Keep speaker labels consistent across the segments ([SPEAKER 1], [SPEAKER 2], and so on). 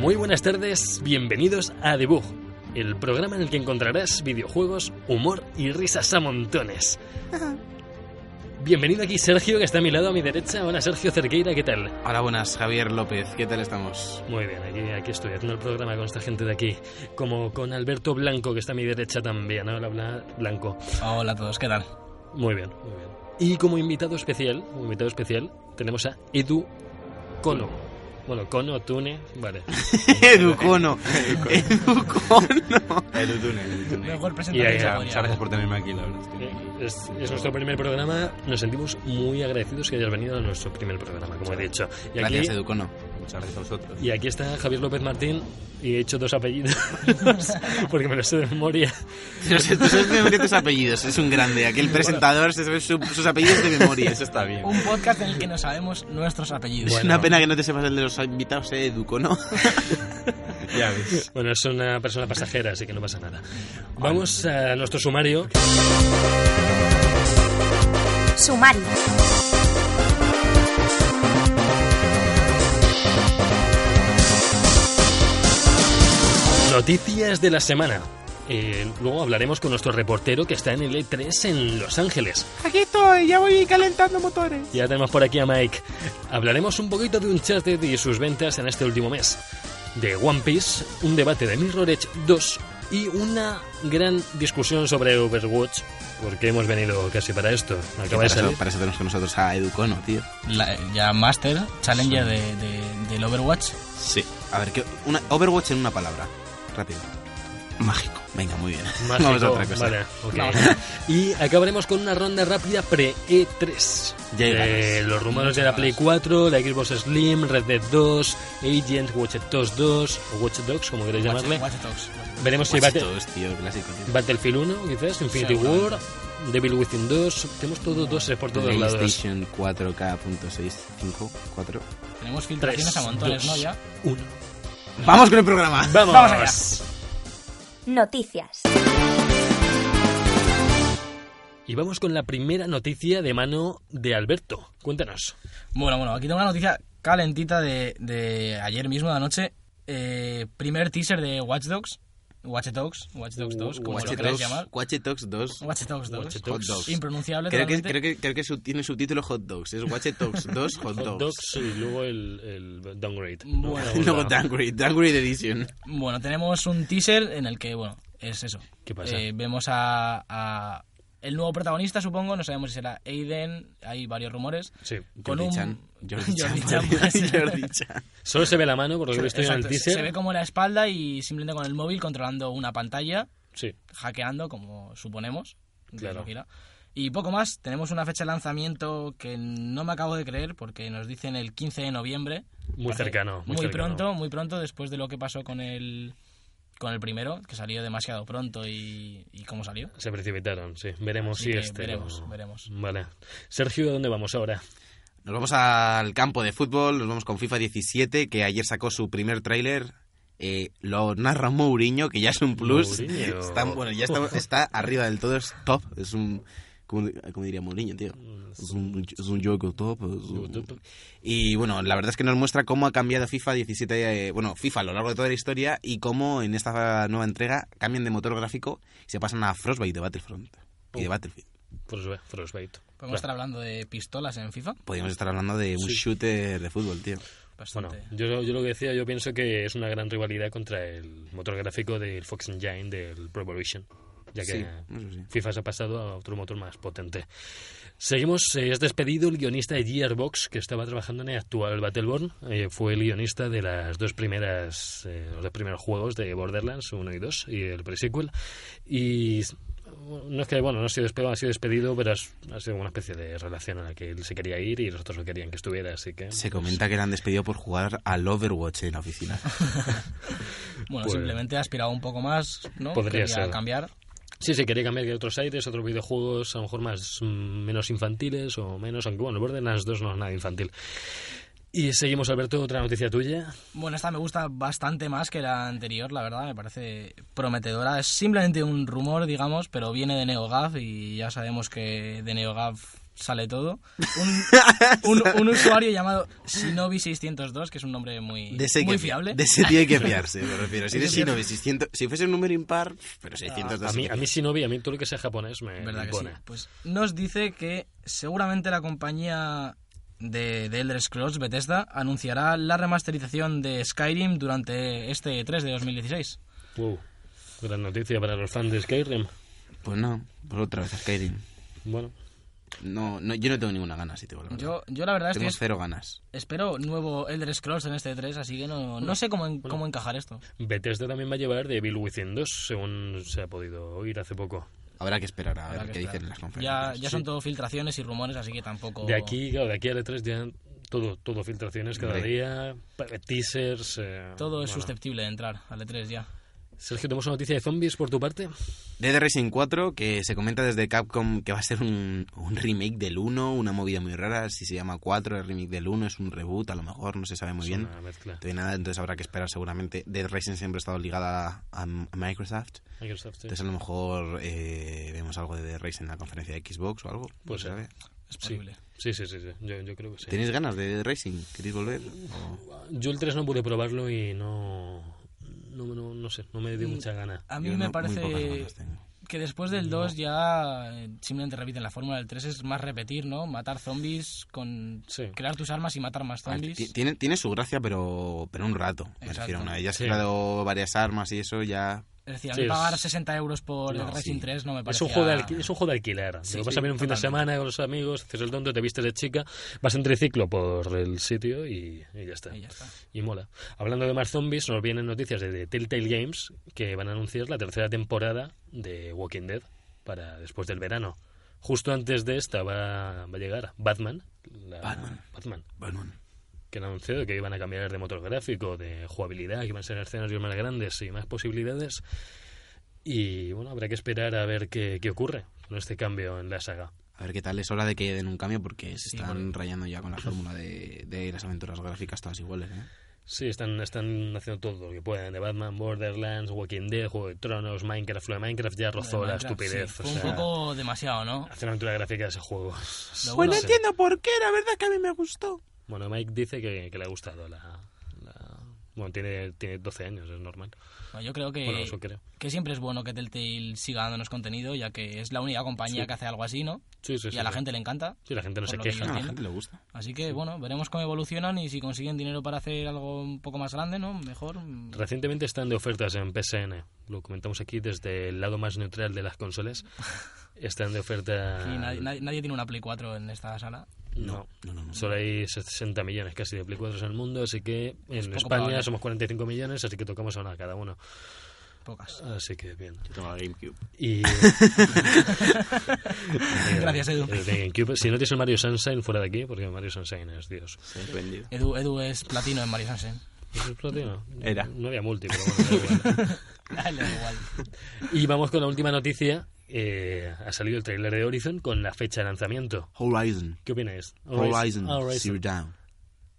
[SPEAKER 1] Muy buenas tardes, bienvenidos a Debug, el programa en el que encontrarás videojuegos, humor y risas a montones. Bienvenido aquí Sergio, que está a mi lado, a mi derecha. Hola Sergio Cerqueira, ¿qué tal?
[SPEAKER 2] Hola, buenas, Javier López. ¿Qué tal estamos?
[SPEAKER 1] Muy bien, aquí, aquí estoy haciendo el programa con esta gente de aquí, como con Alberto Blanco, que está a mi derecha también. Hola, Bla- Blanco.
[SPEAKER 2] Hola a todos, ¿qué tal?
[SPEAKER 1] Muy bien, muy bien. Y como invitado especial, como invitado especial, tenemos a Edu Cono. Bueno, Cono, Tune, vale.
[SPEAKER 2] Educono. Educono.
[SPEAKER 3] El túnel, el túnel.
[SPEAKER 4] Mejor
[SPEAKER 1] Y ahí,
[SPEAKER 4] presentación.
[SPEAKER 3] Muchas gracias por tenerme aquí, la verdad. es
[SPEAKER 1] Eh,
[SPEAKER 3] que-
[SPEAKER 1] Es, es nuestro primer programa. Nos sentimos muy agradecidos que hayas venido a nuestro primer programa, como he dicho. Y aquí,
[SPEAKER 2] Gracias, Educono.
[SPEAKER 3] Muchas gracias a vosotros.
[SPEAKER 1] y aquí está Javier López Martín. Y he hecho dos apellidos porque me los sé de memoria.
[SPEAKER 2] No sé, tú sabes de memoria tus apellidos, es un grande. Aquí el presentador se sabe su- sus apellidos de memoria.
[SPEAKER 3] Eso está bien.
[SPEAKER 4] Un podcast en el que no sabemos nuestros apellidos.
[SPEAKER 2] Es
[SPEAKER 1] Bueno.
[SPEAKER 2] una pena que no te sepas el de los invitados, eh, Educono.
[SPEAKER 3] Ya ves.
[SPEAKER 1] Bueno, es una persona pasajera, así que no pasa nada. Vamos a nuestro sumario.
[SPEAKER 5] Sumario.
[SPEAKER 1] Noticias de la semana. Eh, luego hablaremos con nuestro reportero que está en el E3 en Los Ángeles.
[SPEAKER 2] Aquí estoy, ya voy calentando motores.
[SPEAKER 1] Ya tenemos por aquí a Mike. Hablaremos un poquito de Uncharted y sus ventas en este último mes. De One Piece, un debate de Mirror Edge 2 y una gran discusión sobre Overwatch, porque hemos venido casi para esto. Acaba
[SPEAKER 2] Para
[SPEAKER 1] de
[SPEAKER 2] eso,
[SPEAKER 1] salir.
[SPEAKER 2] para eso tenemos con nosotros a Educono, tío.
[SPEAKER 4] La- ya Master, Challenger de, de- del Overwatch.
[SPEAKER 2] Sí. A ver, ¿qué, una, Overwatch en una palabra. Rápido. Mágico. Venga, muy bien.
[SPEAKER 1] Mágico,
[SPEAKER 2] Vamos a otra cosa.
[SPEAKER 1] vale, ok.
[SPEAKER 2] Vamos
[SPEAKER 1] Y acabaremos con una ronda rápida pre-E3.
[SPEAKER 2] Ya hay
[SPEAKER 1] De
[SPEAKER 2] ganas.
[SPEAKER 1] los rumores de la Play 4, la Xbox Slim, Red Dead 2, Agent, Watch Dogs 2, o Watch Dogs, como queréis
[SPEAKER 4] Watch,
[SPEAKER 1] llamarle.
[SPEAKER 4] Watch Dogs. Watch Dogs.
[SPEAKER 1] Veremos si
[SPEAKER 2] Watch
[SPEAKER 1] bate-
[SPEAKER 2] Dogs, tío, clásico, tío.
[SPEAKER 1] Battlefield 1, quizás, Infinity
[SPEAKER 4] Seguro.
[SPEAKER 1] War, Devil Within 2, tenemos todo dos eh, por todos lados.
[SPEAKER 2] PlayStation 4K.654.
[SPEAKER 4] Tenemos filtraciones
[SPEAKER 1] 3,
[SPEAKER 4] a montones, ¿no? Ya.
[SPEAKER 1] 1.
[SPEAKER 2] Vamos con el programa.
[SPEAKER 1] ¡Vamos!
[SPEAKER 4] Vamos allá.
[SPEAKER 5] Noticias.
[SPEAKER 1] Y vamos con la primera noticia de mano de Alberto. Cuéntanos.
[SPEAKER 4] Bueno, bueno, aquí tengo una noticia calentita de, de ayer mismo, de anoche. Eh, primer teaser de Watch Dogs. Watch Dogs. Watch Dogs 2, como
[SPEAKER 2] Uh, Watch
[SPEAKER 4] lo queráis
[SPEAKER 2] Dogs,
[SPEAKER 4] llamar.
[SPEAKER 2] Watch Dogs 2.
[SPEAKER 4] Watch Dogs 2.
[SPEAKER 1] Watch
[SPEAKER 2] Hot Dogs.
[SPEAKER 4] Impronunciable
[SPEAKER 2] Creo que,
[SPEAKER 4] totalmente.
[SPEAKER 2] creo que, creo que su- tiene subtítulo Hot Dogs. Es Watch Dogs 2 Hot
[SPEAKER 1] Hot
[SPEAKER 2] Dogs.
[SPEAKER 1] Dogs y luego el, el downgrade.
[SPEAKER 4] Bueno.
[SPEAKER 1] La
[SPEAKER 2] Luego
[SPEAKER 1] bola.
[SPEAKER 2] Downgrade, Downgrade Edition.
[SPEAKER 4] Bueno, tenemos un teaser en el que, bueno, es eso.
[SPEAKER 1] ¿Qué pasa?
[SPEAKER 4] Eh, vemos a, a el nuevo protagonista, supongo, no sabemos si será Aiden, hay varios rumores.
[SPEAKER 1] Sí.
[SPEAKER 4] Con
[SPEAKER 2] Jordi
[SPEAKER 4] un-
[SPEAKER 2] Chan. Jordi Chan.
[SPEAKER 4] Jordi Chan, puede ser.
[SPEAKER 2] Jordi Chan.
[SPEAKER 1] Solo se ve la mano, por lo que he visto yo en el
[SPEAKER 4] Exacto, se-
[SPEAKER 1] teaser.
[SPEAKER 4] Se ve como la espalda y simplemente con el móvil controlando una pantalla,
[SPEAKER 1] Sí.
[SPEAKER 4] hackeando, como suponemos. de
[SPEAKER 1] Claro.
[SPEAKER 4] Gojira. Y poco más, tenemos una fecha de lanzamiento que no me acabo de creer porque nos dicen el 15 de noviembre.
[SPEAKER 1] Muy
[SPEAKER 4] Parece
[SPEAKER 1] cercano. Muy,
[SPEAKER 4] Muy,
[SPEAKER 1] cercano.
[SPEAKER 4] pronto, muy pronto, después de lo que pasó con el, con el primero, que salió demasiado pronto y, y cómo salió.
[SPEAKER 1] Se precipitaron, sí. Veremos
[SPEAKER 4] Así
[SPEAKER 1] si
[SPEAKER 4] que
[SPEAKER 1] este.
[SPEAKER 4] veremos,
[SPEAKER 1] lo-
[SPEAKER 4] veremos.
[SPEAKER 1] Vale. Sergio, ¿a dónde vamos ahora?
[SPEAKER 2] Nos vamos al campo de fútbol, nos vamos con FIFA 17, que ayer sacó su primer tráiler. Eh, lo narra Mourinho, que ya es un plus.
[SPEAKER 1] Mourinho.
[SPEAKER 2] Está, bueno, ya está, está arriba del todo, es top. Es un... ¿Cómo, cómo diría Mourinho, tío? Es un, es un juego top. es un- Y bueno, la verdad es que nos muestra cómo ha cambiado FIFA 17, eh, bueno, FIFA a lo largo de toda la historia y cómo en esta nueva entrega cambian de motor gráfico y se pasan a Frostbite de Battlefront y de Battlefield.
[SPEAKER 1] Pues Frostbite. Frostbite.
[SPEAKER 4] Podemos estar hablando de pistolas en FIFA.
[SPEAKER 2] Podríamos estar hablando de un shooter de fútbol, tío.
[SPEAKER 1] Bueno,
[SPEAKER 4] Bastante.
[SPEAKER 1] yo, yo lo que decía, yo pienso que es una gran rivalidad contra el motor gráfico del Fox Engine del Revolution, ya que
[SPEAKER 2] Sí, eso sí.
[SPEAKER 1] FIFA se ha pasado a otro motor más potente. Seguimos, eh, es despedido el guionista de Gearbox, que estaba trabajando en el actual Battleborn. Eh, fue el guionista de las dos primeras, eh, los dos primeros juegos de Borderlands 1 y 2 y el pre-sequel. Y s- no es que, bueno, no ha sido despedido, ha sido despedido, pero es- ha sido una especie de relación en la que él se quería ir y los otros no querían que estuviera, así que...
[SPEAKER 2] Se comenta que le han despedido por jugar al Overwatch en la oficina.
[SPEAKER 4] Bueno,
[SPEAKER 1] Pues-
[SPEAKER 4] simplemente ha aspirado un poco más, ¿no?
[SPEAKER 1] Podría
[SPEAKER 4] Quería
[SPEAKER 1] ser.
[SPEAKER 4] cambiar.
[SPEAKER 1] Sí, sí, quería cambiar de otros aires, otros videojuegos, a lo mejor más mm, menos infantiles o menos, aunque bueno, Borderlands 2 no es nada infantil. Y seguimos, Alberto, otra noticia tuya.
[SPEAKER 4] Bueno, esta me gusta bastante más que la anterior, la verdad, me parece prometedora. Es simplemente un rumor, digamos, pero viene de NeoGAF y ya sabemos que de NeoGAF sale todo. Un, un- un usuario llamado Shinobi602, que es un nombre muy,
[SPEAKER 2] De ese
[SPEAKER 4] muy
[SPEAKER 2] que-
[SPEAKER 4] fiable.
[SPEAKER 2] De ese tío hay que fiarse, me refiero. Si
[SPEAKER 4] Ese
[SPEAKER 2] eres
[SPEAKER 4] tío-
[SPEAKER 2] Shinobi, 600 si fuese un número impar,
[SPEAKER 4] Ah,
[SPEAKER 2] pero 600
[SPEAKER 1] A mí, a mí Shinobi, a mí todo lo que sea japonés me
[SPEAKER 4] ¿Verdad que sí?
[SPEAKER 1] impone.
[SPEAKER 4] Pues nos dice que seguramente la compañía de, de Elder Scrolls, Bethesda, anunciará la remasterización de Skyrim durante este 3 de 2016.
[SPEAKER 1] Wow, gran noticia para los fans de Skyrim.
[SPEAKER 2] Pues no, por otra vez Skyrim.
[SPEAKER 1] Bueno,
[SPEAKER 2] No, no, yo no tengo ninguna gana, si te digo la verdad.
[SPEAKER 4] Yo, yo la verdad es que
[SPEAKER 2] Tengo
[SPEAKER 4] es-
[SPEAKER 2] cero ganas.
[SPEAKER 4] espero nuevo Elder Scrolls en este 3, así que no, no sé cómo, en- cómo encajar esto.
[SPEAKER 1] Bethesda también va a llevar de Bill Within 2, según se ha podido oír hace poco.
[SPEAKER 2] Habrá que esperar a
[SPEAKER 4] Habrá
[SPEAKER 2] ver qué
[SPEAKER 4] que esperar.
[SPEAKER 2] dicen en las
[SPEAKER 4] Ya,
[SPEAKER 2] conferencias.
[SPEAKER 4] ya son todo filtraciones y rumores, así que tampoco...
[SPEAKER 1] De aquí, claro, de aquí a E3 ya todo, todo filtraciones cada
[SPEAKER 2] Hombre.
[SPEAKER 1] día, pa- teasers... eh,
[SPEAKER 4] Todo es
[SPEAKER 1] bueno.
[SPEAKER 4] susceptible de entrar al E3 ya.
[SPEAKER 1] Sergio, ¿tenemos una noticia de zombies por tu parte?
[SPEAKER 2] Dead Racing 4, que se comenta desde Capcom que va a ser un, un remake del 1, una movida muy rara. Si se llama 4, el remake del 1 es un reboot, a lo mejor, no se sabe muy
[SPEAKER 1] Es
[SPEAKER 2] bien.
[SPEAKER 1] una mezcla.
[SPEAKER 2] No hay nada, entonces habrá que esperar seguramente. Dead Racing siempre ha estado ligada a, a Microsoft.
[SPEAKER 1] Microsoft, sí.
[SPEAKER 2] Entonces a lo mejor eh, vemos algo de Dead Racing en la conferencia de Xbox o algo.
[SPEAKER 1] Puede
[SPEAKER 2] No se
[SPEAKER 1] ser.
[SPEAKER 2] sabe.
[SPEAKER 4] Es
[SPEAKER 1] Sí,
[SPEAKER 4] posible.
[SPEAKER 1] sí, sí, sí, sí. Yo, yo creo que sí.
[SPEAKER 2] ¿Tenéis ganas de Dead Racing? ¿Queréis volver? O-
[SPEAKER 1] Yo el 3 no pude probarlo y no... No, no, no sé, no me dio mucha gana.
[SPEAKER 4] A mí
[SPEAKER 2] Yo no-
[SPEAKER 4] Mm. me
[SPEAKER 2] muy pocas
[SPEAKER 4] parece
[SPEAKER 2] ganas tengo.
[SPEAKER 4] que después del 2 ya eh, simplemente repiten la fórmula del 3, es más repetir, ¿no? Matar zombies, con
[SPEAKER 1] Sí. Ah,
[SPEAKER 4] crear tus armas y matar más
[SPEAKER 2] A ver,
[SPEAKER 4] zombies.
[SPEAKER 2] ti- tiene, tiene su gracia, pero, pero un rato. Me
[SPEAKER 4] Exacto.
[SPEAKER 2] refiero a una vez. Ya has
[SPEAKER 1] Sí.
[SPEAKER 2] creado varias armas y eso ya.
[SPEAKER 4] es decir, a
[SPEAKER 1] Sí,
[SPEAKER 4] mí
[SPEAKER 1] es-
[SPEAKER 4] pagar 60 euros por
[SPEAKER 2] No,
[SPEAKER 4] el Racing
[SPEAKER 2] sí.
[SPEAKER 4] 3 no me
[SPEAKER 1] Es
[SPEAKER 4] parece.
[SPEAKER 1] un, juego de alqui- es un juego de alquilar.
[SPEAKER 4] Sí,
[SPEAKER 1] te lo
[SPEAKER 4] sí,
[SPEAKER 1] vas a ver un fin de
[SPEAKER 4] totalmente.
[SPEAKER 1] semana con los amigos, haces el tonto, te vistes de chica, vas en triciclo por el sitio y, y ya está.
[SPEAKER 4] Y ya está.
[SPEAKER 1] Y mola. Hablando de más zombies, nos vienen noticias de, de Telltale Games que van a anunciar la tercera temporada de Walking Dead para después del verano. Justo antes de esta va, va a llegar Batman. la-
[SPEAKER 2] Batman.
[SPEAKER 1] Batman.
[SPEAKER 2] Bueno,
[SPEAKER 1] que han anunciado que iban a cambiar de motor gráfico, de jugabilidad, que iban a ser escenarios más grandes y más posibilidades. Y bueno, habrá que esperar a ver qué, qué ocurre con este cambio en la saga.
[SPEAKER 2] a ver qué tal. Es hora de que den un cambio porque se
[SPEAKER 4] Sí,
[SPEAKER 2] están rayando ya con la fórmula de, de las aventuras gráficas todas iguales. ¿eh?
[SPEAKER 1] Sí, están, están haciendo todo lo que pueden, de Batman, Borderlands, Walking Dead, Juego de Tronos, Minecraft, lo de Minecraft ya rozó la
[SPEAKER 4] Minecraft,
[SPEAKER 1] estupidez.
[SPEAKER 4] sí,
[SPEAKER 1] o
[SPEAKER 4] fue un
[SPEAKER 1] sea,
[SPEAKER 4] poco demasiado, ¿no?
[SPEAKER 1] hacer una aventura gráfica de ese juego.
[SPEAKER 4] Lo
[SPEAKER 2] Pues
[SPEAKER 4] bueno-
[SPEAKER 2] no entiendo por qué, la verdad que a mí me gustó.
[SPEAKER 1] Bueno, Mike dice que, que le ha gustado la... la- Bueno, tiene, tiene 12 años, es normal.
[SPEAKER 4] Bueno, Pues yo creo que,
[SPEAKER 1] Bueno, eso creo.
[SPEAKER 4] que siempre es bueno que Telltale siga dándonos contenido, ya que es la única compañía que hace algo así, ¿no?
[SPEAKER 1] Sí, sí,
[SPEAKER 4] y
[SPEAKER 1] sí,
[SPEAKER 4] a la
[SPEAKER 1] sí.
[SPEAKER 4] gente le encanta.
[SPEAKER 1] Sí, la gente no
[SPEAKER 4] por
[SPEAKER 1] se
[SPEAKER 4] lo que
[SPEAKER 1] queja.
[SPEAKER 2] No, a la
[SPEAKER 4] entiendo.
[SPEAKER 2] gente le gusta.
[SPEAKER 4] Así que, bueno, veremos cómo evolucionan y si consiguen dinero para hacer algo un poco más grande, ¿no? Mejor. mm,
[SPEAKER 1] Recientemente están de ofertas en PSN. Lo comentamos aquí desde el lado más neutral de las consolas. Están de oferta.
[SPEAKER 4] y nadie, nadie- nadie tiene una Play 4 en esta sala.
[SPEAKER 1] No.
[SPEAKER 2] No, no, no.
[SPEAKER 1] Solo hay 60 millones casi de Play 4 en el mundo, así que en
[SPEAKER 4] poco
[SPEAKER 1] España
[SPEAKER 4] probable.
[SPEAKER 1] somos 45 millones, así que tocamos a una cada uno.
[SPEAKER 4] Pocas.
[SPEAKER 1] Así que bien.
[SPEAKER 2] Tengo la GameCube.
[SPEAKER 1] Y. eh,
[SPEAKER 4] Gracias, Edu.
[SPEAKER 1] El de GameCube. Si no tienes el Mario Sunshine fuera de aquí, porque Mario Sunshine es Dios.
[SPEAKER 4] Edu, Edu es platino en Mario Sunshine.
[SPEAKER 1] ¿Es platino?
[SPEAKER 2] Era.
[SPEAKER 1] Pues, No había multi, pero bueno, da igual.
[SPEAKER 4] A él le da igual.
[SPEAKER 1] Y vamos con la última noticia. Eh, ha salido el tráiler de Horizon con la fecha de lanzamiento.
[SPEAKER 2] Horizon.
[SPEAKER 1] ¿Qué opináis?
[SPEAKER 2] Horizon.
[SPEAKER 1] Horizon.
[SPEAKER 2] Zero Dawn.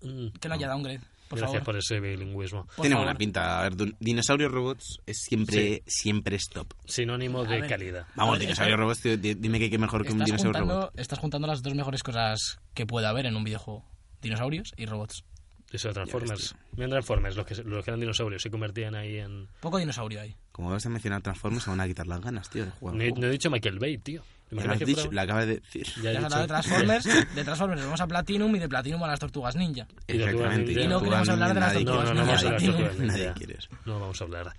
[SPEAKER 1] Mm,
[SPEAKER 4] Que no haya downgrade, por
[SPEAKER 1] Gracias
[SPEAKER 4] favor.
[SPEAKER 1] por ese bilingüismo.
[SPEAKER 4] Por
[SPEAKER 2] Tiene
[SPEAKER 4] favor.
[SPEAKER 2] buena pinta. A ver, dun- Dinosaurios Robots es siempre, siempre es top.
[SPEAKER 1] Sinónimo de
[SPEAKER 4] ver.
[SPEAKER 1] calidad.
[SPEAKER 2] Vamos,
[SPEAKER 4] ver,
[SPEAKER 2] Dinosaurios
[SPEAKER 4] espera.
[SPEAKER 2] Robots, tío, di- dime que qué mejor que un
[SPEAKER 4] Estás
[SPEAKER 2] Dinosaurio
[SPEAKER 4] juntando,
[SPEAKER 2] Robot.
[SPEAKER 4] estás juntando las dos mejores cosas que pueda haber en un videojuego. Dinosaurios y robots.
[SPEAKER 1] Eso de Transformers. Eran Transformers, los que, se- los que eran dinosaurios se convertían ahí en...
[SPEAKER 4] Poco dinosaurio ahí.
[SPEAKER 2] Como vas a mencionar Transformers, se van a quitar las ganas, tío, de
[SPEAKER 1] No,
[SPEAKER 2] jugar.
[SPEAKER 1] he-
[SPEAKER 2] al
[SPEAKER 1] no he dicho Michael Bay, tío. ¿Te
[SPEAKER 2] juego. Ah.
[SPEAKER 1] imaginas
[SPEAKER 2] Ya lo has
[SPEAKER 1] que
[SPEAKER 2] dicho,
[SPEAKER 1] fuera-
[SPEAKER 2] lo acabas de decir.
[SPEAKER 1] he
[SPEAKER 4] Ya has hablado de
[SPEAKER 1] dicho-
[SPEAKER 4] Transformers, de Transformers vamos a Platinum y de Platinum a las Tortugas Ninja.
[SPEAKER 1] Y Tortugas
[SPEAKER 2] Exactamente.
[SPEAKER 1] Ninja. Y no
[SPEAKER 2] Tortugas
[SPEAKER 4] queremos hablar de las
[SPEAKER 2] nadie-
[SPEAKER 1] No, no, no vamos a hablar de
[SPEAKER 2] nadie-
[SPEAKER 1] Tortugas Ninja.
[SPEAKER 2] Nadie quiere eso.
[SPEAKER 1] No vamos a hablar.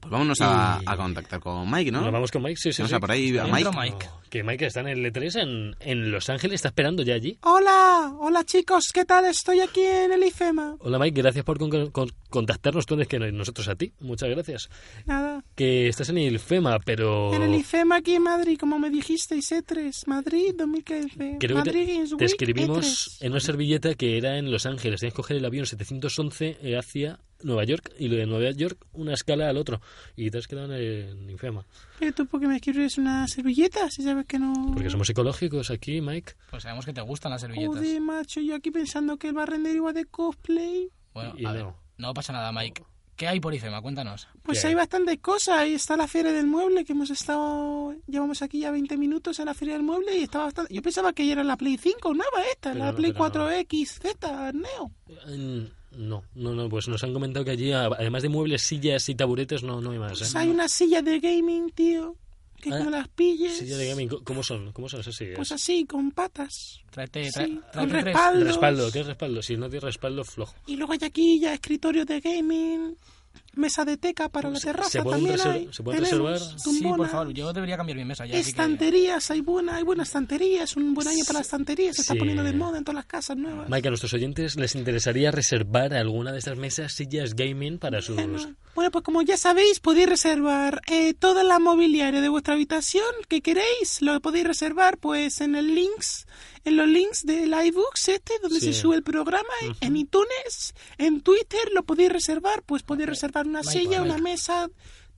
[SPEAKER 2] Pues vámonos a,
[SPEAKER 1] Y-
[SPEAKER 2] a contactar con Mike, ¿no?
[SPEAKER 1] Nos vamos con Mike, sí, sí.
[SPEAKER 2] Vamos
[SPEAKER 1] sí.
[SPEAKER 2] a por ahí a
[SPEAKER 4] Dentro
[SPEAKER 2] Mike.
[SPEAKER 4] Mike.
[SPEAKER 1] Oh, que Mike está en el E3 en, en Los Ángeles, está esperando ya allí.
[SPEAKER 2] Hola, hola chicos, ¿qué tal? Estoy aquí en el IFEMA.
[SPEAKER 1] Hola Mike, gracias por con- con- contactarnos tú antes que nosotros a ti. Muchas gracias.
[SPEAKER 3] Nada.
[SPEAKER 1] Que estás en el FEMA, pero...
[SPEAKER 3] En el IFEMA aquí en Madrid, como me dijisteis, E3, Madrid 2015.
[SPEAKER 1] Creo que
[SPEAKER 3] Madrid E
[SPEAKER 1] te-
[SPEAKER 3] Games
[SPEAKER 1] te,
[SPEAKER 3] Week,
[SPEAKER 1] escribimos
[SPEAKER 3] E3.
[SPEAKER 1] en una servilleta que era en Los Ángeles. Tenías que coger el avión 711 hacia Nueva York y lo de Nueva York una escala al otro. Y te has quedado en el infema.
[SPEAKER 3] Pero tú, ¿por qué me escribes una servilleta? Si sabes que no.
[SPEAKER 1] Porque somos ecológicos aquí, Mike.
[SPEAKER 4] Pues sabemos que te gustan las servilletas.
[SPEAKER 3] Joder, macho, yo aquí pensando que el barrendero iba de cosplay.
[SPEAKER 4] Bueno,
[SPEAKER 1] Y
[SPEAKER 4] a ver,
[SPEAKER 1] no.
[SPEAKER 4] no pasa nada, Mike. ¿Qué hay por IFEMA? Cuéntanos.
[SPEAKER 3] Pues
[SPEAKER 1] ¿Qué?
[SPEAKER 3] hay bastantes cosas. Ahí está la Feria del Mueble, que hemos estado. Llevamos aquí ya 20 minutos en la Feria del Mueble y estaba bastante. Yo pensaba que ya era la Play 5, nada, esta,
[SPEAKER 1] Pero
[SPEAKER 3] la
[SPEAKER 1] no,
[SPEAKER 3] Play
[SPEAKER 1] pero no.
[SPEAKER 3] 4X, Z, Neo.
[SPEAKER 1] Mm, No, no, no, pues nos han comentado que allí, a- además de muebles, sillas y taburetes, no, no hay más.
[SPEAKER 3] Pues
[SPEAKER 1] ¿eh?
[SPEAKER 3] hay una silla de gaming, tío, que
[SPEAKER 1] Ah,
[SPEAKER 3] como las pilles.
[SPEAKER 1] Silla de gaming, ¿cómo son? ¿Cómo son esas sillas?
[SPEAKER 3] Pues así, con patas.
[SPEAKER 4] Tráete, tra-
[SPEAKER 3] Sí,
[SPEAKER 4] tráete
[SPEAKER 3] con
[SPEAKER 4] tres.
[SPEAKER 3] respaldo.
[SPEAKER 1] respaldo, ¿qué respaldo? Si no tiene respaldo, flojo.
[SPEAKER 3] Y luego hay aquí ya escritorio de gaming, mesa de teca para la
[SPEAKER 1] Se-
[SPEAKER 3] terraza
[SPEAKER 1] Pues se pueden
[SPEAKER 3] también
[SPEAKER 1] reser-
[SPEAKER 3] hay.
[SPEAKER 1] se pueden
[SPEAKER 3] Tenemos
[SPEAKER 1] reservar.
[SPEAKER 4] Sí, por
[SPEAKER 3] tumbona,
[SPEAKER 4] favor, yo debería cambiar mi mesa ya. así que-
[SPEAKER 3] Estanterías, hay buena, hay buena estantería, es un buen año para las estanterías, se está
[SPEAKER 1] Sí.
[SPEAKER 3] poniendo de moda en todas las casas nuevas.
[SPEAKER 1] Mike, a nuestros oyentes les interesaría reservar alguna de estas mesas, sillas gaming para sus.
[SPEAKER 3] Bueno, bueno, pues como ya sabéis, podéis reservar eh, toda la mobiliaria de vuestra habitación que queréis. Lo podéis reservar pues en el links, en los links del iBooks este, donde
[SPEAKER 1] Sí.
[SPEAKER 3] se sube el programa, en iTunes, en Twitter, lo podéis reservar. Pues podéis reservar una
[SPEAKER 4] Mike, Mike.
[SPEAKER 3] silla, una mesa,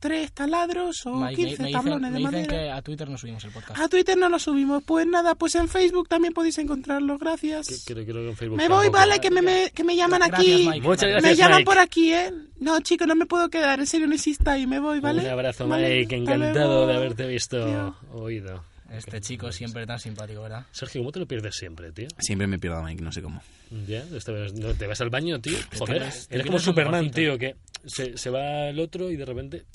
[SPEAKER 3] tres taladros o
[SPEAKER 4] Mike, me-
[SPEAKER 3] 15
[SPEAKER 4] me, dicen,
[SPEAKER 3] tablones
[SPEAKER 4] me
[SPEAKER 3] de
[SPEAKER 4] dicen
[SPEAKER 3] madera.
[SPEAKER 4] que a Twitter no subimos el podcast.
[SPEAKER 3] A Twitter no lo subimos. Pues nada, pues en Facebook también podéis encontrarlo.
[SPEAKER 1] Que-
[SPEAKER 3] Gracias.
[SPEAKER 1] creo- creo que en Facebook
[SPEAKER 3] Me voy,
[SPEAKER 1] tampoco.
[SPEAKER 3] vale, que me, me- que me llaman aquí.
[SPEAKER 4] Mike.
[SPEAKER 1] Muchas
[SPEAKER 4] Vale.
[SPEAKER 1] gracias,
[SPEAKER 3] Me llaman
[SPEAKER 1] Mike.
[SPEAKER 3] por aquí, ¿eh? No, chico, no me puedo quedar. En serio, no insista y me voy, ¿vale?
[SPEAKER 1] Un abrazo,
[SPEAKER 3] Vale,
[SPEAKER 1] Mike.
[SPEAKER 3] hasta
[SPEAKER 1] Encantado
[SPEAKER 3] luego.
[SPEAKER 1] de haberte visto,
[SPEAKER 3] Tío.
[SPEAKER 1] oído.
[SPEAKER 4] Este chico siempre tan simpático, ¿verdad?
[SPEAKER 1] Sergio, ¿cómo te lo pierdes siempre, tío?
[SPEAKER 2] Siempre me pierdo a Mike, no sé cómo.
[SPEAKER 1] Ya, esta vez no- te vas al baño, tío. Joder,
[SPEAKER 4] pierdes- te
[SPEAKER 1] eres como
[SPEAKER 4] pierdes un
[SPEAKER 1] Superman,
[SPEAKER 4] poquito.
[SPEAKER 1] tío, que se, se va el otro y de repente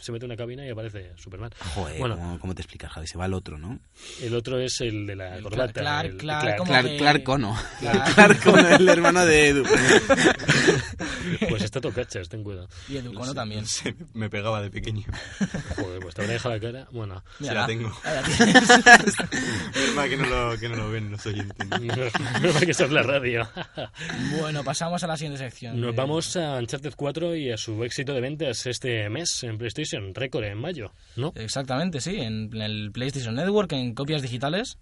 [SPEAKER 1] se mete en una cabina y aparece Superman.
[SPEAKER 2] Joder,
[SPEAKER 1] bueno,
[SPEAKER 2] ¿cómo, cómo te explicas, Javi? Se va al otro, ¿no?
[SPEAKER 1] el otro es el de la
[SPEAKER 4] El
[SPEAKER 1] corbata.
[SPEAKER 4] Clark-
[SPEAKER 1] el-
[SPEAKER 4] Clark- ¿cómo?
[SPEAKER 2] Clark,
[SPEAKER 4] que-
[SPEAKER 2] Clark Cono.
[SPEAKER 4] Clark.
[SPEAKER 2] Clark Cono, el hermano de Edu.
[SPEAKER 1] Pues está todo cachas, ten cuidado.
[SPEAKER 4] Y Educono también.
[SPEAKER 6] Sí, me pegaba de pequeño.
[SPEAKER 1] Joder, pues te habrá dejado la cara. Bueno,
[SPEAKER 6] Se la tengo.
[SPEAKER 4] Ahí la tienes.
[SPEAKER 6] Es más que no lo, que no lo ven los oyentes.
[SPEAKER 1] menos menos mal que estás en la radio.
[SPEAKER 4] bueno, pasamos a la siguiente sección.
[SPEAKER 1] Nos
[SPEAKER 4] Eh,
[SPEAKER 1] vamos a Uncharted 4 y a su éxito de ventas este mes en PlayStation, récord en mayo, ¿no?
[SPEAKER 4] Eh. Exactamente, sí. En el PlayStation Network, en copias digitales.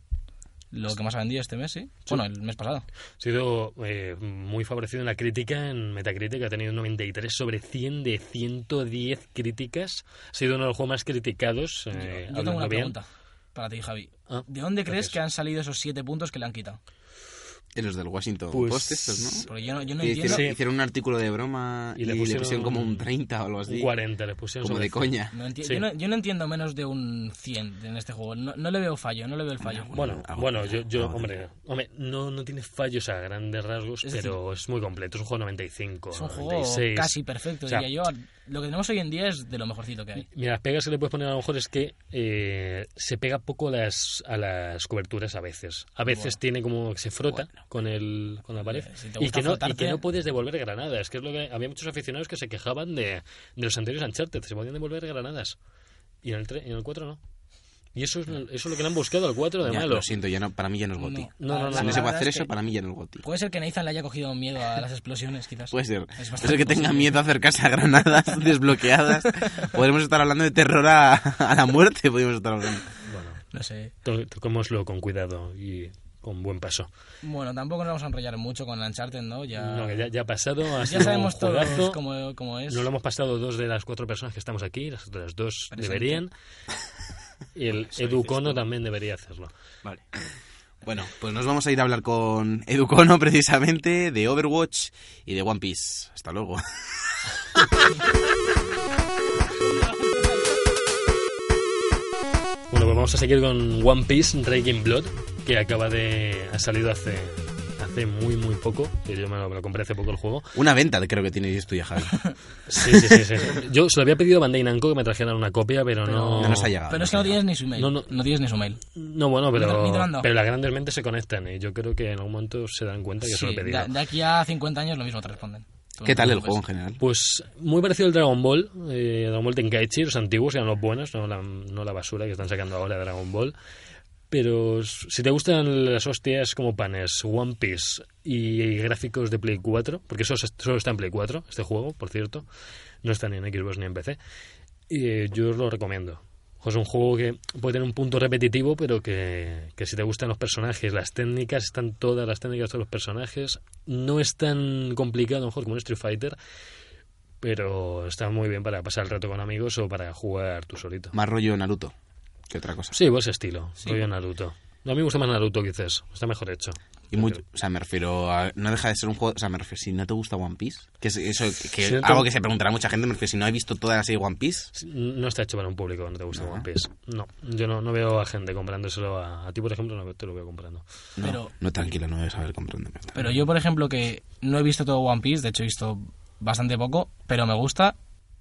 [SPEAKER 4] Lo que más ha vendido este mes, sí. Bueno, el mes pasado.
[SPEAKER 1] Ha sido eh, muy favorecido en la crítica, en Metacritic ha tenido un 93 sobre 100 de 110 críticas. Ha sido uno de los juegos más criticados. eh,
[SPEAKER 4] Yo tengo
[SPEAKER 1] hablando
[SPEAKER 4] una
[SPEAKER 1] bien.
[SPEAKER 4] pregunta para ti, Javi.
[SPEAKER 1] Ah,
[SPEAKER 4] ¿De dónde crees
[SPEAKER 1] gracias.
[SPEAKER 4] que han salido esos siete puntos que le han quitado?
[SPEAKER 2] Y los del Washington
[SPEAKER 1] Pues-
[SPEAKER 2] Post estos, ¿no?
[SPEAKER 4] Porque yo no, yo no
[SPEAKER 2] Que
[SPEAKER 4] entiendo.
[SPEAKER 2] hicieron,
[SPEAKER 1] Sí.
[SPEAKER 2] hicieron un artículo de broma
[SPEAKER 1] Y
[SPEAKER 2] y
[SPEAKER 1] le
[SPEAKER 2] le
[SPEAKER 1] pusieron
[SPEAKER 2] pusieron, como un 30 o algo
[SPEAKER 1] Un
[SPEAKER 2] así.
[SPEAKER 1] 40 le pusieron
[SPEAKER 2] Como
[SPEAKER 1] sobre
[SPEAKER 2] de
[SPEAKER 1] 100.
[SPEAKER 2] coña.
[SPEAKER 4] no enti-
[SPEAKER 1] Sí.
[SPEAKER 4] yo, no, yo no entiendo menos de un 100 en este juego. No, no le veo fallo, no le veo el fallo.
[SPEAKER 1] Bueno,
[SPEAKER 2] Ah,
[SPEAKER 1] bueno, yo, yo
[SPEAKER 2] ah,
[SPEAKER 1] hombre, hombre no, no tiene fallos a grandes rasgos,
[SPEAKER 4] Es decir,
[SPEAKER 1] pero es muy completo. Es un juego 95,
[SPEAKER 4] es un juego
[SPEAKER 1] 96.
[SPEAKER 4] casi perfecto,
[SPEAKER 1] O sea,
[SPEAKER 4] diría yo. Lo que tenemos hoy en día es de lo mejorcito que hay.
[SPEAKER 1] Mira, las pegas que le puedes poner a lo mejor es que eh, se pega poco a las, a las coberturas a veces. A veces tiene como que se frota con, el, con la pared
[SPEAKER 4] Eh, si te
[SPEAKER 1] y,
[SPEAKER 4] gusta
[SPEAKER 1] que no, y que
[SPEAKER 4] frotarte-
[SPEAKER 1] no puedes devolver granadas. Que es lo que había muchos aficionados que se quejaban de, de los anteriores Uncharted, se podían devolver granadas. Y en el, tre- en el 4 no. Y eso es, eso es lo que le han buscado al 4 de
[SPEAKER 2] Ya,
[SPEAKER 1] malo.
[SPEAKER 2] lo siento, ya no, para mí ya no es Goti.
[SPEAKER 1] No, no, no,
[SPEAKER 4] la
[SPEAKER 2] Si no se puede
[SPEAKER 4] verdad
[SPEAKER 2] hacer
[SPEAKER 4] es
[SPEAKER 2] eso,
[SPEAKER 4] que
[SPEAKER 2] para mí ya no es Goti.
[SPEAKER 4] Puede ser que Nathan le haya cogido miedo a las explosiones, quizás.
[SPEAKER 2] Puede ser.
[SPEAKER 4] Es
[SPEAKER 2] Es
[SPEAKER 4] bastante
[SPEAKER 2] el que tenga
[SPEAKER 4] posible.
[SPEAKER 2] miedo a acercarse a granadas desbloqueadas. Podemos estar hablando de terror a, a la muerte. Podemos estar hablando.
[SPEAKER 4] No sé.
[SPEAKER 1] To- Toquémoslo con cuidado y con buen paso.
[SPEAKER 4] Bueno, tampoco nos vamos a enrollar mucho con Uncharted, ¿no? Ya,
[SPEAKER 1] No, que ya, ya ha pasado. Ha
[SPEAKER 4] ya
[SPEAKER 1] sido
[SPEAKER 4] sabemos
[SPEAKER 1] un juegazo.
[SPEAKER 4] todos cómo, cómo es.
[SPEAKER 1] No lo hemos pasado dos de las cuatro personas que estamos aquí, las otras dos
[SPEAKER 4] Presente.
[SPEAKER 1] deberían. Y el Educono también debería hacerlo.
[SPEAKER 6] Vale.
[SPEAKER 2] Bueno, pues nos vamos a ir a hablar con Educono precisamente de Overwatch y de One Piece. Hasta luego.
[SPEAKER 1] Bueno, pues vamos a seguir con One Piece Raging Blood, que acaba de. ha salido hace, hace hace muy, muy poco. Que yo me lo, me lo compré hace poco el juego.
[SPEAKER 2] Una venta creo que tiene esto ya, Javi.
[SPEAKER 1] Sí, sí, sí. sí. Yo se lo había pedido a Bandai Namco que me trajeran una copia, pero, no.
[SPEAKER 2] No nos ha llegado.
[SPEAKER 4] Pero es que no tienes ni su email.
[SPEAKER 1] No,
[SPEAKER 4] No,
[SPEAKER 1] no.
[SPEAKER 4] tienes ni su mail.
[SPEAKER 1] No, bueno,
[SPEAKER 4] Ni te-
[SPEAKER 1] pero,
[SPEAKER 4] ni te lo han dado.
[SPEAKER 1] pero las grandes mentes se conectan y yo creo que en algún momento se dan cuenta que se lo he
[SPEAKER 4] Sí,
[SPEAKER 1] pedido.
[SPEAKER 4] de, de aquí a 50 años lo mismo te responden.
[SPEAKER 2] ¿Qué
[SPEAKER 4] Tú no te
[SPEAKER 2] tal el
[SPEAKER 4] preocupes.
[SPEAKER 2] juego en general?
[SPEAKER 1] Pues muy parecido al Dragon Ball, eh, Dragon Ball Tenkaichi, los antiguos eran los buenos, no la, no la basura que están sacando ahora de Dragon Ball. Pero s- si te gustan las hostias como panes, One Piece y, gráficos de Play 4, porque eso es- solo está en Play 4, este juego, por cierto, no está ni en Xbox ni en PC, eh, yo os lo recomiendo. Es un juego que puede tener un punto repetitivo, pero que, que si te gustan los personajes, las técnicas, están todas las técnicas de todos los personajes. No es tan complicado, a lo mejor, como un Street Fighter, pero está muy bien para pasar el rato con amigos o para jugar tú solito.
[SPEAKER 2] Más rollo Naruto que otra cosa.
[SPEAKER 1] Sí, pues estilo, rollo Naruto. No, a mí me gusta más Naruto quizás, está mejor hecho.
[SPEAKER 2] Y muy, o sea, me refiero a, no deja de ser un juego, o sea, me refiero si no te gusta One Piece, que es eso que
[SPEAKER 1] Si no te-
[SPEAKER 2] algo que se preguntará mucha gente, me refiero si no he visto toda la serie One Piece,
[SPEAKER 1] No está hecho para un público, no te gusta One Piece. No, yo no, no veo a gente comprándoselo a, a ti, por ejemplo, no te lo veo comprando.
[SPEAKER 2] no,
[SPEAKER 4] Pero-
[SPEAKER 2] no tranquilo, no debes saber comprándome.
[SPEAKER 4] Pero yo, por ejemplo, que no he visto todo One Piece, de hecho he visto bastante poco, pero me gusta.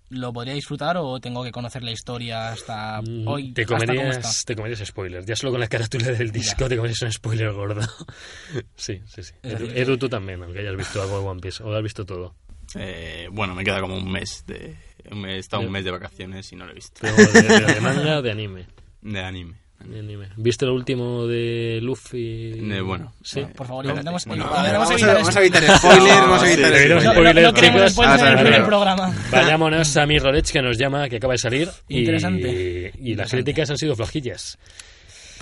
[SPEAKER 4] ¿Lo podría disfrutar o tengo que conocer la historia hasta
[SPEAKER 1] Mm,
[SPEAKER 4] hoy?
[SPEAKER 1] te
[SPEAKER 4] hasta cómo está?
[SPEAKER 1] comerías, te comerías spoilers. Ya solo con la carátula del disco te comerías un spoiler gordo. sí, sí, sí.
[SPEAKER 4] Es
[SPEAKER 1] Edu,
[SPEAKER 4] decir,
[SPEAKER 1] Edu, tú también, aunque hayas visto algo de One Piece, o lo has visto todo.
[SPEAKER 3] Eh, bueno, me queda como un mes de... He estado un mes de vacaciones y no lo he visto.
[SPEAKER 1] Pero de, de- de manga, de anime.
[SPEAKER 3] De anime.
[SPEAKER 1] de anime. ¿Viste lo último de Luffy?
[SPEAKER 3] De- bueno.
[SPEAKER 1] Sí.
[SPEAKER 4] Por favor, intentemos.
[SPEAKER 3] Bueno,
[SPEAKER 4] a ver, vamos a
[SPEAKER 2] vamos,
[SPEAKER 4] evitar
[SPEAKER 2] a,
[SPEAKER 4] esto.
[SPEAKER 2] vamos a evitar spoilers,
[SPEAKER 3] No,
[SPEAKER 2] vamos a
[SPEAKER 3] sí,
[SPEAKER 2] evitar
[SPEAKER 3] sí,
[SPEAKER 4] No,
[SPEAKER 3] sí.
[SPEAKER 2] spoilers.
[SPEAKER 4] no- no
[SPEAKER 1] Spoilers,
[SPEAKER 4] queremos
[SPEAKER 1] chicos.
[SPEAKER 4] spoilers en
[SPEAKER 2] Ah,
[SPEAKER 4] el
[SPEAKER 2] claro.
[SPEAKER 4] primer programa.
[SPEAKER 1] Vayámonos a mi Rolech que nos llama, que acaba de salir. Y,
[SPEAKER 4] Interesante.
[SPEAKER 1] Y las críticas han sido flojillas.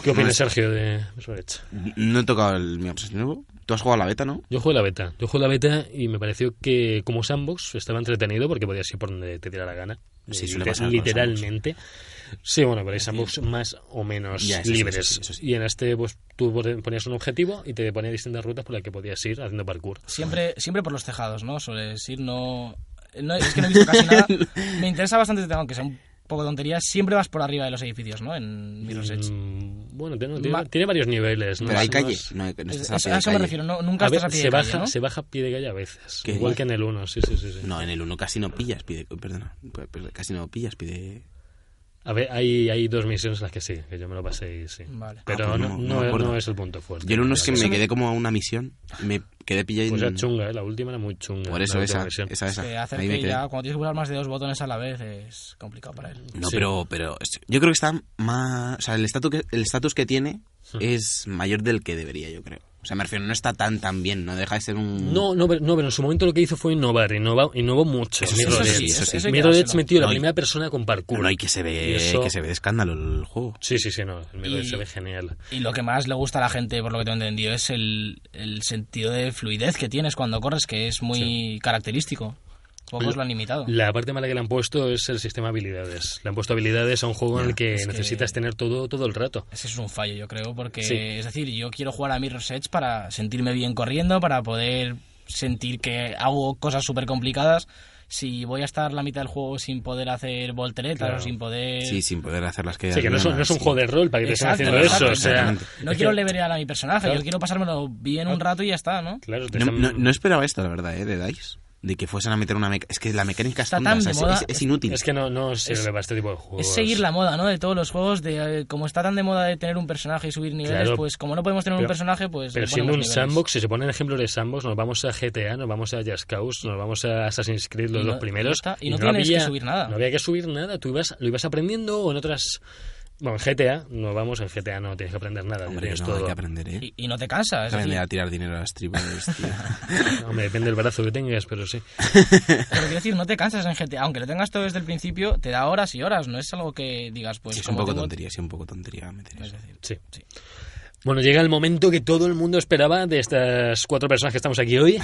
[SPEAKER 1] ¿Qué opina Sergio de Rolech?
[SPEAKER 2] No he tocado el mi obsesión nuevo. Tú has jugado a la beta, ¿no?
[SPEAKER 1] Yo jugué la beta. Yo jugué la beta y me pareció que como sandbox estaba entretenido porque podías ir por donde te diera la gana.
[SPEAKER 2] Sí,
[SPEAKER 1] Eh,
[SPEAKER 2] suele pasar con
[SPEAKER 1] literalmente. Sí, bueno, pero hay sandbox más o menos
[SPEAKER 2] Ya, eso sí,
[SPEAKER 1] libres.
[SPEAKER 2] eso sí, eso sí.
[SPEAKER 1] Y en este pues tú ponías un objetivo y te ponía distintas rutas por las que podías ir haciendo parkour.
[SPEAKER 4] Siempre, siempre por los tejados, ¿no? Sueles ir, no... no- Es que no he visto casi nada. Me interesa bastante, tengo que sea un poco tontería. Siempre vas por arriba de los edificios, ¿no? En Mirror's Edge.
[SPEAKER 1] Mm, bueno, tiene, tiene-
[SPEAKER 4] Ma-
[SPEAKER 1] tiene varios niveles. ¿no?
[SPEAKER 2] Pero hay
[SPEAKER 1] No
[SPEAKER 2] calle,
[SPEAKER 1] es-
[SPEAKER 2] no, hay- no
[SPEAKER 4] Es-
[SPEAKER 2] estás
[SPEAKER 4] a
[SPEAKER 2] a
[SPEAKER 4] eso
[SPEAKER 2] pie de
[SPEAKER 4] me
[SPEAKER 2] calle.
[SPEAKER 4] refiero, no- nunca
[SPEAKER 1] a
[SPEAKER 4] estás
[SPEAKER 1] ve-
[SPEAKER 4] a pie
[SPEAKER 1] se,
[SPEAKER 4] de
[SPEAKER 1] baja,
[SPEAKER 4] calle, ¿no?
[SPEAKER 1] se baja a pie de calle a veces.
[SPEAKER 2] ¿Qué?
[SPEAKER 1] Igual que en el 1, sí, sí, sí. sí.
[SPEAKER 2] No, en el 1 casi no pillas, pide, perdona, Pues, casi no pillas, pide
[SPEAKER 1] A ver, hay, hay dos misiones en las que sí, que yo me lo pasé y sí.
[SPEAKER 4] Vale. Ah,
[SPEAKER 1] Pero
[SPEAKER 2] pues
[SPEAKER 1] no,
[SPEAKER 2] no,
[SPEAKER 1] no-
[SPEAKER 2] no me acuerdo.
[SPEAKER 1] no es el punto fuerte.
[SPEAKER 2] Yo el uno es que
[SPEAKER 1] La
[SPEAKER 2] me quedé como a una misión. Me quedé pillado
[SPEAKER 1] Pues
[SPEAKER 2] en-
[SPEAKER 1] era chunga, ¿eh? la última era muy chunga.
[SPEAKER 2] Por
[SPEAKER 1] la
[SPEAKER 2] eso,
[SPEAKER 1] última
[SPEAKER 2] esa,
[SPEAKER 1] versión.
[SPEAKER 2] esa, esa.
[SPEAKER 4] Se hace
[SPEAKER 2] Ahí me
[SPEAKER 4] que
[SPEAKER 2] quedé.
[SPEAKER 4] ya, cuando tienes que pulsar más de dos botones a la vez, es complicado para él.
[SPEAKER 2] No,
[SPEAKER 1] Sí.
[SPEAKER 2] pero, pero es- yo creo que está más... O sea, el estatus que, el estatus que tiene es mayor del que debería, yo creo. O sea, me refiero, no está tan tan bien, no deja de ser un...
[SPEAKER 1] No, no, pero- no, pero en su momento lo que hizo fue innovar, innovó, innovó mucho.
[SPEAKER 2] Eso sí,
[SPEAKER 1] Mirror
[SPEAKER 2] eso
[SPEAKER 1] Edge.
[SPEAKER 2] sí, eso sí.
[SPEAKER 4] Eso hay que
[SPEAKER 1] Mirror Edge
[SPEAKER 4] dárselo.
[SPEAKER 1] metió la
[SPEAKER 2] No, y-
[SPEAKER 1] primera persona con parkour.
[SPEAKER 2] Bueno, hay que se ve,
[SPEAKER 1] Y eso-
[SPEAKER 2] que se ve de escándalo el juego.
[SPEAKER 1] Sí, sí, sí, no. El Mirror Edge
[SPEAKER 4] Y-
[SPEAKER 1] se ve genial.
[SPEAKER 4] Y lo que más le gusta a la gente, por lo que tengo entendido, es el, el sentido de fluidez que tienes cuando corres, que es muy característico. Pocos lo han limitado.
[SPEAKER 1] La parte mala que le han puesto es el sistema de habilidades. Le han puesto habilidades a un juego en el que
[SPEAKER 4] es que-
[SPEAKER 1] necesitas tener todo, todo el rato.
[SPEAKER 4] Ese es un fallo, yo creo, porque
[SPEAKER 1] Sí.
[SPEAKER 4] es decir, yo quiero jugar a Mirror's Edge para sentirme bien corriendo, para poder sentir que hago cosas súper complicadas. Si voy a estar la mitad del juego sin poder hacer volteretas
[SPEAKER 1] Claro.
[SPEAKER 4] o sin poder...
[SPEAKER 2] Sí, sin poder hacer las que...
[SPEAKER 1] Sí, que no es, un- no es un juego de rol para que te estén
[SPEAKER 4] Exacto,
[SPEAKER 1] haciendo
[SPEAKER 4] exacto,
[SPEAKER 1] eso. O sea,
[SPEAKER 2] exactamente.
[SPEAKER 4] No
[SPEAKER 1] es
[SPEAKER 4] quiero
[SPEAKER 1] que-
[SPEAKER 4] leverear a mi personaje,
[SPEAKER 1] Claro.
[SPEAKER 4] yo quiero pasármelo bien un rato y ya está, ¿no?
[SPEAKER 1] Claro, te
[SPEAKER 2] No,
[SPEAKER 1] están-
[SPEAKER 2] no- no esperaba esto, la verdad, ¿eh? De DICE. De que fuesen a meter una mecánica... Es que la mecánica es,
[SPEAKER 4] Está
[SPEAKER 2] tonta,
[SPEAKER 4] tan
[SPEAKER 2] o sea,
[SPEAKER 4] de
[SPEAKER 2] es-
[SPEAKER 4] moda,
[SPEAKER 2] es- es inútil.
[SPEAKER 1] Es que no, no sirve
[SPEAKER 4] Es-
[SPEAKER 1] para este tipo de juegos.
[SPEAKER 4] Es seguir la moda, ¿no? De todos los juegos, de eh, como está tan de moda de tener un personaje y subir niveles,
[SPEAKER 1] Claro.
[SPEAKER 4] pues como no podemos tener
[SPEAKER 1] Pero-
[SPEAKER 4] un personaje, pues...
[SPEAKER 1] Pero
[SPEAKER 4] le
[SPEAKER 1] siendo un
[SPEAKER 4] ponemos niveles.
[SPEAKER 1] sandbox, si se ponen ejemplos de sandbox, nos vamos a GTA, nos vamos a Just Cause, nos vamos a Assassin's Creed, los
[SPEAKER 4] Y no-
[SPEAKER 1] dos primeros.
[SPEAKER 4] ya está. Y no tienes que subir nada.
[SPEAKER 1] No había que subir nada, tú ibas, lo ibas aprendiendo o en otras... Bueno, en GTA, no vamos, en GTA no tienes que aprender nada.
[SPEAKER 2] Hombre,
[SPEAKER 1] tienes
[SPEAKER 2] no,
[SPEAKER 1] todo.
[SPEAKER 2] hay que aprender, ¿eh?
[SPEAKER 4] Y, y no te cansa, es
[SPEAKER 2] Hay que aprender
[SPEAKER 4] decir,
[SPEAKER 2] a tirar dinero a las tribus, tío.
[SPEAKER 1] Hombre, depende del brazo que tengas, pero sí.
[SPEAKER 4] Pero quiero decir, no te cansas en GTA. Aunque lo tengas todo desde el principio, te da horas y horas. No es algo que digas, pues.
[SPEAKER 2] Sí, es un
[SPEAKER 4] como
[SPEAKER 2] poco
[SPEAKER 4] tengo-
[SPEAKER 2] tontería, sí, un poco tontería meter
[SPEAKER 4] Es
[SPEAKER 2] eso.
[SPEAKER 4] decir,
[SPEAKER 1] Sí.
[SPEAKER 4] Sí.
[SPEAKER 1] Bueno, llega el momento que todo el mundo esperaba de estas cuatro personas que estamos aquí hoy.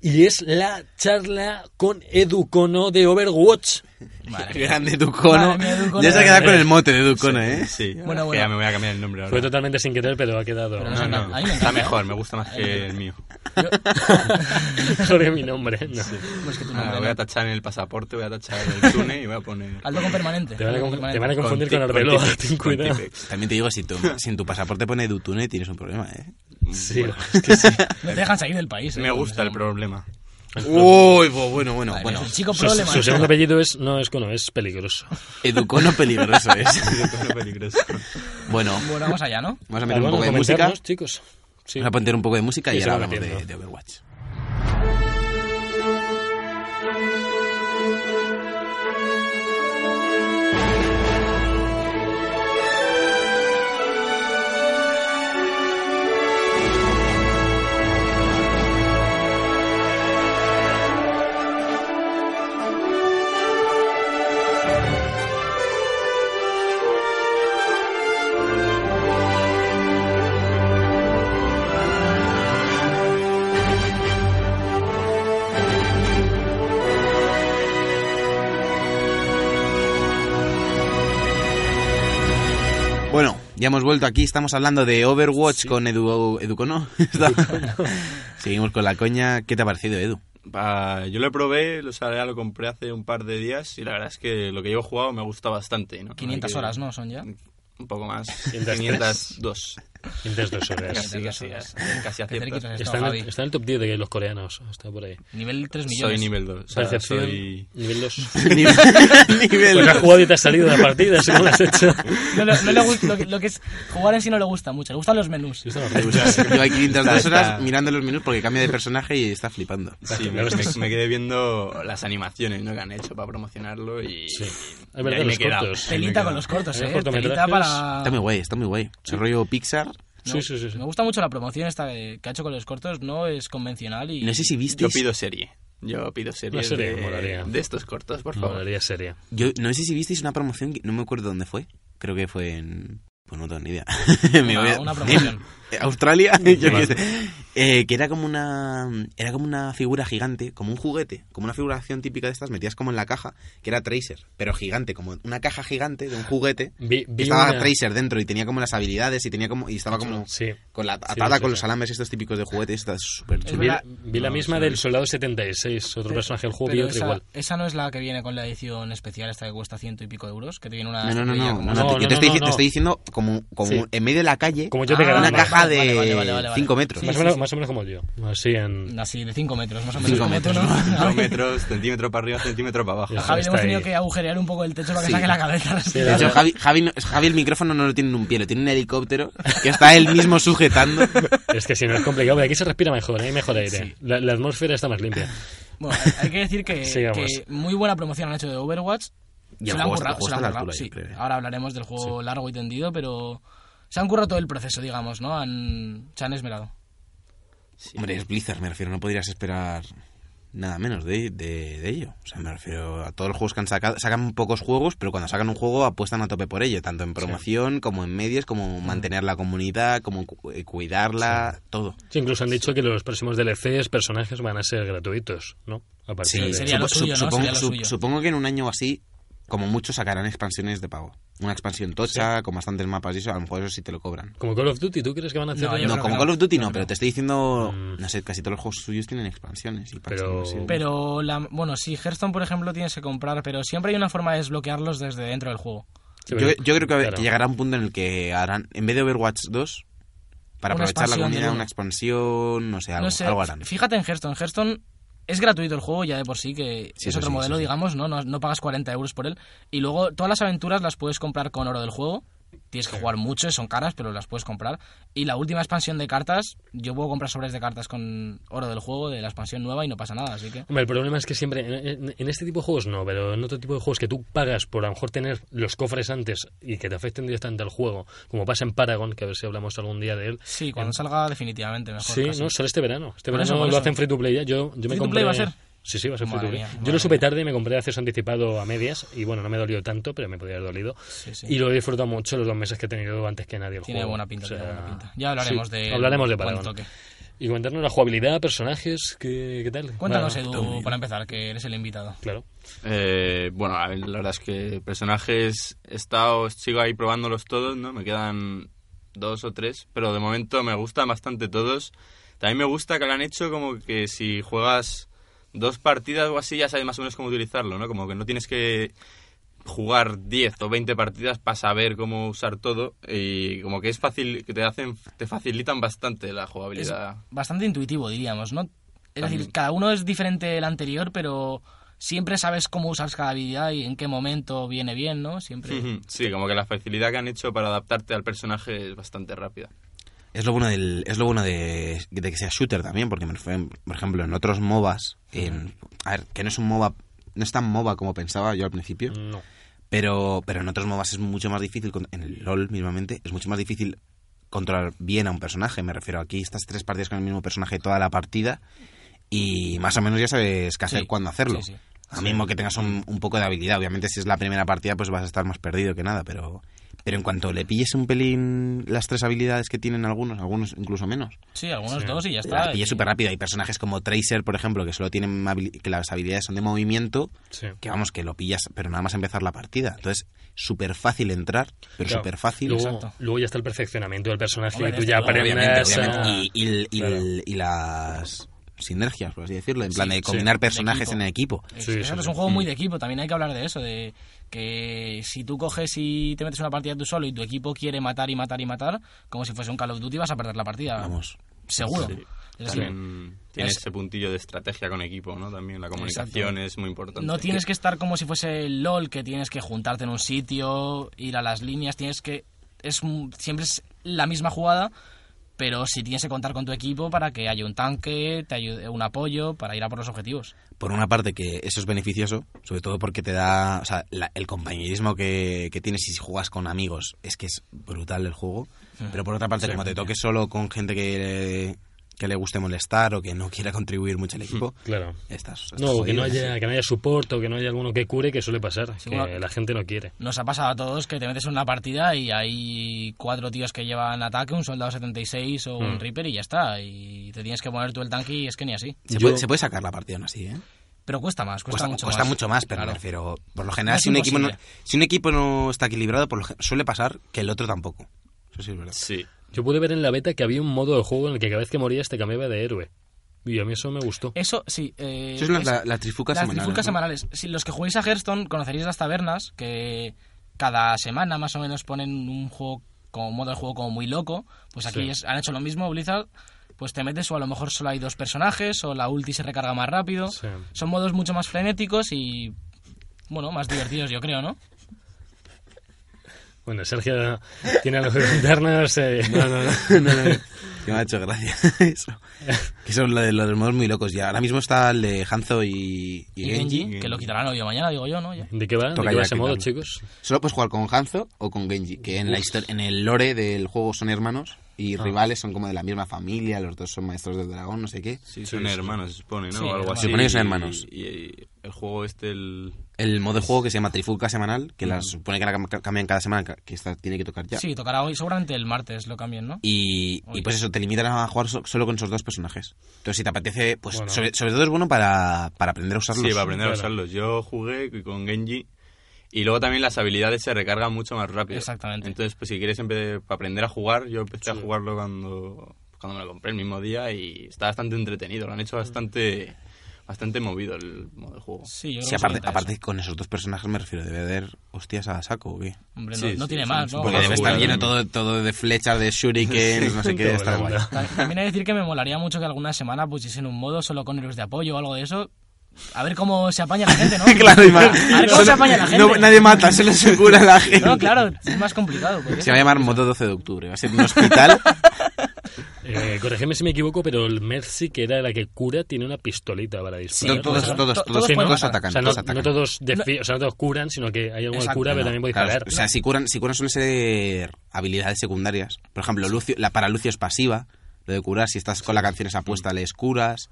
[SPEAKER 1] Y es la charla con Educono de Overwatch.
[SPEAKER 4] vale.
[SPEAKER 2] Grande Ducono.
[SPEAKER 4] Madre mía, Ducono.
[SPEAKER 2] Ya se ha quedado con el mote de Ducono, ¿eh?
[SPEAKER 3] Sí,
[SPEAKER 4] Bueno,
[SPEAKER 3] que
[SPEAKER 4] bueno.
[SPEAKER 3] ya me voy a cambiar el nombre ahora.
[SPEAKER 1] Fue totalmente sin querer, pero ha quedado.
[SPEAKER 4] Pero
[SPEAKER 3] No,
[SPEAKER 4] A
[SPEAKER 3] no,
[SPEAKER 4] mí me encanta,
[SPEAKER 3] está
[SPEAKER 4] ¿eh?
[SPEAKER 3] mejor, me gusta más que el mío.
[SPEAKER 1] sobre mi nombre. No.
[SPEAKER 4] Pues que tu
[SPEAKER 3] Ah,
[SPEAKER 4] nombre,
[SPEAKER 3] voy
[SPEAKER 4] ¿no?
[SPEAKER 3] a tachar en el pasaporte, voy a tachar el túnel y voy a poner...
[SPEAKER 4] Algo con permanente.
[SPEAKER 1] Te van a,
[SPEAKER 4] algo
[SPEAKER 1] con-
[SPEAKER 4] con
[SPEAKER 1] te van a
[SPEAKER 4] permanente.
[SPEAKER 1] confundir con,
[SPEAKER 3] T-
[SPEAKER 1] Arbeloa,
[SPEAKER 3] T-Pex,
[SPEAKER 1] ten
[SPEAKER 3] con
[SPEAKER 1] cuidado.
[SPEAKER 3] T-Pex.
[SPEAKER 2] También te digo, si tu, si en tu pasaporte pone Dutune, tienes un problema, ¿eh?
[SPEAKER 1] Sí, es que sí.
[SPEAKER 4] No te dejan salir del país. eh,
[SPEAKER 3] Me
[SPEAKER 4] con ese
[SPEAKER 3] gusta el
[SPEAKER 4] nombre.
[SPEAKER 3] problema.
[SPEAKER 2] Uy, pues bueno, bueno,
[SPEAKER 4] Madre
[SPEAKER 2] bueno.
[SPEAKER 4] mía, el chico
[SPEAKER 1] Su,
[SPEAKER 4] problema.
[SPEAKER 1] su segundo apellido es, no es cono, es peligroso.
[SPEAKER 2] Educono peligroso es.
[SPEAKER 3] Bueno, peligroso.
[SPEAKER 2] Bueno,
[SPEAKER 4] Bueno, vamos allá, ¿no?
[SPEAKER 2] vamos a meter un
[SPEAKER 1] Bueno,
[SPEAKER 2] poco de música.
[SPEAKER 1] comentarnos, chicos. Sí.
[SPEAKER 3] Ah, pues-
[SPEAKER 2] Vamos a poner un poco de música
[SPEAKER 1] Sí,
[SPEAKER 2] y ahora
[SPEAKER 1] se va
[SPEAKER 2] hablamos de,
[SPEAKER 1] metiendo.
[SPEAKER 2] de Overwatch. Bueno, ya hemos vuelto aquí, estamos hablando de Overwatch con Edu, Educono. Seguimos con la coña. ¿Qué te ha parecido, Edu?
[SPEAKER 3] Pa- yo lo probé, lo, o sea, ya lo compré hace un par de días y la verdad es que lo que yo he jugado me gusta bastante. ¿no?
[SPEAKER 4] 500
[SPEAKER 3] Hay que-
[SPEAKER 4] horas, ¿no? Son ya.
[SPEAKER 3] Un poco más.
[SPEAKER 1] 503.
[SPEAKER 3] 502.
[SPEAKER 1] Intentas dos horas.
[SPEAKER 3] Casi, casi, casi
[SPEAKER 4] Qué cerquita
[SPEAKER 3] aciertas.
[SPEAKER 4] eres.
[SPEAKER 1] Está
[SPEAKER 4] Javi.
[SPEAKER 1] en, está en el top 10 de los coreanos. Está por ahí.
[SPEAKER 4] Nivel 3 millones.
[SPEAKER 3] Soy nivel 2. O sea,
[SPEAKER 1] Percepción,
[SPEAKER 3] soy...
[SPEAKER 1] nivel 2.
[SPEAKER 2] Nivel. nivel-
[SPEAKER 1] Pues has jugado y te has salido de la partida, según lo has hecho.
[SPEAKER 4] No, le- no le gusta, lo, que- lo que es jugar en sí no le gusta mucho. Le gustan los menús.
[SPEAKER 1] Sí, está
[SPEAKER 2] Me
[SPEAKER 1] horrible.
[SPEAKER 2] gusta. Yo hay 502
[SPEAKER 3] Está-
[SPEAKER 2] horas
[SPEAKER 3] está-
[SPEAKER 2] mirando los menús porque cambia de personaje y está flipando.
[SPEAKER 3] Sí, me, me- me quedé viendo las animaciones ¿no? que han hecho para promocionarlo y,
[SPEAKER 1] Sí. Es
[SPEAKER 3] y
[SPEAKER 1] verdad,
[SPEAKER 3] ahí me
[SPEAKER 1] los
[SPEAKER 3] he quedado.
[SPEAKER 1] cortos.
[SPEAKER 3] Ahí me he
[SPEAKER 4] Pelita
[SPEAKER 3] quedado.
[SPEAKER 4] con los cortos,
[SPEAKER 1] Hay
[SPEAKER 4] ¿eh?
[SPEAKER 1] cortometrajes.
[SPEAKER 4] Pelita para...
[SPEAKER 2] Está muy guay, está muy guay. El rollo Pixar.
[SPEAKER 4] No,
[SPEAKER 1] Sí, sí, sí, sí.
[SPEAKER 4] Me gusta mucho la promoción esta que que ha hecho con los cortos. No es convencional y...
[SPEAKER 2] No sé si
[SPEAKER 3] Yo
[SPEAKER 2] visteis.
[SPEAKER 3] pido serie. Yo pido serie,
[SPEAKER 1] serie me molaría.
[SPEAKER 3] de, de estos cortos, por favor.
[SPEAKER 1] Molaría seria.
[SPEAKER 2] yo no sé si visteis una promoción que no me acuerdo dónde fue. Creo que fue en. Pues no tengo ni idea. Me
[SPEAKER 4] Una-
[SPEAKER 2] voy a-
[SPEAKER 4] una promoción.
[SPEAKER 2] en Australia, yo qué sé. Eh, que era como una era como una figura gigante, como un juguete, como una figuración típica de estas, metías como en la caja, que era Tracer, pero gigante, como una caja gigante de un juguete.
[SPEAKER 1] Vi,
[SPEAKER 2] que
[SPEAKER 1] vi
[SPEAKER 2] estaba
[SPEAKER 1] una-
[SPEAKER 2] Tracer dentro y tenía como las habilidades y tenía como y estaba como
[SPEAKER 1] Sí.
[SPEAKER 2] con la
[SPEAKER 1] Sí,
[SPEAKER 2] atada
[SPEAKER 1] sí,
[SPEAKER 2] con
[SPEAKER 1] sí.
[SPEAKER 2] los alambres estos típicos de juguetes, está súper
[SPEAKER 4] Es
[SPEAKER 2] chulo.
[SPEAKER 1] Vi,
[SPEAKER 4] verdad.
[SPEAKER 1] vi la
[SPEAKER 3] No,
[SPEAKER 1] misma
[SPEAKER 3] sí,
[SPEAKER 1] del
[SPEAKER 3] no.
[SPEAKER 1] Soldado 76, otro personaje del juego y
[SPEAKER 4] Pero
[SPEAKER 1] otro
[SPEAKER 4] esa,
[SPEAKER 1] igual.
[SPEAKER 4] esa no es la que viene con la edición especial, esta que cuesta ciento y pico de euros, que te viene una...
[SPEAKER 2] No, no, no,
[SPEAKER 4] estrella
[SPEAKER 2] no, no,
[SPEAKER 4] como-
[SPEAKER 1] No,
[SPEAKER 2] te- yo
[SPEAKER 1] no,
[SPEAKER 2] te estoy,
[SPEAKER 1] no,
[SPEAKER 2] dici-
[SPEAKER 1] no.
[SPEAKER 2] te estoy diciendo como, como
[SPEAKER 1] Sí.
[SPEAKER 2] en medio de la calle,
[SPEAKER 1] Como yo te
[SPEAKER 4] Ah,
[SPEAKER 1] garantizo.
[SPEAKER 2] una caja
[SPEAKER 4] Vale, vale, vale, vale,
[SPEAKER 2] de
[SPEAKER 4] vale.
[SPEAKER 2] 5 metros.
[SPEAKER 1] más, o menos, más o menos como yo. Así en.
[SPEAKER 4] Así, de 5 metros, más o menos.
[SPEAKER 2] Cinco
[SPEAKER 4] como tú,
[SPEAKER 2] metros,
[SPEAKER 4] ¿no?
[SPEAKER 3] Dos metros, centímetro para arriba, centímetro para abajo.
[SPEAKER 1] Ya.
[SPEAKER 4] A Javi le
[SPEAKER 1] Está
[SPEAKER 4] hemos tenido
[SPEAKER 1] ahí.
[SPEAKER 4] que agujerear un poco el techo para que saque la cabeza.
[SPEAKER 2] De
[SPEAKER 4] respirar.
[SPEAKER 2] hecho, Javi, Javi no- Javi el micrófono no lo tiene en un pie, lo tiene en un helicóptero que está él mismo sujetando.
[SPEAKER 1] Es que si no es complicado, pero aquí se respira mejor, hay mejor aire. La, la atmósfera está más limpia.
[SPEAKER 4] Bueno, hay- hay que decir que,
[SPEAKER 1] Sigamos.
[SPEAKER 4] que muy buena promoción han hecho de Overwatch.
[SPEAKER 2] Y el
[SPEAKER 4] la
[SPEAKER 2] juego está-
[SPEAKER 4] currado,
[SPEAKER 2] el juego
[SPEAKER 4] se
[SPEAKER 2] está
[SPEAKER 4] la
[SPEAKER 2] a la
[SPEAKER 4] currado,
[SPEAKER 2] altura, yo
[SPEAKER 4] sí.
[SPEAKER 2] creo, eh.
[SPEAKER 4] Ahora hablaremos del juego largo y tendido, pero se han currado todo el proceso, digamos, ¿no? Han, se han esmerado.
[SPEAKER 2] Hombre, es Blizzard, me refiero, no podrías esperar nada menos de, de- de ello. O sea, me refiero a todos los juegos que han sacado. Sacan pocos juegos, pero cuando sacan un juego apuestan a tope por ello, tanto en promoción como en medios, como mantener la comunidad, como cu- eh, cuidarla, todo.
[SPEAKER 1] Sí, incluso han dicho que los próximos DLCs, personajes, van a ser gratuitos, ¿no? A partir
[SPEAKER 2] Sí,
[SPEAKER 1] de...
[SPEAKER 4] sería lo
[SPEAKER 2] supo-
[SPEAKER 4] suyo, ¿no?
[SPEAKER 2] supongo,
[SPEAKER 4] Sería lo
[SPEAKER 2] sup-
[SPEAKER 4] suyo.
[SPEAKER 2] supongo que en un año o así, como mucho, sacarán expansiones de pago. Una expansión tocha, con bastantes mapas y eso, a lo mejor eso sí te lo cobran.
[SPEAKER 1] Como Call of Duty, ¿tú crees que van a hacer?
[SPEAKER 4] No, yo
[SPEAKER 1] algo?
[SPEAKER 4] creo
[SPEAKER 2] No,
[SPEAKER 4] que
[SPEAKER 2] como
[SPEAKER 4] no.
[SPEAKER 2] Call of Duty
[SPEAKER 4] Yo
[SPEAKER 2] no,
[SPEAKER 4] creo
[SPEAKER 2] pero
[SPEAKER 4] que
[SPEAKER 2] te estoy diciendo,
[SPEAKER 1] Mm.
[SPEAKER 2] no sé, casi todos los juegos suyos tienen expansiones. Y parches,
[SPEAKER 1] Pero-
[SPEAKER 2] no sé.
[SPEAKER 4] Pero, la, bueno, sí, Hearthstone, por ejemplo, tienes que comprar, pero siempre hay una forma de desbloquearlos desde dentro del juego.
[SPEAKER 1] Sí,
[SPEAKER 2] yo,
[SPEAKER 1] pero-
[SPEAKER 2] yo creo que,
[SPEAKER 1] claro.
[SPEAKER 2] que llegará un punto en el que harán, en vez de Overwatch 2, para
[SPEAKER 4] Una
[SPEAKER 2] aprovechar la
[SPEAKER 4] expansión del
[SPEAKER 2] comunidad,
[SPEAKER 4] uno.
[SPEAKER 2] una expansión, no sé, algo,
[SPEAKER 4] no sé,
[SPEAKER 2] algo harán.
[SPEAKER 4] fíjate en Hearthstone. Hearthstone es gratuito el juego ya de por sí, que
[SPEAKER 2] Sí,
[SPEAKER 4] es
[SPEAKER 2] eso
[SPEAKER 4] otro
[SPEAKER 2] sí,
[SPEAKER 4] modelo,
[SPEAKER 2] eso sí.
[SPEAKER 4] digamos, ¿no? ¿no? no pagas 40 euros por él. Y luego todas las aventuras las puedes comprar con oro del juego. Tienes que jugar mucho, son caras, pero las puedes comprar. Y la última expansión de cartas, yo puedo comprar sobres de cartas con oro del juego, de la expansión nueva, y no pasa nada, así que...
[SPEAKER 1] Hombre, el problema es que siempre, en, en- en este tipo de juegos no, pero en otro tipo de juegos que tú pagas por a lo mejor tener los cofres antes y que te afecten directamente al juego, como pasa en Paragon, que a ver si hablamos algún día de él.
[SPEAKER 4] Sí, cuando salga definitivamente mejor.
[SPEAKER 1] Em, Sí,
[SPEAKER 4] casi.
[SPEAKER 1] no, solo este verano. Este
[SPEAKER 4] Por
[SPEAKER 1] verano
[SPEAKER 4] eso, por
[SPEAKER 1] lo
[SPEAKER 4] eso.
[SPEAKER 1] hacen free to play ya. Yo, yo me
[SPEAKER 4] ¿Free to
[SPEAKER 1] compré.
[SPEAKER 4] play va a ser?
[SPEAKER 1] Sí, sí, va a ser free
[SPEAKER 4] Madre
[SPEAKER 1] to play.
[SPEAKER 4] mía,
[SPEAKER 1] yo
[SPEAKER 4] madre
[SPEAKER 1] lo supe
[SPEAKER 4] mía.
[SPEAKER 1] tarde, me compré acceso anticipado a medias y bueno, no me dolió tanto, pero me podía haber dolido.
[SPEAKER 4] Sí, sí.
[SPEAKER 1] Y lo he disfrutado mucho los dos meses que he tenido antes que nadie el
[SPEAKER 4] Tiene
[SPEAKER 1] juego.
[SPEAKER 4] buena pinta,
[SPEAKER 1] O sea,
[SPEAKER 4] tiene buena pinta. Ya hablaremos
[SPEAKER 1] sí,
[SPEAKER 4] de...
[SPEAKER 1] Hablaremos de
[SPEAKER 4] buen
[SPEAKER 1] Paragon.
[SPEAKER 4] toque.
[SPEAKER 1] Y comentarnos la jugabilidad, personajes, ¿qué, qué tal?
[SPEAKER 4] Cuéntanos,
[SPEAKER 1] Bueno,
[SPEAKER 4] Edu, para empezar, que eres el invitado.
[SPEAKER 1] Claro.
[SPEAKER 3] Eh, bueno, a ver, la verdad es que personajes he estado, sigo ahí probándolos todos, ¿no? Me quedan dos o tres, pero de momento me gustan bastante todos. También me gusta que lo han hecho como que si juegas dos partidas o así ya sabes más o menos cómo utilizarlo, ¿no? Como que no tienes que jugar 10 o 20 partidas para saber cómo usar todo y como que es fácil, que te hacen, te facilitan bastante la
[SPEAKER 4] Es
[SPEAKER 3] jugabilidad.
[SPEAKER 4] bastante intuitivo, diríamos, ¿no? Es decir,
[SPEAKER 3] También.
[SPEAKER 4] cada uno es diferente del anterior, pero siempre sabes cómo usas cada habilidad y en qué momento viene bien, ¿no? Siempre.
[SPEAKER 3] Ujú, Sí, como que la facilidad que han hecho para adaptarte al personaje es bastante rápida.
[SPEAKER 2] Es lo bueno, del, es lo bueno de, de que sea shooter también, porque, me refiero, por ejemplo, en otros MOBAs, en- a ver, que no es un MOBA, no es tan MOBA como pensaba yo al principio,
[SPEAKER 1] No.
[SPEAKER 2] pero, pero en otros MOBAs es mucho más difícil, con- en el LOL mismamente, es mucho más difícil controlar bien a un personaje. Me refiero aquí, estas tres partidas con el mismo personaje toda la partida y más o menos ya sabes qué hacer,
[SPEAKER 4] Sí,
[SPEAKER 2] cuándo hacerlo.
[SPEAKER 4] sí, sí.
[SPEAKER 2] A mismo que tengas un, un poco de habilidad, obviamente si es la primera partida pues vas a estar más perdido que nada, pero... Pero en cuanto le pilles un pelín las tres habilidades que tienen algunos, algunos incluso menos,
[SPEAKER 4] Sí, algunos dos y ya está.
[SPEAKER 2] la pillé
[SPEAKER 4] y-
[SPEAKER 2] súper rápido. Hay personajes como Tracer, por ejemplo, que solo tienen habili- que las habilidades son de movimiento,
[SPEAKER 1] Sí.
[SPEAKER 2] que vamos, que lo pillas, pero nada más empezar la partida. Entonces, súper fácil entrar, pero
[SPEAKER 1] Claro.
[SPEAKER 2] súper fácil.
[SPEAKER 1] Luego,
[SPEAKER 4] Exacto.
[SPEAKER 1] luego ya está el perfeccionamiento del personaje
[SPEAKER 4] Hombre,
[SPEAKER 1] y tú
[SPEAKER 4] desde
[SPEAKER 1] ya
[SPEAKER 4] luego,
[SPEAKER 1] aprendes eh,
[SPEAKER 2] Obviamente,
[SPEAKER 1] a-
[SPEAKER 2] obviamente. Y, y- y-
[SPEAKER 1] Claro.
[SPEAKER 2] y las sinergias, por así decirlo, en plan
[SPEAKER 3] Sí,
[SPEAKER 2] de
[SPEAKER 3] sí,
[SPEAKER 2] combinar
[SPEAKER 4] de
[SPEAKER 2] personajes
[SPEAKER 4] equipo.
[SPEAKER 2] en el equipo.
[SPEAKER 4] Es,
[SPEAKER 1] Sí,
[SPEAKER 4] es-
[SPEAKER 1] sí,
[SPEAKER 4] es
[SPEAKER 1] sí.
[SPEAKER 4] un juego muy de equipo, también hay que hablar de eso, de que si tú coges y te metes una partida tú solo y tu equipo quiere matar y matar y matar, como si fuese un Call of Duty vas a perder la partida.
[SPEAKER 2] Vamos.
[SPEAKER 4] Seguro. Es decir,
[SPEAKER 3] También tiene
[SPEAKER 4] Es-
[SPEAKER 3] ese puntillo de estrategia con equipo, ¿no? También la comunicación
[SPEAKER 4] Exacto.
[SPEAKER 3] es muy importante.
[SPEAKER 4] No tienes que estar como si fuese el LOL, que tienes que juntarte en un sitio, ir a las líneas, tienes que... es un- Siempre es la misma jugada, pero si tienes que contar con tu equipo para que haya un tanque, te ayude un apoyo, para ir a por los objetivos.
[SPEAKER 2] por una parte que eso es beneficioso, sobre todo porque te da, o sea, la- el compañerismo que, que tienes y si juegas con amigos, es que es brutal el juego, pero por otra parte como te toques solo con gente que, que le guste molestar o que no quiera contribuir mucho al equipo,
[SPEAKER 1] Claro.
[SPEAKER 2] estás, estás
[SPEAKER 1] Hmm. No, que
[SPEAKER 2] jodido,
[SPEAKER 1] no,
[SPEAKER 2] ¿eh?
[SPEAKER 1] haya, que no haya soporte o que no haya alguno que cure, que suele pasar, que
[SPEAKER 4] bueno.
[SPEAKER 1] la gente no quiere.
[SPEAKER 4] Nos ha pasado a todos que te metes en una partida y hay cuatro tíos que llevan ataque, un soldado 76 o
[SPEAKER 2] Mm.
[SPEAKER 4] un Reaper y ya está. Y te tienes que poner tú el tanque y es que ni así.
[SPEAKER 2] Se,
[SPEAKER 1] Yo-
[SPEAKER 2] puede, se puede sacar la partida aún así, ¿eh?
[SPEAKER 4] Pero cuesta más, cuesta,
[SPEAKER 2] Cuesta,
[SPEAKER 4] mucho
[SPEAKER 2] cuesta
[SPEAKER 4] más.
[SPEAKER 2] mucho más, pero
[SPEAKER 4] Claro.
[SPEAKER 2] me refiero, por lo general,
[SPEAKER 4] No es
[SPEAKER 2] si, un equipo no,
[SPEAKER 4] imposible.
[SPEAKER 2] si un equipo no está equilibrado, por lo gen- suele pasar que el otro tampoco. Eso sí es verdad.
[SPEAKER 3] Sí.
[SPEAKER 1] Yo pude ver en la beta que había un modo de juego en el que cada vez que morías te cambiaba de héroe. Y a mí eso me gustó.
[SPEAKER 4] Eso sí. eh,
[SPEAKER 2] Eso es la,
[SPEAKER 4] es-
[SPEAKER 2] la- la trifuca
[SPEAKER 4] las
[SPEAKER 2] semanal.
[SPEAKER 4] trifulcas
[SPEAKER 2] ¿no?
[SPEAKER 4] semanales. Si los que juguéis a Hearthstone conoceréis las tabernas, que cada semana más o menos ponen un juego como modo de juego como muy loco. Pues aquí
[SPEAKER 1] Sí.
[SPEAKER 4] es- han hecho lo mismo Blizzard. Pues te metes o a lo mejor solo hay dos personajes o la ulti se recarga más rápido.
[SPEAKER 1] Sí.
[SPEAKER 4] Son modos mucho más frenéticos y bueno, más divertidos yo creo, ¿no?
[SPEAKER 1] Bueno, Sergio tiene algo que contarnos. eh.
[SPEAKER 2] no, no, no. Que me ha hecho gracia eso. Que son lo de los modos muy locos ya. Ahora mismo está el de Hanzo y, y
[SPEAKER 4] Y
[SPEAKER 2] Genji.
[SPEAKER 4] Genji, que lo quitarán hoy o mañana, digo yo, ¿no? Ya.
[SPEAKER 1] ¿De qué va? ¿De
[SPEAKER 2] Toca
[SPEAKER 1] qué va
[SPEAKER 2] ya
[SPEAKER 1] ese modo,
[SPEAKER 2] quitarlo.
[SPEAKER 1] chicos?
[SPEAKER 2] Solo puedes jugar con Hanzo o con Genji, que en, la histor- en el lore del juego son hermanos y
[SPEAKER 4] Ah.
[SPEAKER 2] rivales, son como de la misma familia, los dos son maestros del dragón, no sé qué.
[SPEAKER 3] Sí, son hermanos, se supone, ¿no?
[SPEAKER 4] Sí,
[SPEAKER 3] O algo
[SPEAKER 4] hermanos.
[SPEAKER 3] así.
[SPEAKER 2] Se supone que son hermanos.
[SPEAKER 3] Y, y el juego este, el...
[SPEAKER 2] El modo de juego que se llama Trifulca Semanal, que la, supone que la cam- cambian cada semana, ca- que esta tiene que tocar ya.
[SPEAKER 4] Sí, tocará hoy, seguramente el martes lo cambien, ¿no?
[SPEAKER 2] Y, y pues eso, te limitan a jugar so- solo con esos dos personajes. Entonces, si te apetece, pues
[SPEAKER 1] Bueno.
[SPEAKER 2] sobre, sobre todo es bueno para, para aprender a usarlos.
[SPEAKER 3] Sí, para aprender a
[SPEAKER 1] Claro.
[SPEAKER 3] usarlos. Yo jugué con Genji y luego también las habilidades se recargan mucho más rápido.
[SPEAKER 4] Exactamente.
[SPEAKER 3] Entonces, pues si quieres empe- para aprender a jugar, yo empecé a jugarlo cuando, cuando me lo compré el mismo día y está bastante entretenido. Lo han hecho bastante, bastante movido el modo de juego.
[SPEAKER 4] Sí, yo creo
[SPEAKER 2] Sí,
[SPEAKER 4] que
[SPEAKER 2] aparte,
[SPEAKER 4] siguiente es.
[SPEAKER 2] aparte con esos dos personajes me refiero, debe haber hostias a saco o qué.
[SPEAKER 4] Hombre, no,
[SPEAKER 3] Sí,
[SPEAKER 4] no
[SPEAKER 3] sí,
[SPEAKER 4] tiene
[SPEAKER 3] sí,
[SPEAKER 4] más,
[SPEAKER 3] sí,
[SPEAKER 4] ¿no?
[SPEAKER 3] porque
[SPEAKER 2] Porque debe
[SPEAKER 3] jugar,
[SPEAKER 2] estar lleno
[SPEAKER 3] ¿no?
[SPEAKER 2] todo, todo de flechas, de shurikens, no sé qué,
[SPEAKER 1] Todo
[SPEAKER 2] está
[SPEAKER 1] el
[SPEAKER 2] guay.
[SPEAKER 1] mundo.
[SPEAKER 4] Ta- También hay que decir que me molaría mucho que alguna semana pusiesen un modo solo con héroes de apoyo o algo de eso. A ver cómo se apaña la gente, ¿no?
[SPEAKER 2] claro, y más-
[SPEAKER 4] A ver cómo se apaña la gente.
[SPEAKER 2] no, nadie mata, solo se cura la gente.
[SPEAKER 4] No, claro, es más complicado. pues porque-
[SPEAKER 2] Se va a llamar modo 12 de octubre, va a ser un hospital.
[SPEAKER 1] Eh, corregidme si me equivoco, pero el Mercy, que era la que cura, tiene una pistolita para disparar.
[SPEAKER 2] No, todos,
[SPEAKER 4] o sea,
[SPEAKER 2] todos, todos,
[SPEAKER 4] to- todos
[SPEAKER 2] todos,
[SPEAKER 4] pueden matar.
[SPEAKER 2] atacan,
[SPEAKER 1] o sea, no,
[SPEAKER 2] todos atacan.
[SPEAKER 1] no todos defi- o sea, no todos curan, sino que hay alguno que
[SPEAKER 4] Exacto,
[SPEAKER 1] cura, pero
[SPEAKER 4] no.
[SPEAKER 1] también puede
[SPEAKER 2] Claro,
[SPEAKER 1] disparar.
[SPEAKER 2] o sea, si curan, si curan suelen ser habilidades secundarias. Por ejemplo, Lucio, la para Lucio es pasiva, lo de curar, si estás con la canción esa puesta, les curas.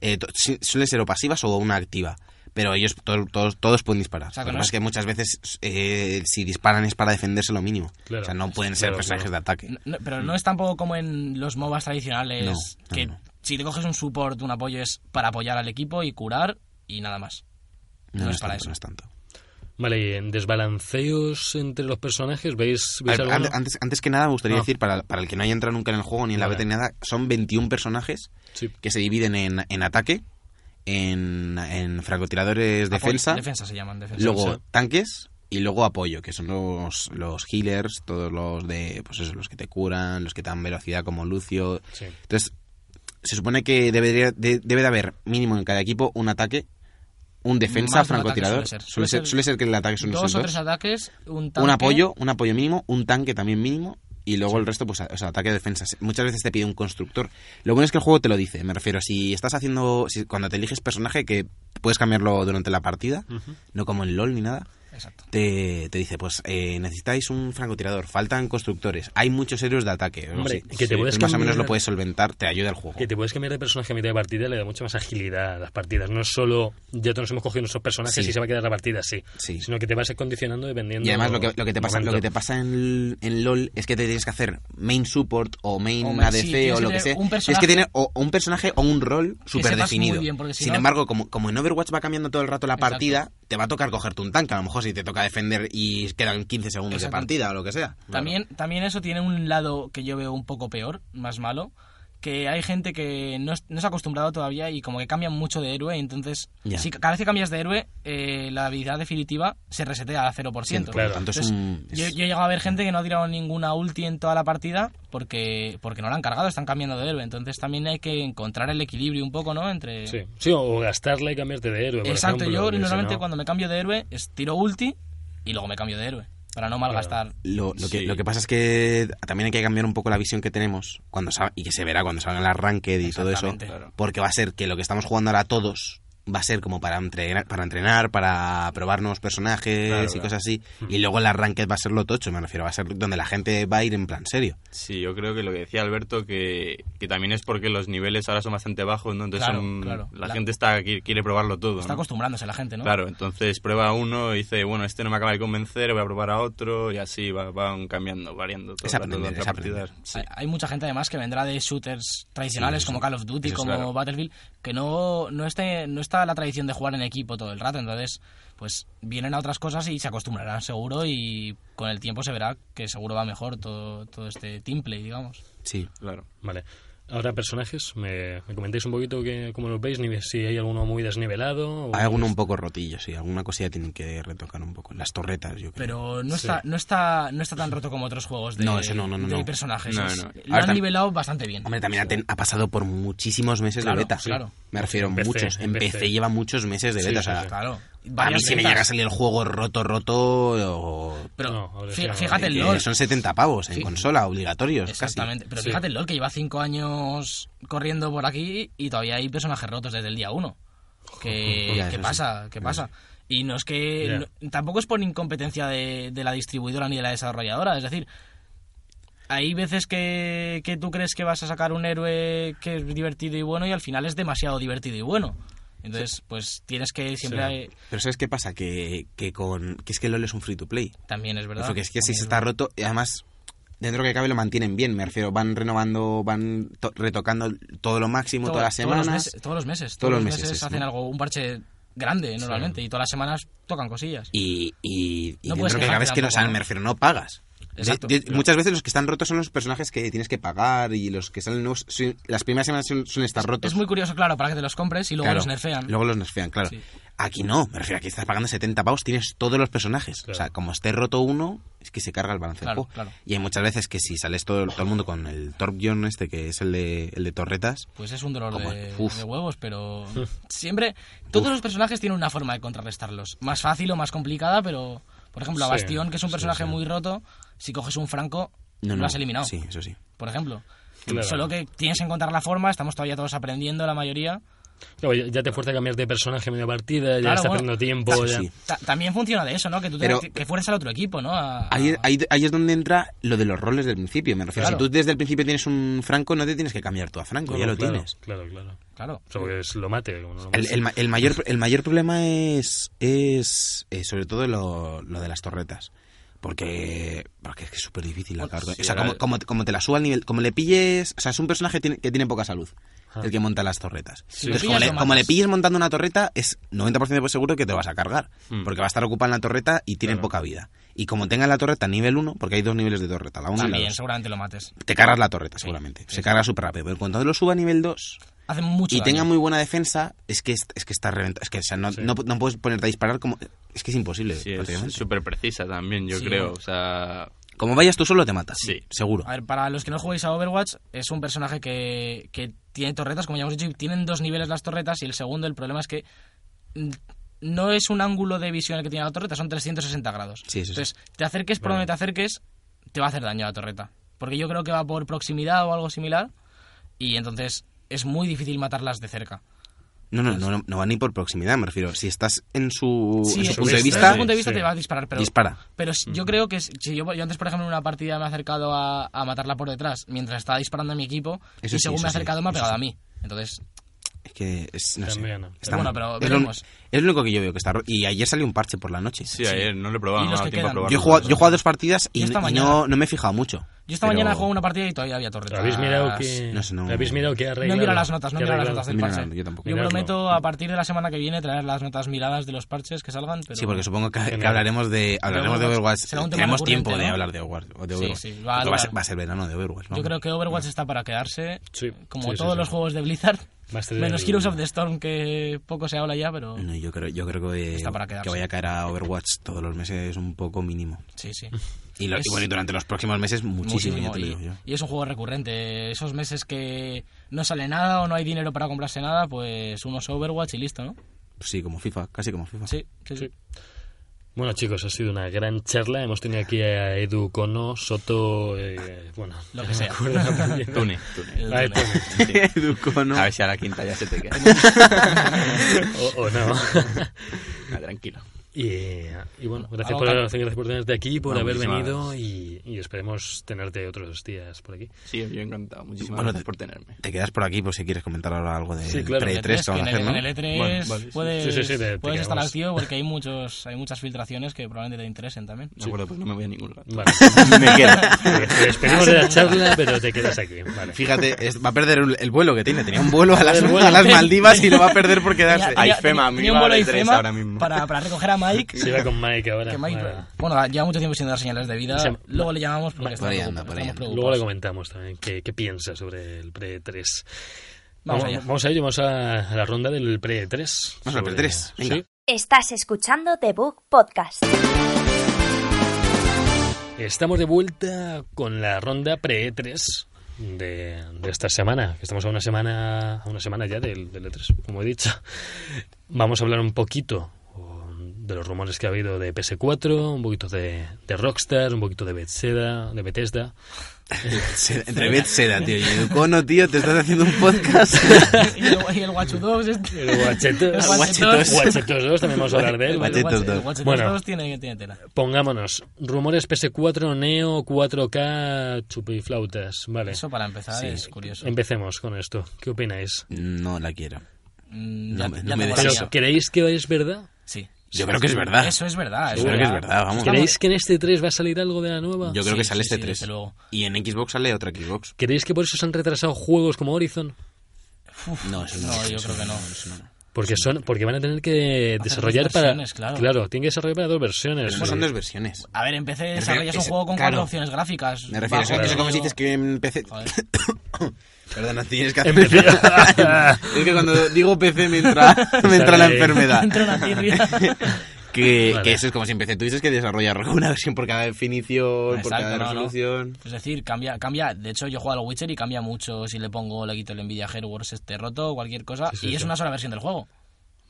[SPEAKER 2] Eh, to- si- suelen ser o pasivas o una activa. Pero ellos to- todos, todos pueden disparar.
[SPEAKER 4] sea, que
[SPEAKER 2] Lo que
[SPEAKER 4] no
[SPEAKER 2] pasa
[SPEAKER 4] es-
[SPEAKER 2] es que muchas veces eh, si disparan es para defenderse lo mínimo.
[SPEAKER 1] Claro.
[SPEAKER 2] O sea, no pueden ser
[SPEAKER 1] Claro,
[SPEAKER 2] personajes
[SPEAKER 1] claro.
[SPEAKER 2] de ataque.
[SPEAKER 4] No, pero no es tampoco como en los MOBAs tradicionales,
[SPEAKER 2] No, no,
[SPEAKER 4] que
[SPEAKER 2] no.
[SPEAKER 4] si te coges un support, un apoyo, es para apoyar al equipo y curar y nada más. No, es para
[SPEAKER 2] tanto,
[SPEAKER 4] eso.
[SPEAKER 2] no es tanto.
[SPEAKER 1] Vale, y en desbalanceos entre los personajes, ¿veis,
[SPEAKER 2] A
[SPEAKER 1] veis
[SPEAKER 2] ver,
[SPEAKER 1] alguno?
[SPEAKER 2] an- antes, antes que nada, me gustaría
[SPEAKER 1] Ah.
[SPEAKER 2] decir, para, para el que no haya entrado nunca en el juego ni en la
[SPEAKER 1] Vale.
[SPEAKER 2] beta ni nada, son 21 personajes
[SPEAKER 1] Sí.
[SPEAKER 2] que se dividen en, en ataque, en, en francotiradores
[SPEAKER 4] Apoyo-
[SPEAKER 2] defensa,
[SPEAKER 4] Defensa se llaman, defensa.
[SPEAKER 2] luego
[SPEAKER 1] defensa.
[SPEAKER 2] tanques, Y luego apoyo, que son los, los healers, todos los de, pues eso, los que te curan, los que te dan velocidad como Lucio.
[SPEAKER 1] Sí.
[SPEAKER 2] Entonces, se supone que debería, de- debe de haber mínimo en cada equipo un ataque, un defensa,
[SPEAKER 4] Más de un ataque
[SPEAKER 2] francotirador.
[SPEAKER 4] suele ser.
[SPEAKER 2] Suele ser, suele ser que el ataque suele ser
[SPEAKER 4] dos o
[SPEAKER 2] dos.
[SPEAKER 4] tres ataques, un
[SPEAKER 2] un
[SPEAKER 4] tanque,
[SPEAKER 2] apoyo, un apoyo mínimo, un tanque también mínimo y luego el resto, pues, a- o sea, ataque defensa. Muchas veces te pide un constructor. Lo bueno es que el juego te lo dice, me refiero, si estás haciendo, si- cuando te eliges personaje que puedes cambiarlo durante la partida, no como en LOL ni nada,
[SPEAKER 4] Exacto.
[SPEAKER 2] te, te dice, pues, eh, necesitáis un francotirador, faltan constructores, hay muchos héroes de ataque. o algo
[SPEAKER 1] Hombre,
[SPEAKER 2] así.
[SPEAKER 1] que te puedes
[SPEAKER 2] Entonces, más o menos
[SPEAKER 1] cambiar-
[SPEAKER 2] lo puedes solventar, te ayuda el juego.
[SPEAKER 1] Que te puedes cambiar de personaje a mitad de partida le da mucha más agilidad a las partidas. No es solo ya todos nos hemos cogido nuestros personajes
[SPEAKER 2] Sí.
[SPEAKER 1] y se va a quedar la partida así,
[SPEAKER 2] Sí.
[SPEAKER 1] sino que te vas condicionando dependiendo.
[SPEAKER 2] Y además lo que, lo que te
[SPEAKER 1] del
[SPEAKER 2] pasa, lo que
[SPEAKER 1] momento.
[SPEAKER 2] te pasa en, en LOL es que te tienes que hacer main support o main
[SPEAKER 4] O main-
[SPEAKER 2] ADC
[SPEAKER 4] sí, tienes
[SPEAKER 2] o
[SPEAKER 4] que
[SPEAKER 2] lo que
[SPEAKER 4] tener
[SPEAKER 2] sea.
[SPEAKER 4] un
[SPEAKER 2] Tienes
[SPEAKER 4] personaje-
[SPEAKER 2] que tener o, o un personaje o un rol súper definido.
[SPEAKER 4] muy bien, porque si
[SPEAKER 2] Sin
[SPEAKER 4] no-
[SPEAKER 2] embargo, como, como en Overwatch va cambiando todo el rato la
[SPEAKER 4] Exacto.
[SPEAKER 2] partida, te va a tocar cogerte un tanque. A lo mejor si te toca defender y quedan 15 segundos
[SPEAKER 4] Exacto.
[SPEAKER 2] de partida o lo que sea.
[SPEAKER 4] También, también eso tiene un lado que yo veo un poco peor, más malo, que hay gente que no, es- no se ha acostumbrado todavía y como que cambian mucho de héroe, entonces
[SPEAKER 2] Ya.
[SPEAKER 4] si ca- cada vez que cambias de héroe, eh, la habilidad definitiva se resetea al 0%.
[SPEAKER 2] Sí, por
[SPEAKER 1] Claro.
[SPEAKER 2] lo tanto es
[SPEAKER 4] Entonces,
[SPEAKER 2] un... es-
[SPEAKER 4] Yo, yo he llegado a ver gente que no ha tirado ninguna ulti en toda la partida porque, porque no la han cargado, están cambiando de héroe. Entonces también hay que encontrar el equilibrio un poco, ¿no? Entre...
[SPEAKER 1] Sí. Sí, o gastarla y cambiarte de héroe. por
[SPEAKER 4] Exacto,
[SPEAKER 1] ejemplo,
[SPEAKER 4] yo
[SPEAKER 1] que si
[SPEAKER 4] normalmente
[SPEAKER 1] no-
[SPEAKER 4] cuando me cambio de héroe es tiro ulti y luego me cambio de héroe para no malgastar.
[SPEAKER 2] Lo, lo que,
[SPEAKER 3] Sí.
[SPEAKER 2] lo que pasa es que también hay que cambiar un poco la visión que tenemos cuando sa- y que se verá cuando salga el arranque y todo eso,
[SPEAKER 4] Exactamente. Claro.
[SPEAKER 2] porque va a ser que lo que estamos jugando ahora todos va a ser como para entrenar, para entrenar, para probar nuevos personajes
[SPEAKER 3] Claro,
[SPEAKER 2] y
[SPEAKER 3] claro.
[SPEAKER 2] cosas así, y luego el arranque va a ser lo tocho, me refiero, va a ser donde la gente va a ir en plan serio.
[SPEAKER 3] Sí, yo creo que lo que decía Alberto, que, que también es porque los niveles ahora son bastante bajos, ¿no? Entonces
[SPEAKER 4] Claro,
[SPEAKER 3] son-
[SPEAKER 4] claro.
[SPEAKER 3] la,
[SPEAKER 4] La-
[SPEAKER 3] gente está qui- quiere probarlo todo.
[SPEAKER 4] Está
[SPEAKER 3] ¿no?
[SPEAKER 4] acostumbrándose la gente, ¿no?
[SPEAKER 3] Claro, entonces prueba uno y dice, bueno, este no me acaba de convencer, voy a probar a otro y así va- van cambiando, variando todo.
[SPEAKER 2] Es
[SPEAKER 3] el rato
[SPEAKER 2] aprender,
[SPEAKER 3] durante
[SPEAKER 2] es
[SPEAKER 3] la
[SPEAKER 2] aprender.
[SPEAKER 3] partida. Sí.
[SPEAKER 4] Hay, hay mucha gente además que vendrá de shooters tradicionales
[SPEAKER 2] Sí,
[SPEAKER 4] como
[SPEAKER 2] sí.
[SPEAKER 4] Call of Duty,
[SPEAKER 3] Eso es
[SPEAKER 4] como
[SPEAKER 3] claro.
[SPEAKER 4] Battlefield, que no, no, esté, no está la tradición de jugar en equipo todo el rato. Entonces, pues vienen a otras cosas y se acostumbrarán seguro y con el tiempo se verá que seguro va mejor todo, todo este team play, digamos.
[SPEAKER 2] Sí.
[SPEAKER 3] Claro.
[SPEAKER 1] Vale. Ahora, personajes, me, me comentáis un poquito que, cómo los veis, ni- si hay alguno muy desnivelado. o-
[SPEAKER 2] Hay alguno un poco rotillo, sí, alguna cosilla tienen que retocar un poco, las torretas, yo creo.
[SPEAKER 4] Pero no está, no está, no está tan roto como otros juegos de,
[SPEAKER 2] No, eso no, no, no,
[SPEAKER 4] de
[SPEAKER 2] no.
[SPEAKER 4] personajes.
[SPEAKER 3] No,
[SPEAKER 4] Es-
[SPEAKER 3] no.
[SPEAKER 4] Lo
[SPEAKER 2] Ahora
[SPEAKER 4] han
[SPEAKER 2] tam-
[SPEAKER 4] nivelado bastante bien.
[SPEAKER 2] Hombre, también ha, ten- ha pasado por muchísimos meses
[SPEAKER 4] Claro,
[SPEAKER 2] de beta.
[SPEAKER 4] claro.
[SPEAKER 2] Me refiero
[SPEAKER 1] En PC,
[SPEAKER 2] muchos.
[SPEAKER 1] en
[SPEAKER 2] En
[SPEAKER 1] PC.
[SPEAKER 2] PC lleva muchos meses de
[SPEAKER 1] Sí,
[SPEAKER 2] beta. o
[SPEAKER 1] sí,
[SPEAKER 2] sea,
[SPEAKER 1] sí.
[SPEAKER 4] Claro.
[SPEAKER 2] A mí
[SPEAKER 4] Varias
[SPEAKER 2] si me
[SPEAKER 4] ventas.
[SPEAKER 2] llega a salir el juego roto, roto, o-
[SPEAKER 4] Pero
[SPEAKER 1] No, ahora
[SPEAKER 4] fí-
[SPEAKER 1] sí, ahora
[SPEAKER 4] fíjate el
[SPEAKER 2] que
[SPEAKER 4] LOL.
[SPEAKER 2] son 70 pavos en
[SPEAKER 4] Sí.
[SPEAKER 2] consola, obligatorios. casi.
[SPEAKER 4] Exactamente. Pero
[SPEAKER 1] Sí.
[SPEAKER 4] fíjate el LOL que lleva cinco años corriendo por aquí y todavía hay personajes rotos desde el día uno. Que,
[SPEAKER 2] Ya,
[SPEAKER 4] ¿qué
[SPEAKER 2] pues eso
[SPEAKER 4] pasa? ¿Qué pasa? Y no es que.
[SPEAKER 1] Ya.
[SPEAKER 4] no- tampoco es por incompetencia de, de la distribuidora ni de la desarrolladora. Es decir, hay veces que, que tú crees que vas a sacar un héroe que es divertido y bueno y al final es demasiado divertido y bueno. Entonces, pues tienes que siempre.
[SPEAKER 2] Pero ¿sabes qué pasa? Que, que, con, que es que LOL es un free to play.
[SPEAKER 4] También es verdad.
[SPEAKER 2] Porque es que si se
[SPEAKER 4] También es
[SPEAKER 2] está
[SPEAKER 4] verdad.
[SPEAKER 2] roto, y además, dentro que cabe lo mantienen bien, me refiero. Van renovando, van to- retocando todo lo máximo,
[SPEAKER 4] Todo-
[SPEAKER 2] todas las
[SPEAKER 4] todos los
[SPEAKER 2] semanas.
[SPEAKER 4] meses- Todos los meses.
[SPEAKER 2] Todos los
[SPEAKER 4] meses,
[SPEAKER 2] meses,
[SPEAKER 4] hacen
[SPEAKER 2] ¿no?
[SPEAKER 4] algo, un parche grande normalmente y todas las semanas tocan cosillas.
[SPEAKER 2] Y, y, y
[SPEAKER 4] No puedes
[SPEAKER 2] dentro que cabe
[SPEAKER 4] quejarte
[SPEAKER 2] es que no, o sea,
[SPEAKER 4] tampoco, ¿no?
[SPEAKER 2] me refiero, no pagas.
[SPEAKER 4] Exacto,
[SPEAKER 2] De- de-
[SPEAKER 4] claro.
[SPEAKER 2] Muchas veces los que están rotos son los personajes que tienes que pagar y los que salen nuevos. sí, las primeras semanas son- suelen estar rotos.
[SPEAKER 4] Es muy curioso, claro, para que te los compres y luego
[SPEAKER 2] Claro,
[SPEAKER 4] los nerfean.
[SPEAKER 2] Luego los nerfean, claro.
[SPEAKER 4] Sí.
[SPEAKER 2] Aquí no, me refiero, aquí estás pagando 70 pavos, tienes todos los personajes.
[SPEAKER 1] Claro.
[SPEAKER 2] O sea, como esté roto uno, es que se carga el balance del
[SPEAKER 4] Claro,
[SPEAKER 2] juego.
[SPEAKER 4] claro.
[SPEAKER 2] Y hay muchas veces que si sales todo, todo el mundo con el Torbjorn este, que es el de, el de torretas,
[SPEAKER 4] Pues es un dolor
[SPEAKER 2] Como-
[SPEAKER 4] de,
[SPEAKER 2] uf.
[SPEAKER 4] de huevos, pero mm, siempre. Todos los personajes tienen una forma de contrarrestarlos. Más fácil o más complicada, pero. Por ejemplo, a
[SPEAKER 1] Sí,
[SPEAKER 4] Bastión, que es un
[SPEAKER 1] sí,
[SPEAKER 4] personaje
[SPEAKER 1] sí.
[SPEAKER 4] muy roto, si coges un Franco,
[SPEAKER 2] no,
[SPEAKER 4] lo
[SPEAKER 2] no,
[SPEAKER 4] has eliminado.
[SPEAKER 2] Sí, eso sí.
[SPEAKER 4] Por ejemplo.
[SPEAKER 1] Claro.
[SPEAKER 4] Solo que tienes que encontrar la forma, estamos todavía todos aprendiendo, la mayoría.
[SPEAKER 1] Claro, ya- ya te fuerza a cambiar de personaje a media partida, ya
[SPEAKER 4] Claro,
[SPEAKER 1] estás
[SPEAKER 4] bueno.
[SPEAKER 1] perdiendo tiempo.
[SPEAKER 2] Sí,
[SPEAKER 1] ya-
[SPEAKER 2] sí.
[SPEAKER 4] Ta- también funciona de eso, ¿no? Que tú te-
[SPEAKER 2] Pero-
[SPEAKER 4] que fuerzas al otro equipo, ¿no? A- a-
[SPEAKER 2] Ahí, ahí- ahí es donde entra lo de los roles del principio. Me refiero,
[SPEAKER 4] Claro.
[SPEAKER 2] si tú desde el principio tienes un Franco, no te tienes que cambiar tú a Franco, ya
[SPEAKER 1] Bueno,
[SPEAKER 2] lo
[SPEAKER 1] claro,
[SPEAKER 2] tienes.
[SPEAKER 1] Claro, claro.
[SPEAKER 4] Claro.
[SPEAKER 1] O sea, que es lo mate. como no lo
[SPEAKER 2] El,
[SPEAKER 1] mate.
[SPEAKER 2] el ma- el mayor, el mayor problema es, es, eh, sobre todo lo, lo de las torretas. Porque, porque es que es súper difícil la carga. o sea, como, como, te- como te la suba al nivel, como le pilles. O sea, es un personaje que tiene, que tiene poca salud. El que monta las torretas.
[SPEAKER 4] Si
[SPEAKER 2] Entonces,
[SPEAKER 4] lo
[SPEAKER 2] como,
[SPEAKER 4] pillas,
[SPEAKER 2] le,
[SPEAKER 4] lo
[SPEAKER 2] como le
[SPEAKER 4] matas.
[SPEAKER 2] pilles montando una torreta, es 90% pues seguro que te vas a cargar.
[SPEAKER 3] Hmm.
[SPEAKER 2] Porque va a estar ocupada en la torreta y tiene poca vida. Y como tenga la torreta nivel 1, porque hay dos niveles de torreta, la 1 y la
[SPEAKER 4] También,
[SPEAKER 2] dos,
[SPEAKER 4] seguramente lo mates.
[SPEAKER 2] te cargas la torreta seguramente. Se carga súper rápido. Pero cuando lo suba a nivel 2,
[SPEAKER 4] Hace mucho
[SPEAKER 2] y
[SPEAKER 4] daño.
[SPEAKER 2] tenga muy buena defensa, es que, es es que está reventado. Es que o sea, no,
[SPEAKER 1] Sí.
[SPEAKER 2] no, no puedes ponerte a disparar como. Es que es imposible,
[SPEAKER 3] Sí, es
[SPEAKER 2] Eh, prácticamente.
[SPEAKER 3] súper precisa también, yo
[SPEAKER 4] Sí.
[SPEAKER 3] creo. O sea,
[SPEAKER 2] Como vayas tú solo, te matas.
[SPEAKER 3] Sí.
[SPEAKER 2] Seguro.
[SPEAKER 4] A ver, para los que no juguéis a Overwatch, es un personaje que, que tiene torretas, como ya hemos dicho, y tienen dos niveles las torretas, y el segundo, el problema es que mm, no es un ángulo de visión el que tiene la torreta, son 360 grados.
[SPEAKER 2] Sí, eso sí.
[SPEAKER 4] Entonces, te acerques por donde te acerques, te va a hacer daño la torreta. Porque yo creo que va por proximidad o algo similar, y entonces es muy difícil matarlas de cerca.
[SPEAKER 2] No, no, no, no, no va ni por proximidad, me refiero. Si estás en su, en su
[SPEAKER 4] desde
[SPEAKER 2] Uh, punto de
[SPEAKER 4] ese
[SPEAKER 2] vista,
[SPEAKER 4] punto de vista
[SPEAKER 1] sí.
[SPEAKER 4] te va a disparar, pero
[SPEAKER 2] dispara.
[SPEAKER 4] Pero si- yo creo que si si yo, yo antes, por ejemplo, en una partida me he acercado a, a matarla por detrás mientras estaba disparando a mi equipo
[SPEAKER 2] Eso
[SPEAKER 4] y
[SPEAKER 2] sí,
[SPEAKER 4] según
[SPEAKER 2] eso
[SPEAKER 4] me he
[SPEAKER 2] sí,
[SPEAKER 4] acercado me ha
[SPEAKER 2] eso
[SPEAKER 4] pegado
[SPEAKER 2] sí.
[SPEAKER 4] a mí. Entonces,
[SPEAKER 2] Es que es, no sé.
[SPEAKER 1] También, ¿no?
[SPEAKER 2] Está
[SPEAKER 4] Bueno,
[SPEAKER 2] mal.
[SPEAKER 4] pero
[SPEAKER 2] es, lo,
[SPEAKER 4] veremos.
[SPEAKER 2] es lo único que yo veo que está ro- Y ayer salió un parche por la noche.
[SPEAKER 3] sí, ayer no lo he probado,
[SPEAKER 4] ¿Y
[SPEAKER 3] no he
[SPEAKER 4] los
[SPEAKER 3] dado
[SPEAKER 4] que
[SPEAKER 3] tiempo a
[SPEAKER 4] quedan?
[SPEAKER 3] probarlo.
[SPEAKER 2] Yo he jugado, yo he jugado dos partidas y,
[SPEAKER 4] Yo esta
[SPEAKER 2] y
[SPEAKER 4] mañana.
[SPEAKER 2] no, no me he fijado mucho.
[SPEAKER 4] yo esta
[SPEAKER 2] Pero-
[SPEAKER 4] mañana he jugado una partida y todavía había torretas.
[SPEAKER 1] ¿Habéis mirado que
[SPEAKER 2] No sé, no.
[SPEAKER 1] ¿Habéis mirado que ha
[SPEAKER 4] Ah, No
[SPEAKER 1] arreglado?
[SPEAKER 4] miro las notas, no
[SPEAKER 1] que ha
[SPEAKER 4] miro las
[SPEAKER 1] arreglado?
[SPEAKER 4] notas del
[SPEAKER 2] Mira,
[SPEAKER 4] parche.
[SPEAKER 2] no, yo tampoco.
[SPEAKER 1] Mira, no.
[SPEAKER 4] prometo a partir de la semana que viene traer las notas miradas de los parches que salgan. Pero...
[SPEAKER 2] Sí, porque supongo que, que
[SPEAKER 1] Genial.
[SPEAKER 2] hablaremos de hablaremos de
[SPEAKER 4] Overwatch.
[SPEAKER 2] Overwatch.
[SPEAKER 4] Será un tema
[SPEAKER 2] Tenemos
[SPEAKER 4] recurrente,
[SPEAKER 2] tiempo de
[SPEAKER 4] ¿no?
[SPEAKER 2] hablar de Overwatch. o de
[SPEAKER 4] Sí,
[SPEAKER 2] Overwatch.
[SPEAKER 4] sí, va a
[SPEAKER 2] Porque va, a ser,
[SPEAKER 4] durar.
[SPEAKER 2] va a ser verano de Overwatch.
[SPEAKER 4] Yo creo que
[SPEAKER 2] Mm.
[SPEAKER 4] Overwatch está para quedarse,
[SPEAKER 1] Sí,
[SPEAKER 4] como
[SPEAKER 1] sí, sí,
[SPEAKER 4] todos
[SPEAKER 1] sí.
[SPEAKER 4] los juegos de Blizzard,
[SPEAKER 1] Va a ser
[SPEAKER 4] menos
[SPEAKER 1] el-
[SPEAKER 4] Heroes of the Storm, que poco se habla ya, pero...
[SPEAKER 2] No, yo creo, yo creo que,
[SPEAKER 4] Está para
[SPEAKER 2] que
[SPEAKER 4] quedarse.
[SPEAKER 2] vaya a caer a Overwatch todos los meses un poco mínimo.
[SPEAKER 4] Sí, sí.
[SPEAKER 2] Y, lo- y
[SPEAKER 4] Es-
[SPEAKER 2] bueno, y durante los próximos meses muchísimo, ya te lo
[SPEAKER 4] y,
[SPEAKER 2] digo yo.
[SPEAKER 4] y es un juego recurrente. Esos meses que no sale nada o no hay dinero para comprarse nada, pues unos Overwatch y listo, ¿no?
[SPEAKER 2] Sí, como FIFA, casi como FIFA.
[SPEAKER 4] Sí, sí, sí.
[SPEAKER 1] Sí. Bueno, chicos, ha sido una gran charla. Hemos tenido aquí a Edu Cono, Soto, eh, bueno, no
[SPEAKER 4] Lo que
[SPEAKER 1] me
[SPEAKER 4] sea.
[SPEAKER 1] acuerdo también.
[SPEAKER 3] Tune, tune.
[SPEAKER 4] El
[SPEAKER 1] Ah,
[SPEAKER 4] túnel.
[SPEAKER 1] Tune.
[SPEAKER 2] Educo, ¿no?
[SPEAKER 3] A ver si a la quinta ya se te queda.
[SPEAKER 1] o, o no.
[SPEAKER 3] Ah, Tranquilo.
[SPEAKER 1] Y, eh, y bueno, gracias
[SPEAKER 4] Algo
[SPEAKER 1] por,
[SPEAKER 4] tan-
[SPEAKER 1] gracias por tenerte aquí, por
[SPEAKER 3] Bueno,
[SPEAKER 1] haber
[SPEAKER 3] muchísimas
[SPEAKER 1] venido y, y esperemos tenerte otros días por aquí.
[SPEAKER 3] Sí, yo encantado. Muchísimas
[SPEAKER 2] Bueno,
[SPEAKER 3] gracias
[SPEAKER 2] te-
[SPEAKER 3] por tenerme.
[SPEAKER 2] te quedas por aquí por si quieres comentar ahora algo de
[SPEAKER 1] Sí, claro.
[SPEAKER 4] El
[SPEAKER 2] 3 que vamos a
[SPEAKER 4] E3,
[SPEAKER 2] hacer,
[SPEAKER 4] que
[SPEAKER 2] ¿no?
[SPEAKER 4] en el E E3
[SPEAKER 3] Bueno, vale, sí.
[SPEAKER 4] puedes,
[SPEAKER 1] Sí, sí, sí, te- te
[SPEAKER 4] puedes estar
[SPEAKER 1] quedamos.
[SPEAKER 4] activo porque hay muchos hay muchas filtraciones que probablemente te interesen también.
[SPEAKER 3] De acuerdo, pues no me voy a ningún lado.
[SPEAKER 1] Vale.
[SPEAKER 3] Me quedo.
[SPEAKER 1] Te- te despedimos de la charla, pero te quedas aquí. Vale.
[SPEAKER 2] Fíjate, es- va a perder el, el vuelo que tiene. Tenía un vuelo a las,
[SPEAKER 1] El vuelo.
[SPEAKER 2] a las Maldivas y lo va a perder por
[SPEAKER 4] Tenía-
[SPEAKER 2] quedarse.
[SPEAKER 4] tenía-
[SPEAKER 3] Hay FEMA,
[SPEAKER 4] tenía
[SPEAKER 3] me
[SPEAKER 4] un
[SPEAKER 3] iba a
[SPEAKER 4] vuelo
[SPEAKER 3] la
[SPEAKER 4] de
[SPEAKER 3] E3
[SPEAKER 4] FEMA
[SPEAKER 3] ahora mismo.
[SPEAKER 4] Para, para recoger a Mike.
[SPEAKER 1] Se va con Mike ahora.
[SPEAKER 4] que Mike-
[SPEAKER 1] Bueno,
[SPEAKER 4] bueno, lleva mucho tiempo sin dar señales de vida.
[SPEAKER 1] Se-
[SPEAKER 4] Luego le llamamos porque
[SPEAKER 2] Por ahí
[SPEAKER 4] estamos
[SPEAKER 2] anda, por ahí
[SPEAKER 4] estamos
[SPEAKER 2] anda.
[SPEAKER 1] Luego le
[SPEAKER 4] preocupados.
[SPEAKER 1] comentamos también qué, qué piensa sobre el pre-3.
[SPEAKER 4] Vamos allá.
[SPEAKER 1] vamos a ello, vamos a, a la ronda del pre-3.
[SPEAKER 2] Vamos al
[SPEAKER 1] Sobre-
[SPEAKER 2] pre-3, venga.
[SPEAKER 1] Sí.
[SPEAKER 5] Estás escuchando The Book Podcast.
[SPEAKER 1] Estamos de vuelta con la ronda pre-E3 de, de esta semana, que estamos a una semana, a una semana ya del, del E3, como he dicho. Vamos a hablar un poquito o, de los rumores que ha habido de PS4, un poquito de, de Rockstar, un poquito de Bethesda, de Bethesda.
[SPEAKER 2] Se- Entre Beth Seda, tío, y Educono, tío, te estás haciendo un podcast.
[SPEAKER 4] y el, y el Watch 2 este-
[SPEAKER 1] El Watchetos.
[SPEAKER 4] El Watchetos.
[SPEAKER 1] Watchetos 2, también vamos a hablar de él.
[SPEAKER 4] el Watch- el
[SPEAKER 2] dos.
[SPEAKER 4] Watch 2
[SPEAKER 1] Bueno.
[SPEAKER 4] tiene, tiene tela.
[SPEAKER 1] Pongámonos, rumores PS4, Neo, 4K, chupiflautas, vale.
[SPEAKER 4] Eso para empezar
[SPEAKER 2] Sí.
[SPEAKER 4] es curioso.
[SPEAKER 1] Empecemos con esto. ¿Qué opináis?
[SPEAKER 2] No la quiero.
[SPEAKER 4] Mm,
[SPEAKER 2] No
[SPEAKER 4] ya,
[SPEAKER 2] me-
[SPEAKER 4] ya
[SPEAKER 2] no me
[SPEAKER 4] tengo la
[SPEAKER 1] ¿Pero
[SPEAKER 2] des
[SPEAKER 4] mía.
[SPEAKER 1] creéis que es verdad?
[SPEAKER 4] Sí.
[SPEAKER 2] Yo creo que es verdad.
[SPEAKER 4] Eso es verdad.
[SPEAKER 2] Yo creo que es verdad, vamos.
[SPEAKER 1] ¿Creéis que en este 3 va a salir algo de la nueva?
[SPEAKER 2] Yo creo
[SPEAKER 4] Sí,
[SPEAKER 2] que sale
[SPEAKER 4] sí,
[SPEAKER 2] este
[SPEAKER 4] sí,
[SPEAKER 2] 3.
[SPEAKER 4] desde luego.
[SPEAKER 2] Y en Xbox sale otra Xbox.
[SPEAKER 1] ¿Creéis que por eso se han retrasado juegos como Horizon?
[SPEAKER 4] Uf,
[SPEAKER 2] No, eso no,
[SPEAKER 4] no, yo
[SPEAKER 2] eso
[SPEAKER 4] creo que no.
[SPEAKER 2] eso no.
[SPEAKER 1] Porque son porque van a tener que
[SPEAKER 4] dos
[SPEAKER 1] desarrollar para
[SPEAKER 4] versiones, claro.
[SPEAKER 1] tienen que desarrollar para dos versiones.
[SPEAKER 2] Pero no
[SPEAKER 1] Sí.
[SPEAKER 2] son dos versiones.
[SPEAKER 4] A ver, empecé
[SPEAKER 2] refiero-
[SPEAKER 4] desarrollas un
[SPEAKER 2] es-
[SPEAKER 4] juego con
[SPEAKER 2] claro.
[SPEAKER 4] cuatro opciones gráficas.
[SPEAKER 2] Me refiero
[SPEAKER 4] bajo,
[SPEAKER 2] a eso
[SPEAKER 4] pero-
[SPEAKER 2] como si dices que en PC...
[SPEAKER 4] Joder.
[SPEAKER 2] Perdona, tienes que
[SPEAKER 1] En
[SPEAKER 2] hacer...
[SPEAKER 1] vez de-
[SPEAKER 2] es que cuando digo PC me entra, me entra la
[SPEAKER 1] Sale-
[SPEAKER 2] enfermedad.
[SPEAKER 4] Entra una tirria.
[SPEAKER 2] Que,
[SPEAKER 1] Vale.
[SPEAKER 2] que eso es como si empecé. Tú dices que desarrollar una versión por cada definición, por
[SPEAKER 4] Exacto,
[SPEAKER 2] cada
[SPEAKER 4] no, no.
[SPEAKER 2] resolución.
[SPEAKER 4] Es decir, cambia, cambia. De hecho, yo juego al Witcher y cambia mucho si le pongo, le quito el Nvidia Wars este roto o cualquier cosa.
[SPEAKER 1] Sí, sí,
[SPEAKER 4] y es
[SPEAKER 1] sí.
[SPEAKER 4] una sola versión del juego.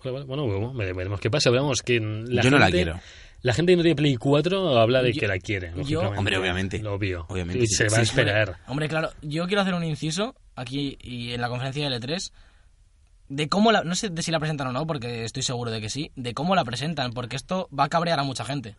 [SPEAKER 1] Vale, vale, Bueno, bueno, vere- veremos qué pasa. Veremos que la
[SPEAKER 2] Yo no la
[SPEAKER 1] gente-
[SPEAKER 2] quiero.
[SPEAKER 1] La gente que no tiene Play 4 habla de
[SPEAKER 4] Yo-
[SPEAKER 1] que la quiere.
[SPEAKER 4] yo-
[SPEAKER 1] lógicamente.
[SPEAKER 2] Hombre, obviamente.
[SPEAKER 1] Lo obvio.
[SPEAKER 2] Obviamente,
[SPEAKER 1] y
[SPEAKER 2] sí.
[SPEAKER 1] se va
[SPEAKER 2] Sí,
[SPEAKER 1] a
[SPEAKER 2] sí.
[SPEAKER 1] esperar.
[SPEAKER 4] Hombre, claro, yo quiero hacer un inciso aquí y en la conferencia de L3 de cómo la, no sé de si la presentan o no, porque estoy seguro de que sí, de cómo la presentan, porque esto va a cabrear a mucha gente.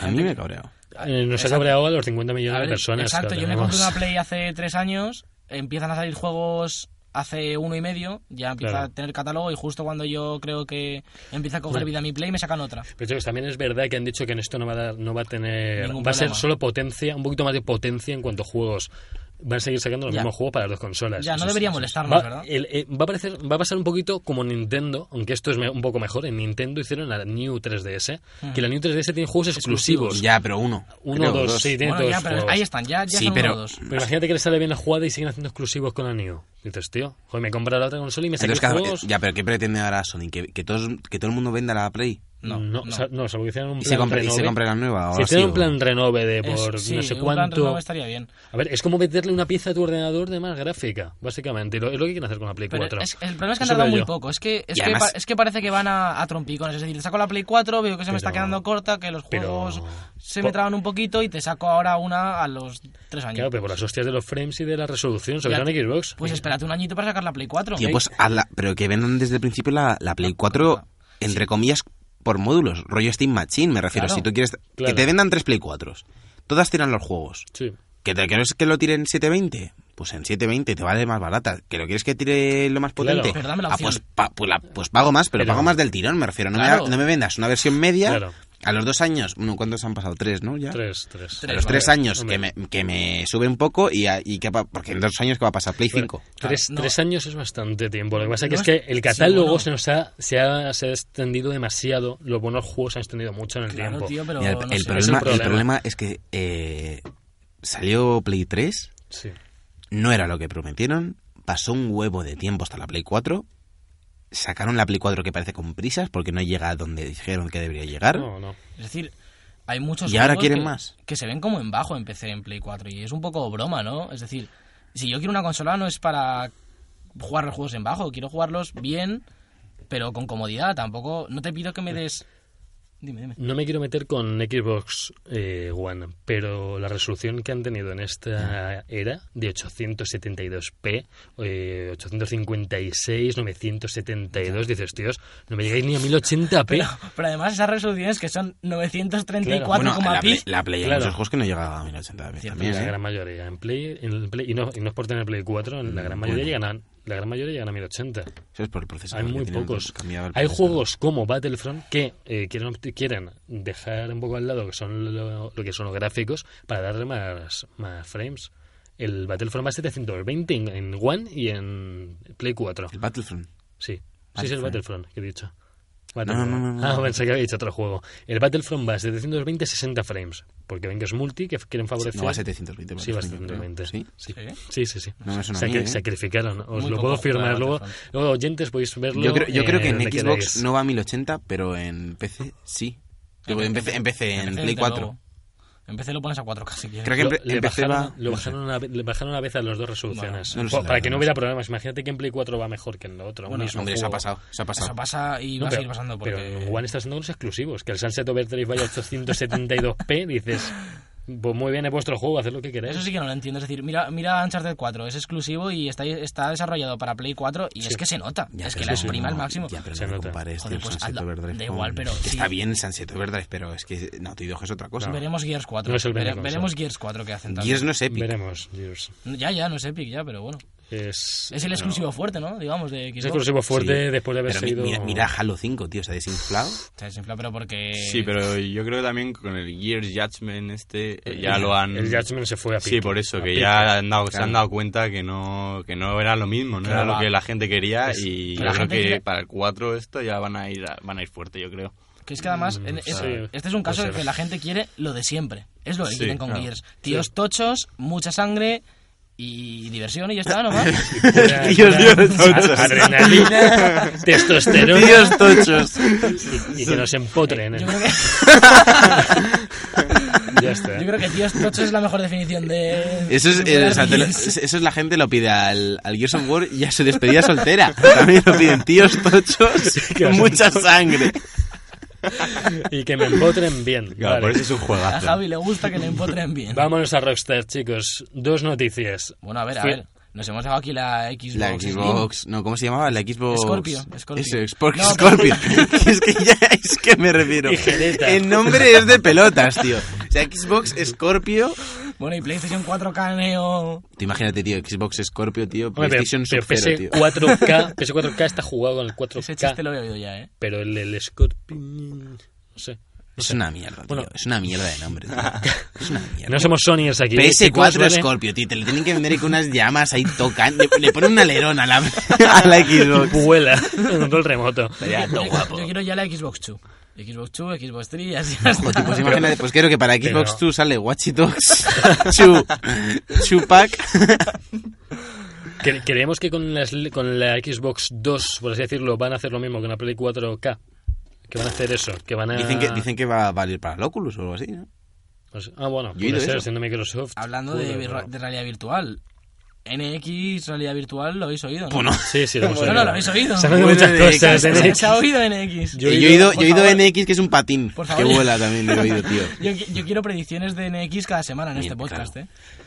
[SPEAKER 2] A
[SPEAKER 4] gente
[SPEAKER 2] mí
[SPEAKER 4] que-
[SPEAKER 2] me cabreo.
[SPEAKER 1] Eh, nos ha
[SPEAKER 4] Exacto.
[SPEAKER 1] cabreado a los 50
[SPEAKER 4] A
[SPEAKER 1] millones
[SPEAKER 4] ver,
[SPEAKER 1] de personas.
[SPEAKER 4] Exacto,
[SPEAKER 1] que
[SPEAKER 4] yo me
[SPEAKER 1] tenemos.
[SPEAKER 4] compré una Play hace tres años, empiezan a salir juegos hace uno y medio, ya empieza
[SPEAKER 1] Claro.
[SPEAKER 4] a tener catálogo y justo cuando yo creo que empieza a coger
[SPEAKER 1] Bueno.
[SPEAKER 4] vida mi Play me sacan otra.
[SPEAKER 1] Pero chicos, también es verdad que han dicho que en esto no va a dar, no va a tener,
[SPEAKER 4] Ningún
[SPEAKER 1] va a ser
[SPEAKER 4] problema.
[SPEAKER 1] solo potencia, un poquito más de potencia en cuanto a juegos. Van a seguir sacando los
[SPEAKER 4] Ya.
[SPEAKER 1] mismos juegos para las dos consolas.
[SPEAKER 4] Ya, no
[SPEAKER 1] Eso es-
[SPEAKER 4] debería
[SPEAKER 1] eso es-
[SPEAKER 4] molestarnos,
[SPEAKER 1] va,
[SPEAKER 4] ¿verdad?
[SPEAKER 1] el- eh, va a parecer, va a pasar un poquito como Nintendo, aunque esto es me- un poco mejor. En Nintendo hicieron la New 3DS,
[SPEAKER 4] Hmm.
[SPEAKER 1] que la New 3DS tiene juegos exclusivos.
[SPEAKER 2] Ya, pero uno.
[SPEAKER 1] Uno,
[SPEAKER 2] Creo,
[SPEAKER 1] dos, sí, tiene
[SPEAKER 4] Bueno,
[SPEAKER 1] todos
[SPEAKER 4] ya,
[SPEAKER 1] los
[SPEAKER 4] pero
[SPEAKER 1] juegos.
[SPEAKER 4] ahí están, ya, ya
[SPEAKER 2] Sí,
[SPEAKER 4] son
[SPEAKER 2] pero-
[SPEAKER 4] uno o dos.
[SPEAKER 1] Pero imagínate que le sale bien la jugada y siguen haciendo exclusivos con la New. Dices, tío, joder, me he comprado la otra consola y me
[SPEAKER 2] Pero
[SPEAKER 1] saqué
[SPEAKER 2] es que-
[SPEAKER 1] juegos.
[SPEAKER 2] ya, pero ¿qué pretende ahora Sony? ¿Que, que, todos, que todo el mundo venda la Play?
[SPEAKER 1] no, Mm, no, sa- no, salvo que hicieran un
[SPEAKER 2] Y
[SPEAKER 1] plan
[SPEAKER 2] se compre, y se
[SPEAKER 1] renove.
[SPEAKER 2] compre la nueva.
[SPEAKER 1] Si
[SPEAKER 2] ahora sí,
[SPEAKER 1] hicieran un
[SPEAKER 2] o-
[SPEAKER 1] plan renove de
[SPEAKER 4] Es-
[SPEAKER 1] por
[SPEAKER 4] sí,
[SPEAKER 1] no sé
[SPEAKER 4] un plan
[SPEAKER 1] cuánto.
[SPEAKER 4] renove estaría bien.
[SPEAKER 1] A ver, es como meterle una pieza a tu ordenador de más gráfica, básicamente. Y lo- es lo que quieren hacer con la Play
[SPEAKER 4] Pero
[SPEAKER 1] 4.
[SPEAKER 4] es- el problema es que han
[SPEAKER 1] Eso
[SPEAKER 4] tardado
[SPEAKER 1] veo
[SPEAKER 4] muy
[SPEAKER 1] yo.
[SPEAKER 4] poco. Es que, es,
[SPEAKER 2] Y
[SPEAKER 4] que,
[SPEAKER 2] además-
[SPEAKER 4] pa- es que parece que van a, a trompicones. Es decir, te saco la Play 4, veo que se me está
[SPEAKER 1] Pero-
[SPEAKER 4] quedando corta, que los
[SPEAKER 1] pero-
[SPEAKER 4] juegos se
[SPEAKER 1] po-
[SPEAKER 4] me traban un poquito y te saco ahora una a los tres años.
[SPEAKER 1] Claro, pero eh, por las hostias de los frames y de la resolución, sobre
[SPEAKER 4] Ya
[SPEAKER 1] todo en
[SPEAKER 4] te-
[SPEAKER 1] Xbox.
[SPEAKER 4] Pues espérate un añito para sacar la Play ¿eh? 4.
[SPEAKER 2] Tío, pues hazla- pero que vendan desde el principio la, la Play 4, entre comillas, por módulos. Rollo Steam Machine, me refiero.
[SPEAKER 4] Claro.
[SPEAKER 2] Si tú quieres...
[SPEAKER 1] Claro.
[SPEAKER 2] Que te vendan tres Play 4. Todas tiran los juegos.
[SPEAKER 1] Sí.
[SPEAKER 2] ¿Que te quieres que lo tire en 720? Pues en 720 te vale más barata. ¿Que lo quieres que tire lo más
[SPEAKER 1] Claro.
[SPEAKER 2] potente?
[SPEAKER 4] Pero dame la
[SPEAKER 2] Ah,
[SPEAKER 4] opción.
[SPEAKER 2] pues, pa- pues la- pues pago más, pero,
[SPEAKER 1] Pero-
[SPEAKER 2] pago más del tirón, me refiero. No,
[SPEAKER 4] Claro.
[SPEAKER 2] me, no me vendas una versión media.
[SPEAKER 1] Claro.
[SPEAKER 2] A los dos años, bueno, ¿cuántos han pasado? Tres, ¿no? Ya.
[SPEAKER 1] Tres, tres.
[SPEAKER 2] A los
[SPEAKER 4] Vale,
[SPEAKER 2] tres años
[SPEAKER 1] hombre.
[SPEAKER 2] que me, que me sube un poco y, a- y que, pa- porque en dos años que va a pasar Play 5.
[SPEAKER 1] Tres,
[SPEAKER 4] Ah, no.
[SPEAKER 1] tres años es bastante tiempo. Lo que pasa
[SPEAKER 4] No
[SPEAKER 1] es que,
[SPEAKER 4] es-
[SPEAKER 1] es que el
[SPEAKER 4] sí,
[SPEAKER 1] catálogo
[SPEAKER 4] bueno.
[SPEAKER 1] se nos ha, se ha, se ha extendido demasiado. Los buenos juegos se han extendido mucho en el
[SPEAKER 4] Claro,
[SPEAKER 1] tiempo.
[SPEAKER 4] tío, pero
[SPEAKER 2] Mira, el,
[SPEAKER 4] no
[SPEAKER 2] el
[SPEAKER 4] sé.
[SPEAKER 2] problema,
[SPEAKER 1] Es el
[SPEAKER 2] el
[SPEAKER 1] problema.
[SPEAKER 2] problema es que eh, salió Play 3,
[SPEAKER 1] Sí.
[SPEAKER 2] no era lo que prometieron, pasó un huevo de tiempo hasta la Play 4, sacaron la Play 4 que parece con prisas porque no llega a donde dijeron que debería llegar.
[SPEAKER 1] No, no.
[SPEAKER 4] Es decir, hay muchos
[SPEAKER 2] Y ahora
[SPEAKER 4] juegos
[SPEAKER 2] quieren
[SPEAKER 4] que,
[SPEAKER 2] más.
[SPEAKER 4] que se ven como en bajo en PC en Play 4 y es un poco broma, ¿no? Es decir, si yo quiero una consola no es para jugar los juegos en bajo, quiero jugarlos bien, pero con comodidad, tampoco no te pido que me des Dime, dime.
[SPEAKER 1] No me quiero meter con Xbox eh, One, pero la resolución que han tenido en esta era de 872p, eh, 856, 972, dices, tíos, no me llegáis ni a 1080p.
[SPEAKER 4] Pero, pero además esas resoluciones que son 934,
[SPEAKER 2] bueno,
[SPEAKER 4] coma
[SPEAKER 2] la
[SPEAKER 4] pi,
[SPEAKER 2] Play, la Play hay
[SPEAKER 1] Claro.
[SPEAKER 2] muchos juegos que no llega a 1080 p
[SPEAKER 4] Cierto.
[SPEAKER 2] también,
[SPEAKER 1] la
[SPEAKER 2] ¿eh?
[SPEAKER 1] gran mayoría. En Play, en el Play- y, no, y no es por tener Play 4, en la gran mayoría
[SPEAKER 2] bueno.
[SPEAKER 1] llegan a, la gran mayoría llegan a 1080.
[SPEAKER 2] Eso es por el procesador
[SPEAKER 1] Hay
[SPEAKER 2] que
[SPEAKER 1] muy
[SPEAKER 2] tienen,
[SPEAKER 1] pocos.
[SPEAKER 2] cambiaba el
[SPEAKER 1] Hay
[SPEAKER 2] procesador.
[SPEAKER 1] juegos como Battlefront que eh, quieren, opt- quieren dejar un poco al lado que son lo, lo que son los gráficos para darle más, más frames. El Battlefront va a 720 en, en One y en Play 4.
[SPEAKER 2] El Battlefront.
[SPEAKER 1] Sí, sí es el Battlefront que he dicho.
[SPEAKER 2] No, no, no, no,
[SPEAKER 1] Ah,
[SPEAKER 2] no.
[SPEAKER 1] pensé que había dicho otro juego. El Battlefront va a 720 60 frames. Porque ven que es multi, que quieren favorecer.
[SPEAKER 2] No va a 720.
[SPEAKER 1] Sí, va a
[SPEAKER 2] Battlefront, creo.
[SPEAKER 1] 720.
[SPEAKER 2] ¿Sí?
[SPEAKER 1] sí,
[SPEAKER 4] ¿Sí?
[SPEAKER 1] sí. sí, sí.
[SPEAKER 2] No me suena a
[SPEAKER 1] Sacri-
[SPEAKER 2] mí, ¿eh?
[SPEAKER 1] Sacrificaron. Os lo
[SPEAKER 4] Muy poco
[SPEAKER 1] puedo
[SPEAKER 4] jugado
[SPEAKER 1] firmar
[SPEAKER 4] al
[SPEAKER 1] luego.
[SPEAKER 4] Battlefront.
[SPEAKER 1] Luego, oyentes, podéis verlo.
[SPEAKER 2] Yo creo, yo creo
[SPEAKER 1] eh,
[SPEAKER 2] que en
[SPEAKER 1] donde
[SPEAKER 2] Xbox
[SPEAKER 1] queráis.
[SPEAKER 2] no va a 1080, pero en PC sí. Digo, en PC, en, PC, en
[SPEAKER 4] desde
[SPEAKER 2] Play 4.
[SPEAKER 4] luego. En PC lo pones a 4K si quieres.
[SPEAKER 2] Creo que en,
[SPEAKER 1] Lo-
[SPEAKER 2] pre-
[SPEAKER 1] le
[SPEAKER 2] en PC
[SPEAKER 1] bajaron,
[SPEAKER 2] va...
[SPEAKER 1] lo
[SPEAKER 2] no sé.
[SPEAKER 1] bajaron una, ve- le bajaron una vez a las dos resoluciones.
[SPEAKER 2] Bueno, no lo
[SPEAKER 1] Po- para
[SPEAKER 2] sé, la verdad,
[SPEAKER 1] que no
[SPEAKER 2] no
[SPEAKER 1] hubiera
[SPEAKER 2] sé.
[SPEAKER 1] problemas. Imagínate que en Play 4 va mejor que en lo otro. un mismo
[SPEAKER 2] Hombre, eso ha
[SPEAKER 1] juego.
[SPEAKER 2] pasado. Eso ha pasado.
[SPEAKER 4] Eso pasa y
[SPEAKER 1] No,
[SPEAKER 4] va a
[SPEAKER 1] pero,
[SPEAKER 4] seguir pasando porque
[SPEAKER 1] pero en One estás haciendo unos exclusivos. Que el Sunset Overdrive vaya a 872p, dices, pues muy bien, es vuestro juego, haced lo que queráis.
[SPEAKER 4] Eso sí que no lo entiendo. Es decir, mira, mira Uncharted 4, es exclusivo y está, está desarrollado para Play 4 y es que se nota.
[SPEAKER 2] Ya,
[SPEAKER 4] es
[SPEAKER 2] pero
[SPEAKER 4] que la
[SPEAKER 2] no,
[SPEAKER 4] exprima al
[SPEAKER 2] no,
[SPEAKER 4] máximo.
[SPEAKER 2] Ya, pero
[SPEAKER 1] Se
[SPEAKER 2] no me
[SPEAKER 1] nota.
[SPEAKER 2] compares,
[SPEAKER 4] Joder,
[SPEAKER 2] tío,
[SPEAKER 4] pues
[SPEAKER 2] el Sunset
[SPEAKER 4] hazlo.
[SPEAKER 2] Overdrive
[SPEAKER 4] Da
[SPEAKER 2] con-
[SPEAKER 4] igual, pero
[SPEAKER 2] Que
[SPEAKER 4] sí.
[SPEAKER 2] Está bien el Sunset Overdrive, pero es que Naughty Dog es otra cosa.
[SPEAKER 4] Veremos Gears 4.
[SPEAKER 1] No es el
[SPEAKER 4] Vere-
[SPEAKER 1] Benny
[SPEAKER 4] veremos
[SPEAKER 1] Console.
[SPEAKER 4] Gears 4 que hacen también.
[SPEAKER 2] Gears no es Epic.
[SPEAKER 1] Veremos, Gears.
[SPEAKER 4] Ya, ya, no es Epic ya, pero bueno.
[SPEAKER 1] Es,
[SPEAKER 4] Es el exclusivo fuerte, ¿no? Digamos, de Xbox.
[SPEAKER 1] es exclusivo fuerte
[SPEAKER 2] Sí.
[SPEAKER 1] después de haber
[SPEAKER 2] Pero mi-
[SPEAKER 1] sido.
[SPEAKER 2] mira, mira Halo 5, tío, se ha desinflado.
[SPEAKER 4] Se desinfla, pero porque...
[SPEAKER 3] Sí, pero yo creo que también con el Gears Judgment este eh, ya lo han...
[SPEAKER 1] El Judgment se fue a
[SPEAKER 3] Sí,
[SPEAKER 1] pique,
[SPEAKER 3] por eso,
[SPEAKER 1] a
[SPEAKER 3] que
[SPEAKER 1] pique.
[SPEAKER 3] ya han dado- se
[SPEAKER 2] Claro.
[SPEAKER 3] han dado cuenta que no, que no era lo mismo, no
[SPEAKER 4] Claro.
[SPEAKER 3] era lo que la gente quería
[SPEAKER 1] Es-
[SPEAKER 3] y
[SPEAKER 4] que
[SPEAKER 3] yo
[SPEAKER 4] la
[SPEAKER 3] creo
[SPEAKER 4] gente
[SPEAKER 3] que
[SPEAKER 4] quiere-
[SPEAKER 3] para el 4 esto ya van a ir a- van a ir fuerte, yo creo.
[SPEAKER 4] Que es que además,
[SPEAKER 1] Mm,
[SPEAKER 4] en- es-
[SPEAKER 1] sí.
[SPEAKER 4] este es un caso
[SPEAKER 1] Puede
[SPEAKER 4] en que
[SPEAKER 2] Pues
[SPEAKER 1] ser.
[SPEAKER 4] la gente quiere lo de siempre. Es lo que
[SPEAKER 3] Sí,
[SPEAKER 4] quieren con
[SPEAKER 3] claro.
[SPEAKER 4] Gears. Tíos tochos, mucha sangre y diversión y ya está, nomás.
[SPEAKER 1] Pura-
[SPEAKER 2] Tíos,
[SPEAKER 1] pura
[SPEAKER 2] tíos, tochos.
[SPEAKER 1] Adrenalina, testosterona.
[SPEAKER 2] Tíos tochos.
[SPEAKER 1] Y que nos empotren. ¿eh?
[SPEAKER 4] Yo creo que...
[SPEAKER 1] Ya está.
[SPEAKER 4] Yo creo que tíos tochos es la mejor definición de.
[SPEAKER 2] Eso es,
[SPEAKER 4] de
[SPEAKER 2] eh, o sea, te lo-
[SPEAKER 4] Gears.
[SPEAKER 2] eso es la gente lo pide al, al Gears of War y a su despedida soltera. También lo piden tíos tochos
[SPEAKER 1] os-
[SPEAKER 2] con mucha sangre.
[SPEAKER 1] eh. Y que me empotren bien. Vale.
[SPEAKER 3] por eso es un
[SPEAKER 4] A
[SPEAKER 3] juegazo.
[SPEAKER 4] Javi le gusta que le empotren bien.
[SPEAKER 1] Vámonos a Rockstar, chicos. Dos noticias.
[SPEAKER 4] Bueno, a ver, a
[SPEAKER 1] Fue-
[SPEAKER 4] ver. Nos hemos dado aquí la Xbox.
[SPEAKER 2] La
[SPEAKER 4] Slim.
[SPEAKER 2] Xbox, no, ¿cómo se llamaba? La Xbox.
[SPEAKER 4] Scorpio, Scorpio.
[SPEAKER 2] Eso, Xbox
[SPEAKER 4] No,
[SPEAKER 2] Scorpio. es que ya es que me refiero.
[SPEAKER 1] Tijereta.
[SPEAKER 2] El nombre es de pelotas, tío. O sea, Xbox Scorpio.
[SPEAKER 4] Bueno, y PlayStation 4K Neo.
[SPEAKER 2] Tú imagínate, tío, Xbox Scorpio, tío,
[SPEAKER 1] Hombre, pero-
[SPEAKER 2] PlayStation
[SPEAKER 1] pero
[SPEAKER 2] Sub tío.
[SPEAKER 1] PS4K, PS4K está jugado con el
[SPEAKER 4] Ese chiste
[SPEAKER 1] 4K,
[SPEAKER 4] lo había oído ya, ¿eh?
[SPEAKER 1] pero el, el Scorpion... No sé.
[SPEAKER 2] Es una mierda, tío.
[SPEAKER 1] Bueno.
[SPEAKER 2] Es una mierda de nombre, tío. Es una mierda.
[SPEAKER 1] No somos Sonyers aquí. ¿eh,
[SPEAKER 2] PS4
[SPEAKER 1] chicos, ¿vale?
[SPEAKER 2] Scorpio, tío, te le tienen que vender ahí con unas llamas ahí tocan, le, le ponen un alerón a la, a la Xbox.
[SPEAKER 1] Vuela en control remoto.
[SPEAKER 2] Estaría todo
[SPEAKER 4] Yo-
[SPEAKER 2] guapo.
[SPEAKER 4] Yo quiero ya la Xbox 2. Xbox 2, Xbox 3 y así hasta.
[SPEAKER 2] Joder, pues imagínate, pues creo que para Xbox
[SPEAKER 1] Pero-
[SPEAKER 2] 2 sale Watch Dogs, Chu, Chupac.
[SPEAKER 1] ¿Cre- ¿Creemos que con, las- con la Xbox 2, por así decirlo, van a hacer lo mismo que una Play 4K? Que van a hacer eso, que van a...
[SPEAKER 2] Dicen que, dicen que va a valer para el Oculus o algo así, ¿no?
[SPEAKER 1] Pues- ah, bueno,
[SPEAKER 2] Yo he
[SPEAKER 1] puede
[SPEAKER 2] oído
[SPEAKER 1] ser,
[SPEAKER 2] eso.
[SPEAKER 1] siendo Microsoft.
[SPEAKER 4] Hablando
[SPEAKER 1] puede,
[SPEAKER 4] de,
[SPEAKER 1] pero-
[SPEAKER 4] de realidad virtual. NX, realidad virtual, lo habéis oído, ¿no?
[SPEAKER 2] Bueno,
[SPEAKER 1] Sí, sí, lo hemos
[SPEAKER 4] Bueno,
[SPEAKER 1] oído.
[SPEAKER 4] lo habéis oído.
[SPEAKER 1] Se han oído
[SPEAKER 2] Bueno,
[SPEAKER 1] muchas
[SPEAKER 2] de-
[SPEAKER 1] cosas.
[SPEAKER 2] de-
[SPEAKER 1] ¿eh?
[SPEAKER 4] Se ha oído NX.
[SPEAKER 1] Yo
[SPEAKER 2] yo
[SPEAKER 1] he
[SPEAKER 2] he
[SPEAKER 1] oído-
[SPEAKER 2] oído,
[SPEAKER 4] por
[SPEAKER 2] yo he oído
[SPEAKER 4] favor.
[SPEAKER 2] NX, que es un patín.
[SPEAKER 4] Por
[SPEAKER 2] Que
[SPEAKER 4] favor.
[SPEAKER 2] vuela también, yo he oído, tío.
[SPEAKER 4] Yo, qui- yo quiero predicciones de NX cada semana en este podcast, ¿eh?
[SPEAKER 1] Po-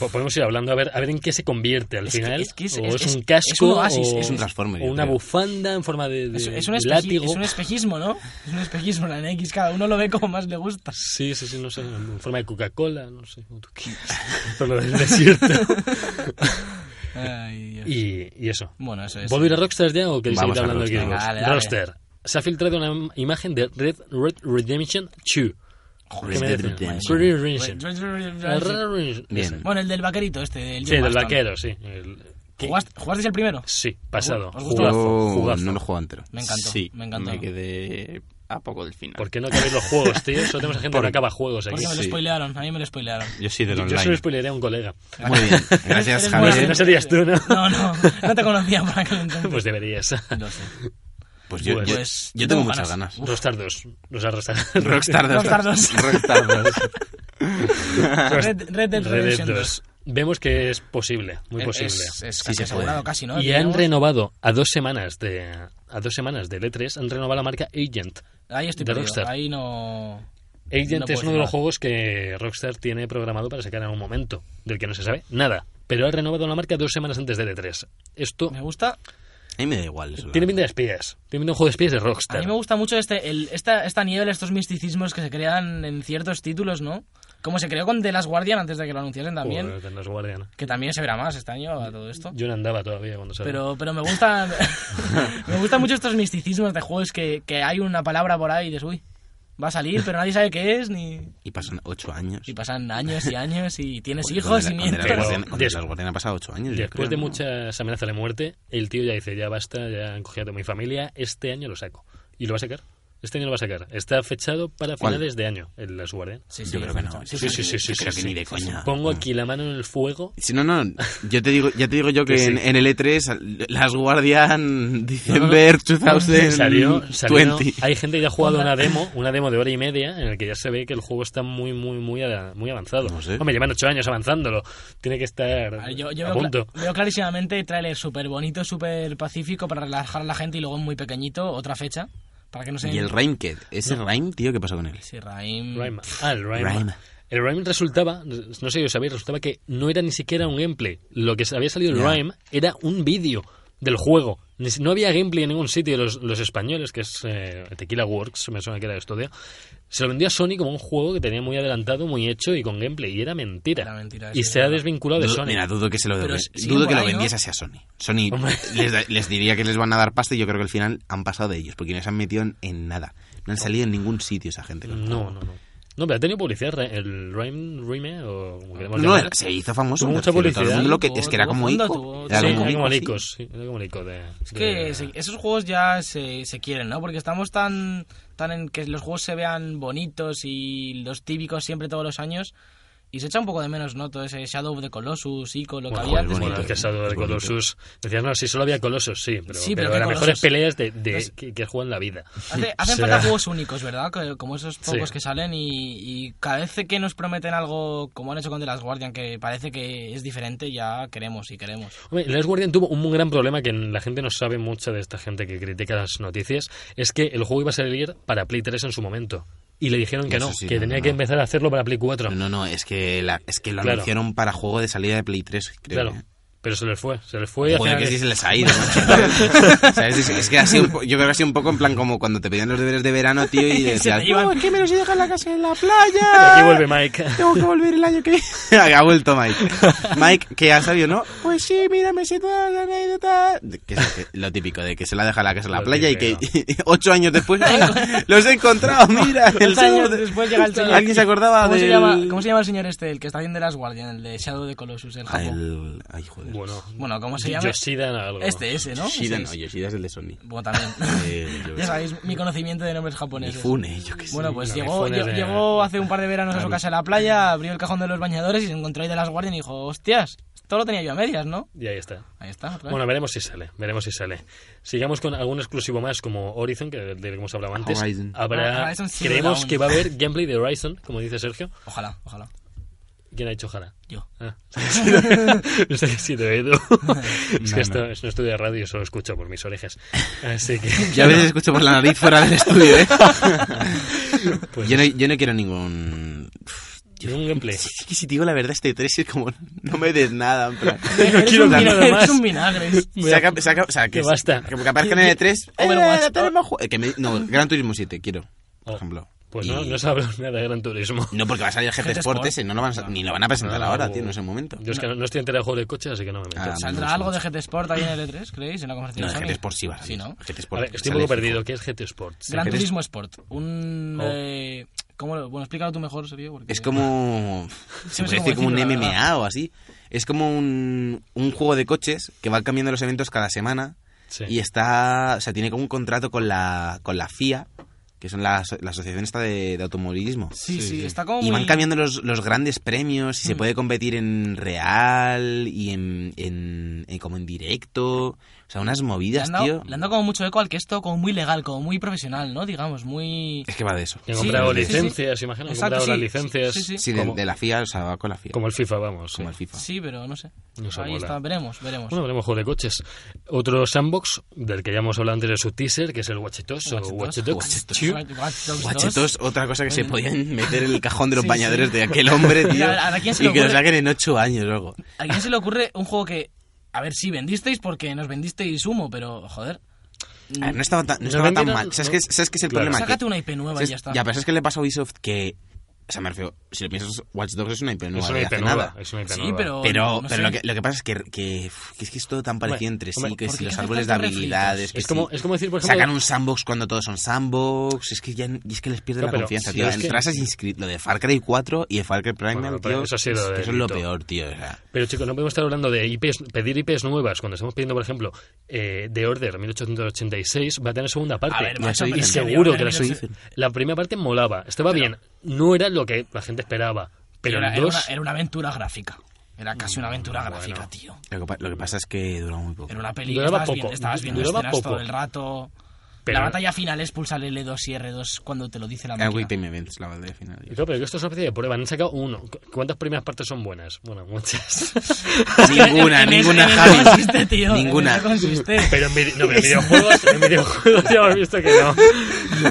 [SPEAKER 1] Pues Podemos ir hablando a ver, a ver en qué se convierte al
[SPEAKER 4] Es que-
[SPEAKER 1] final.
[SPEAKER 4] es que es-
[SPEAKER 1] o
[SPEAKER 4] es-
[SPEAKER 1] es,
[SPEAKER 4] es-
[SPEAKER 1] un
[SPEAKER 4] es
[SPEAKER 1] casco.
[SPEAKER 4] un oasis,
[SPEAKER 1] o,
[SPEAKER 4] es un
[SPEAKER 2] Transformer,
[SPEAKER 1] o
[SPEAKER 2] yo
[SPEAKER 1] una
[SPEAKER 2] creo.
[SPEAKER 1] bufanda en forma de, de-
[SPEAKER 4] Es, es un
[SPEAKER 1] de
[SPEAKER 4] espeji-
[SPEAKER 1] látigo.
[SPEAKER 4] es un espejismo, ¿no? Es un espejismo la NX, cada uno lo ve como más le gusta.
[SPEAKER 1] Sí, sí, sí, no sé. En forma de Coca-Cola, no sé. como tú quieras. Por lo del desierto.
[SPEAKER 4] Ay, Dios.
[SPEAKER 1] y, y eso.
[SPEAKER 4] Bueno, eso es.
[SPEAKER 1] ¿Puedo ir a Rockstar ya o queréis
[SPEAKER 2] Vamos
[SPEAKER 1] seguir
[SPEAKER 2] a
[SPEAKER 1] hablando de
[SPEAKER 2] Rockstar.
[SPEAKER 1] Xbox?
[SPEAKER 4] Venga, dale, dale.
[SPEAKER 1] Rockstar. Se ha filtrado una im- imagen de Red, Red Redemption 2. ¿Qué me
[SPEAKER 2] Red
[SPEAKER 1] dicen?
[SPEAKER 2] Redemption.
[SPEAKER 1] Red Redemption. Red Redemption.
[SPEAKER 2] Bien.
[SPEAKER 4] Bueno, el del vaquerito este. Del
[SPEAKER 1] Sí, del
[SPEAKER 4] John Marston.
[SPEAKER 1] vaquero, sí. El- que-
[SPEAKER 4] ¿Jugaste, ¿Jugasteis el primero?
[SPEAKER 1] Sí, pasado.
[SPEAKER 4] ¿Os gustó?
[SPEAKER 1] Jugazo,
[SPEAKER 2] Yo
[SPEAKER 1] jugazo.
[SPEAKER 2] Oh, No lo juego entero.
[SPEAKER 4] Me encantó,
[SPEAKER 3] Sí,
[SPEAKER 4] me encantó.
[SPEAKER 3] Me quedé a poco del final.
[SPEAKER 1] ¿Por qué no acabéis los juegos, tío? Solo tenemos a gente que no acaba juegos aquí.
[SPEAKER 4] Porque me lo
[SPEAKER 3] Sí.
[SPEAKER 4] spoilearon, a mí me lo spoilearon.
[SPEAKER 3] Yo sí del
[SPEAKER 1] Yo,
[SPEAKER 3] online.
[SPEAKER 1] yo se lo spoileré a un colega.
[SPEAKER 2] Muy bien. Gracias,
[SPEAKER 4] Eres
[SPEAKER 2] Javier.
[SPEAKER 4] buena
[SPEAKER 1] No serías tú, ¿no?
[SPEAKER 4] No, no, no te conocía por aquel entonces.
[SPEAKER 1] Pues deberías.
[SPEAKER 4] Lo sé.
[SPEAKER 2] Pues yo, yo,
[SPEAKER 4] Pues-
[SPEAKER 2] yo tengo muchas ganas.
[SPEAKER 1] Rockstar 2. Los ha Rockstar.
[SPEAKER 2] Rockstar 2.
[SPEAKER 4] Rockstar 2.
[SPEAKER 2] Rockstar 2.
[SPEAKER 4] Red, Red Dead
[SPEAKER 1] Red
[SPEAKER 4] Redemption
[SPEAKER 1] Dead
[SPEAKER 4] 2.
[SPEAKER 1] 2. Vemos que es posible, muy posible.
[SPEAKER 4] Es, es
[SPEAKER 2] Sí,
[SPEAKER 4] casi
[SPEAKER 2] se puede.
[SPEAKER 4] asegurado, casi, ¿no?
[SPEAKER 1] y han
[SPEAKER 4] Digamos.
[SPEAKER 1] renovado a dos semanas de a dos semanas del E3 han renovado la marca Agent.
[SPEAKER 4] Ahí estoy
[SPEAKER 1] de
[SPEAKER 4] perdido,
[SPEAKER 1] Rockstar.
[SPEAKER 4] ahí no... No
[SPEAKER 1] Agent
[SPEAKER 4] puedo
[SPEAKER 1] es uno
[SPEAKER 4] decir
[SPEAKER 1] de
[SPEAKER 4] nada.
[SPEAKER 1] los juegos que Rockstar tiene programado para sacar en un momento, del que no se sabe nada. Pero ha renovado la marca dos semanas antes del E3. Esto
[SPEAKER 4] Me gusta,
[SPEAKER 2] A mí me da igual eso. la
[SPEAKER 1] tiene
[SPEAKER 2] verdad.
[SPEAKER 1] pinta de espías. Tiene pinta de un juego de espías de
[SPEAKER 4] a
[SPEAKER 1] Rockstar.
[SPEAKER 4] mí me gusta mucho este, el, esta, esta niebla, estos misticismos que se crean en ciertos títulos, ¿no? Como se creó con The Last Guardian antes de que lo anunciasen también,
[SPEAKER 1] Joder, los Guardian.
[SPEAKER 4] que también se verá más este año a todo esto.
[SPEAKER 1] Yo no andaba todavía cuando salió.
[SPEAKER 4] Pero, pero me gustan me gustan mucho estos misticismos de juegos que, que hay una palabra por ahí y dices, uy, va a salir, pero nadie sabe qué es, ni...
[SPEAKER 2] Y pasan 8 años.
[SPEAKER 4] Y pasan años y años y tienes
[SPEAKER 2] Cuando
[SPEAKER 4] hijos
[SPEAKER 2] la-
[SPEAKER 4] y
[SPEAKER 2] cuando la
[SPEAKER 1] Pero-
[SPEAKER 4] nietos.
[SPEAKER 2] Guardiana- cuando
[SPEAKER 1] des-
[SPEAKER 2] la Guardiana ha pasado 8 años. yo
[SPEAKER 1] Después
[SPEAKER 2] creo,
[SPEAKER 1] de
[SPEAKER 2] ¿no?
[SPEAKER 1] muchas amenazas de muerte, el tío ya dice, ya basta, ya han cogido a mi familia, este año lo saco. Y lo va a sacar. Este año lo va a sacar. Está fechado para
[SPEAKER 2] ¿Cuál?
[SPEAKER 1] finales de año, el Last Guardian.
[SPEAKER 4] Sí,
[SPEAKER 2] Yo creo que no.
[SPEAKER 4] Sí,
[SPEAKER 1] Sí, sí, sí, sí,
[SPEAKER 2] Yo creo
[SPEAKER 1] sí,
[SPEAKER 2] que
[SPEAKER 1] sí.
[SPEAKER 2] ni de coña.
[SPEAKER 1] Pongo aquí la mano en el fuego.
[SPEAKER 2] Si no, no, yo te digo, ya te digo yo que,
[SPEAKER 1] Que sí.
[SPEAKER 2] en, en el E E3, las
[SPEAKER 1] No,
[SPEAKER 2] Guardian
[SPEAKER 1] no, no.
[SPEAKER 2] December 2020.
[SPEAKER 1] Salió, salió. Hay gente que ya ha jugado una demo, una demo de hora y media, en la que ya se ve que el juego está muy, muy, muy, ada- muy avanzado.
[SPEAKER 2] No sé.
[SPEAKER 1] Hombre, llevan ocho años avanzándolo. Tiene que estar
[SPEAKER 4] A ver, Yo, yo
[SPEAKER 1] a
[SPEAKER 4] veo,
[SPEAKER 1] punto.
[SPEAKER 4] cla- veo clarísimamente tráiler súper bonito, súper pacífico para relajar a la gente y luego muy pequeñito, otra fecha, para que no se...
[SPEAKER 2] Y el Raimked, ese Raim, tío, ¿qué pasó con él?
[SPEAKER 4] Sí, Raim.
[SPEAKER 1] Rayman. Ah, el Rayman.
[SPEAKER 2] Rayman.
[SPEAKER 1] El Rayman resultaba, no sé si lo sabéis, resultaba que no era ni siquiera un gameplay. Lo que había salido el
[SPEAKER 2] Ya.
[SPEAKER 1] Rayman era un vídeo del juego. Ni si- No había gameplay en ningún sitio. Los, los españoles, que es eh, Tequila Works, me suena que era el estudio, se lo vendió a Sony como un juego que tenía muy adelantado, muy hecho y con gameplay. Y era mentira.
[SPEAKER 4] Era mentira,
[SPEAKER 1] y
[SPEAKER 4] sí,
[SPEAKER 1] se ha
[SPEAKER 4] era.
[SPEAKER 1] desvinculado de
[SPEAKER 2] Dudo-
[SPEAKER 1] Sony.
[SPEAKER 2] Mira, dudo que se lo,
[SPEAKER 4] Pero
[SPEAKER 2] dudo
[SPEAKER 4] sí,
[SPEAKER 2] dudo
[SPEAKER 4] por
[SPEAKER 2] que lo
[SPEAKER 4] ahí, ¿no?
[SPEAKER 2] vendiese así a Sony. Sony les, da- les diría que les van a dar pasta y yo creo que al final han pasado de ellos, porque no se han metido en, en nada. No han salido en ningún sitio esa gente.
[SPEAKER 1] No, no, no. No, pero ha tenido publicidad re- el Rayman Rime o como queremos
[SPEAKER 2] No,
[SPEAKER 1] llamarlo.
[SPEAKER 2] era- se hizo famoso.
[SPEAKER 1] Tuvo
[SPEAKER 2] me
[SPEAKER 1] mucha
[SPEAKER 2] refiero, todo el
[SPEAKER 1] publicidad.
[SPEAKER 2] mundo lo que,
[SPEAKER 4] Tuvo-
[SPEAKER 2] es que era
[SPEAKER 4] tuvo
[SPEAKER 2] como
[SPEAKER 4] fondo,
[SPEAKER 2] Ico.
[SPEAKER 4] tuvo-
[SPEAKER 2] Era
[SPEAKER 1] Sí,
[SPEAKER 4] algo
[SPEAKER 1] era
[SPEAKER 2] como
[SPEAKER 1] como
[SPEAKER 2] Ico, sí.
[SPEAKER 1] Licos, sí, era como Licos de-
[SPEAKER 4] Es que
[SPEAKER 1] de-
[SPEAKER 4] sí, esos juegos ya se, se quieren, ¿no? Porque estamos tan, tan en que los juegos se vean bonitos y los típicos siempre todos los años. Y se echa un poco de menos, ¿no? Todo ese Shadow of the Colossus, Ico, lo que
[SPEAKER 2] Bueno,
[SPEAKER 4] había
[SPEAKER 2] joder,
[SPEAKER 4] antes.
[SPEAKER 1] Bueno,
[SPEAKER 2] bonito, eh,
[SPEAKER 1] el casado
[SPEAKER 2] es
[SPEAKER 1] de
[SPEAKER 2] bonito.
[SPEAKER 1] Colossus. Decían, no, sí, solo había Colossus, sí, pero,
[SPEAKER 4] Sí,
[SPEAKER 1] pero
[SPEAKER 4] pero ¿qué
[SPEAKER 1] eran
[SPEAKER 4] Colossus?
[SPEAKER 1] mejores peleas de, de-
[SPEAKER 4] Entonces-
[SPEAKER 1] que, que he jugado en la vida.
[SPEAKER 4] Hace, hacen
[SPEAKER 1] O sea,
[SPEAKER 4] falta juegos únicos, ¿verdad? Que- Como esos
[SPEAKER 1] Sí.
[SPEAKER 4] pocos que salen y, y cada vez que nos prometen algo como han hecho con The Last Guardian, que parece que es diferente, ya queremos y queremos.
[SPEAKER 1] Hombre, Last Guardian tuvo un gran problema que la gente no sabe mucho de esta gente que critica las noticias, es que el juego iba a salir para Play 3 en su momento. Y le dijeron que
[SPEAKER 2] Eso
[SPEAKER 1] no,
[SPEAKER 2] sí,
[SPEAKER 1] que
[SPEAKER 2] no,
[SPEAKER 1] tenía
[SPEAKER 2] no,
[SPEAKER 1] que
[SPEAKER 2] no.
[SPEAKER 1] empezar a hacerlo para Play 4.
[SPEAKER 2] No, no, es que, la- es que lo
[SPEAKER 1] Claro.
[SPEAKER 2] anunciaron para juego de salida de Play 3, creo.
[SPEAKER 1] claro.
[SPEAKER 2] ¿eh?
[SPEAKER 1] Pero se les fue, se les fue. y al
[SPEAKER 2] Joder,
[SPEAKER 1] final-
[SPEAKER 2] que sí se les ha ido, macho. O sea, es, es que ha sido un po- yo creo que ha sido un poco en plan como cuando te pedían los deberes de verano, tío, y decías,
[SPEAKER 4] te iban.
[SPEAKER 7] No, es que me los he dejado en la casa en la
[SPEAKER 1] Y
[SPEAKER 7] playa.
[SPEAKER 1] aquí vuelve Mike.
[SPEAKER 7] Tengo que volver el año que viene.
[SPEAKER 2] ha vuelto Mike. Mike, que ha sabido, ¿no?
[SPEAKER 7] Pues sí, mira, me sé toda la anécdota.
[SPEAKER 2] Que es lo que- lo típico de que se la deja la casa en la
[SPEAKER 1] Lo
[SPEAKER 2] playa y
[SPEAKER 1] típico.
[SPEAKER 2] que ocho años después ¡ah! los he encontrado, mira. el
[SPEAKER 4] Dos años
[SPEAKER 2] sur de-
[SPEAKER 4] después llega el señor.
[SPEAKER 2] Alguien se acordaba
[SPEAKER 4] ¿Cómo,
[SPEAKER 2] del...
[SPEAKER 4] se llama, ¿Cómo se llama el señor este, el que está haciendo The Last Guardian, el de Shadow of the Colossus, el
[SPEAKER 2] Ah,
[SPEAKER 4] Japón?
[SPEAKER 2] el- Ay, joder.
[SPEAKER 1] Bueno,
[SPEAKER 4] Bueno, ¿cómo se llama?
[SPEAKER 1] Yoshida en algo.
[SPEAKER 4] Este, ese, ¿no?
[SPEAKER 2] Yoshida
[SPEAKER 4] Ese
[SPEAKER 2] no,
[SPEAKER 4] es.
[SPEAKER 2] Yoshida es el de Sony.
[SPEAKER 4] Bueno, también.
[SPEAKER 2] Eh, yo qué
[SPEAKER 4] ya
[SPEAKER 2] sé.
[SPEAKER 4] sabéis mi conocimiento de nombres japoneses.
[SPEAKER 2] Mifune, yo qué sé.
[SPEAKER 4] Bueno, pues
[SPEAKER 1] no,
[SPEAKER 4] llegó,
[SPEAKER 1] Mifune
[SPEAKER 4] lle-
[SPEAKER 1] de-
[SPEAKER 4] llegó hace un par de veranos a su casa en la playa, abrió el cajón de los bañadores y se encontró ahí de las guardias y dijo, hostias, esto lo tenía yo a medias, ¿no?
[SPEAKER 1] Y ahí está.
[SPEAKER 4] Ahí está. otra vez.
[SPEAKER 1] Bueno, veremos si sale, veremos si sale. Sigamos con algún exclusivo más como Horizon, que del que hemos hablado antes.
[SPEAKER 2] Horizon.
[SPEAKER 1] Habrá,
[SPEAKER 4] Ah, Horizon Zero
[SPEAKER 1] creemos
[SPEAKER 4] Dawn.
[SPEAKER 1] que va a haber gameplay de Horizon, como dice Sergio.
[SPEAKER 4] Ojalá, ojalá.
[SPEAKER 1] ¿Quién ha dicho ojalá?
[SPEAKER 4] Yo.
[SPEAKER 1] Ah, no sé si ha sido Edu. es que
[SPEAKER 3] No,
[SPEAKER 1] esto
[SPEAKER 3] no.
[SPEAKER 1] es un estudio de radio y solo escucho por mis orejas. Así que.
[SPEAKER 2] Ya a veces escucho por la nariz fuera del estudio, ¿eh?
[SPEAKER 1] Pues,
[SPEAKER 2] yo, no, yo no quiero ningún...
[SPEAKER 1] un gameplay.
[SPEAKER 2] Es que si te digo la verdad, este 3 es como... No me des nada, en plan...
[SPEAKER 1] No
[SPEAKER 4] Eres
[SPEAKER 1] quiero
[SPEAKER 4] un,
[SPEAKER 1] nada
[SPEAKER 4] vinagre,
[SPEAKER 1] más.
[SPEAKER 4] eres un vinagre.
[SPEAKER 2] Saca, saca, o sea, que,
[SPEAKER 1] Que basta.
[SPEAKER 2] Que, que aparezca en eh, el 3
[SPEAKER 4] Overwatch.
[SPEAKER 2] que me, no, Gran Turismo 7, quiero. Por
[SPEAKER 1] Oh,
[SPEAKER 2] ejemplo.
[SPEAKER 1] Pues
[SPEAKER 2] Y-
[SPEAKER 1] no, no se ha hablado nada de Gran Turismo.
[SPEAKER 2] No, porque va a salir el GT
[SPEAKER 4] GT
[SPEAKER 2] Sport
[SPEAKER 4] Sport.
[SPEAKER 2] ese, no lo van a- ni lo van a presentar
[SPEAKER 1] Ah, No,
[SPEAKER 2] ahora, tío, no es el momento.
[SPEAKER 1] Yo es que no, no estoy enterado de juego de coches, así que no me meto.
[SPEAKER 2] Ah,
[SPEAKER 4] ¿Saldrá algo de GT Sport ahí en el E3, creéis? En la
[SPEAKER 2] No,
[SPEAKER 4] conferencia
[SPEAKER 2] el
[SPEAKER 4] de
[SPEAKER 2] GT
[SPEAKER 4] Sony?
[SPEAKER 2] Sport sí va a
[SPEAKER 4] Sí,
[SPEAKER 2] salir.
[SPEAKER 4] ¿no?
[SPEAKER 2] El GT
[SPEAKER 1] A
[SPEAKER 2] Sport
[SPEAKER 1] ver, estoy un
[SPEAKER 2] sale este
[SPEAKER 1] poco
[SPEAKER 2] fijo.
[SPEAKER 1] perdido. ¿Qué es GT Sports?
[SPEAKER 4] Gran
[SPEAKER 2] GT
[SPEAKER 4] Turismo Sport. Un...
[SPEAKER 1] Oh.
[SPEAKER 4] eh, ¿cómo lo- Bueno, explícalo tú mejor, Sergio. porque-
[SPEAKER 2] Es como.
[SPEAKER 1] Ah.
[SPEAKER 2] Se
[SPEAKER 4] no
[SPEAKER 2] puede decir
[SPEAKER 4] sé
[SPEAKER 2] como
[SPEAKER 4] cómo
[SPEAKER 2] un
[SPEAKER 4] decirlo, la
[SPEAKER 2] MMA o así. Es como un, un juego de coches que va cambiando los eventos cada semana.
[SPEAKER 1] Sí.
[SPEAKER 2] Y está. O sea, tiene como un contrato con la, con la FIA, que son la, aso- la asociación esta de, de automovilismo.
[SPEAKER 4] Sí, sí, está como
[SPEAKER 2] Y
[SPEAKER 4] muy-
[SPEAKER 2] van cambiando los, los grandes premios
[SPEAKER 4] Mm.
[SPEAKER 2] y se puede competir en real y en, en- en- como en directo. O sea, unas
[SPEAKER 4] Le
[SPEAKER 2] movidas,
[SPEAKER 4] han, dado,
[SPEAKER 2] tío.
[SPEAKER 4] le han dado como mucho eco al que esto como muy legal, como muy profesional, ¿no? Digamos, muy...
[SPEAKER 2] Es que va de eso.
[SPEAKER 1] Que han
[SPEAKER 4] Sí,
[SPEAKER 1] comprado
[SPEAKER 4] sí, sí.
[SPEAKER 1] licencias, imagino. Han
[SPEAKER 4] Exacto,
[SPEAKER 1] comprado
[SPEAKER 4] sí,
[SPEAKER 1] las
[SPEAKER 4] sí,
[SPEAKER 1] licencias.
[SPEAKER 4] sí, sí.
[SPEAKER 2] Sí, de,
[SPEAKER 1] como,
[SPEAKER 2] de la FIA, o sea, va con la FIA.
[SPEAKER 1] como el FIFA, vamos. sí.
[SPEAKER 2] Como el FIFA.
[SPEAKER 4] Sí, pero no sé.
[SPEAKER 1] No sé,
[SPEAKER 4] ahí
[SPEAKER 1] mola.
[SPEAKER 4] está, veremos, veremos.
[SPEAKER 1] Bueno, veremos juego de coches. Otro sandbox, del que ya hemos hablado antes de su teaser, que es el Watch Dogs o Watch
[SPEAKER 4] Watch
[SPEAKER 1] Dogs. Two.
[SPEAKER 4] Watch Dogs 2.
[SPEAKER 2] Guachetos, otra cosa que se podían meter en el cajón de los
[SPEAKER 4] Sí,
[SPEAKER 2] bañadores
[SPEAKER 4] sí.
[SPEAKER 2] de aquel hombre, tío.
[SPEAKER 4] Mira, ¿a quién se
[SPEAKER 2] y
[SPEAKER 4] le
[SPEAKER 2] que lo
[SPEAKER 4] ocurre?
[SPEAKER 2] saquen en ocho años luego.
[SPEAKER 4] ¿A quién se le ocurre un juego que... A ver, sí, vendisteis porque nos vendisteis humo, pero, joder,
[SPEAKER 2] A ver, no estaba tan, no
[SPEAKER 1] No
[SPEAKER 2] estaba tan
[SPEAKER 1] vendieron,
[SPEAKER 2] mal. ¿Sabes
[SPEAKER 1] no.
[SPEAKER 2] qué es, sabes qué es el
[SPEAKER 1] Claro.
[SPEAKER 2] problema?
[SPEAKER 4] sácate
[SPEAKER 2] Que-
[SPEAKER 4] una IP nueva y
[SPEAKER 2] ¿sabes?
[SPEAKER 4] ya está.
[SPEAKER 2] Ya, pero es que le pasa a Ubisoft que... O sea, me refiero, si lo piensas, Watch Dogs es una IP nueva
[SPEAKER 1] Es una
[SPEAKER 2] de
[SPEAKER 1] IP
[SPEAKER 2] hace
[SPEAKER 1] nueva,
[SPEAKER 2] nada.
[SPEAKER 1] es una IP
[SPEAKER 4] Sí,
[SPEAKER 1] nueva.
[SPEAKER 4] pero-
[SPEAKER 2] Pero,
[SPEAKER 4] no
[SPEAKER 2] pero
[SPEAKER 4] sé.
[SPEAKER 2] lo, que, lo que pasa es que, que, uf, que es que es todo tan parecido
[SPEAKER 1] Hombre,
[SPEAKER 2] entre sí,
[SPEAKER 1] hombre,
[SPEAKER 2] que
[SPEAKER 4] ¿por
[SPEAKER 2] si
[SPEAKER 4] qué
[SPEAKER 2] los
[SPEAKER 4] hacen
[SPEAKER 2] árboles de
[SPEAKER 4] tantos
[SPEAKER 2] habilidades,
[SPEAKER 4] refritos?
[SPEAKER 2] que
[SPEAKER 1] Es como,
[SPEAKER 2] si
[SPEAKER 1] es como decir, por ejemplo...
[SPEAKER 2] sacan un sandbox cuando todos son sandbox, es que ya y es que les pierden
[SPEAKER 1] No,
[SPEAKER 2] la
[SPEAKER 1] pero
[SPEAKER 2] confianza,
[SPEAKER 1] si
[SPEAKER 2] tío.
[SPEAKER 1] es que-
[SPEAKER 2] Entras a Assassin's Creed, lo de Far Cry 4 y de Far Cry Primal,
[SPEAKER 1] Bueno, pero
[SPEAKER 2] tío,
[SPEAKER 1] eso ha sido
[SPEAKER 2] que eso es lo
[SPEAKER 1] delito.
[SPEAKER 2] peor, tío. o sea.
[SPEAKER 1] Pero chicos, no podemos estar hablando de IPs, pedir IPs nuevas cuando estamos pidiendo, por ejemplo, eh, The Order 1886 va a tener segunda parte.
[SPEAKER 4] A ver, macho,
[SPEAKER 2] Ya se
[SPEAKER 1] y
[SPEAKER 2] dice.
[SPEAKER 1] seguro
[SPEAKER 4] pero
[SPEAKER 1] que la,
[SPEAKER 4] eso
[SPEAKER 1] segunda- la primera parte molaba, estaba bien, no era lo que la gente esperaba, pero
[SPEAKER 4] era,
[SPEAKER 1] el
[SPEAKER 4] era
[SPEAKER 1] 2
[SPEAKER 4] una, era una aventura gráfica. Era casi una aventura gráfica, tío.
[SPEAKER 2] Lo que, pa- lo que pasa es que duró muy poco.
[SPEAKER 4] Era una peli
[SPEAKER 1] Duraba
[SPEAKER 4] estabas,
[SPEAKER 1] poco,
[SPEAKER 4] viendo, estabas viendo
[SPEAKER 1] duraba
[SPEAKER 4] escenas
[SPEAKER 1] poco.
[SPEAKER 4] todo el rato.
[SPEAKER 1] Pero-
[SPEAKER 4] La batalla final es pulsar L2 y R2 cuando te lo dice la
[SPEAKER 2] Era un
[SPEAKER 4] máquina.
[SPEAKER 2] Game Events, la batalla final.
[SPEAKER 1] Y claro, pero que esto es una especie de prueba, han sacado uno. ¿Cu- ¿Cuántas primeras partes son buenas? Bueno, muchas.
[SPEAKER 2] ninguna,
[SPEAKER 4] En eso-
[SPEAKER 2] ninguna,
[SPEAKER 4] en eso
[SPEAKER 2] Javi.
[SPEAKER 4] consiste, tío, en
[SPEAKER 2] ninguna.
[SPEAKER 4] eso consiste.
[SPEAKER 1] Pero en, vide- no, pero en videojuegos, en videojuegos ya hemos visto que no.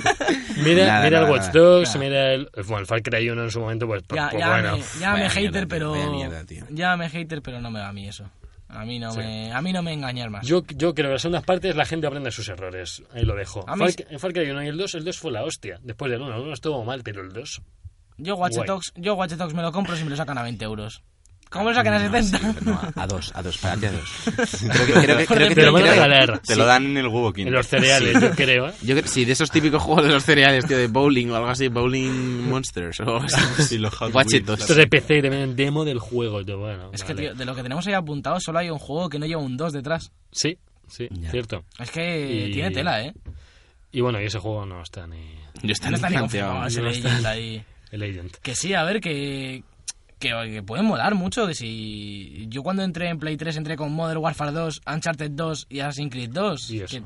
[SPEAKER 1] Mira,
[SPEAKER 2] Nada,
[SPEAKER 1] mira
[SPEAKER 2] nada,
[SPEAKER 1] el Watch
[SPEAKER 2] nada.
[SPEAKER 1] Dogs,
[SPEAKER 4] Claro.
[SPEAKER 1] mira el, bueno, el Far Cry 1 en su momento, pues, pues
[SPEAKER 4] Ya, ya
[SPEAKER 1] bueno.
[SPEAKER 4] me, ya me
[SPEAKER 2] Vaya
[SPEAKER 4] hater,
[SPEAKER 2] mierda,
[SPEAKER 4] pero.
[SPEAKER 2] vaya mierda, tío.
[SPEAKER 4] ya me hater, pero no me va a mí eso. A mí no, me, a mí no me engañar más.
[SPEAKER 1] Yo, yo creo que en las segundas partes la gente aprende sus errores. Ahí lo dejo.
[SPEAKER 4] A
[SPEAKER 1] Far,
[SPEAKER 4] mí sí.
[SPEAKER 1] en Far Cry 1 y el 2, el 2 fue la hostia. Después del 1, el 1 estuvo mal, pero el 2.
[SPEAKER 4] Yo Watch,
[SPEAKER 1] Guay.
[SPEAKER 4] Dogs, yo Watch Dogs me lo compro si me lo sacan a 20 euros. ¿Cómo me lo sacan a
[SPEAKER 2] No,
[SPEAKER 4] 70?
[SPEAKER 2] sí, no, a- a dos, a dos, párate a dos. Creo que, creo que, creo que-
[SPEAKER 1] Te lo van a
[SPEAKER 2] creo que-
[SPEAKER 1] regalar
[SPEAKER 3] Te lo dan en el huevo
[SPEAKER 1] en
[SPEAKER 3] quinto.
[SPEAKER 1] los cereales, yo creo. ¿eh?
[SPEAKER 2] Yo creo, sí, de esos típicos juegos de los cereales, tío, de bowling o algo así, bowling monsters o algo así.
[SPEAKER 3] Sí, los Hot
[SPEAKER 2] Watch
[SPEAKER 3] Wheels,
[SPEAKER 2] it, dos.
[SPEAKER 3] las-
[SPEAKER 1] Esto es de PC y te venden demo del juego. y tú, bueno,
[SPEAKER 4] Es que,
[SPEAKER 1] vale.
[SPEAKER 4] tío, de lo que tenemos ahí apuntado, solo hay un juego que no lleva un 2 detrás.
[SPEAKER 1] Sí, sí, cierto.
[SPEAKER 4] Es que
[SPEAKER 1] Y-
[SPEAKER 4] tiene tela, ¿eh?
[SPEAKER 1] Y bueno, y ese juego no está ni
[SPEAKER 2] Yo estaba
[SPEAKER 4] No está ni
[SPEAKER 2] planteado.
[SPEAKER 4] confirmado ese
[SPEAKER 1] no está.
[SPEAKER 4] Legend ahí.
[SPEAKER 1] el Agent.
[SPEAKER 4] Que sí, a ver, que, que, que pueden molar mucho. Que si yo cuando entré en Play 3 entré con Modern Warfare 2, Uncharted 2 y Assassin's Creed 2.
[SPEAKER 1] Y eso.
[SPEAKER 4] que-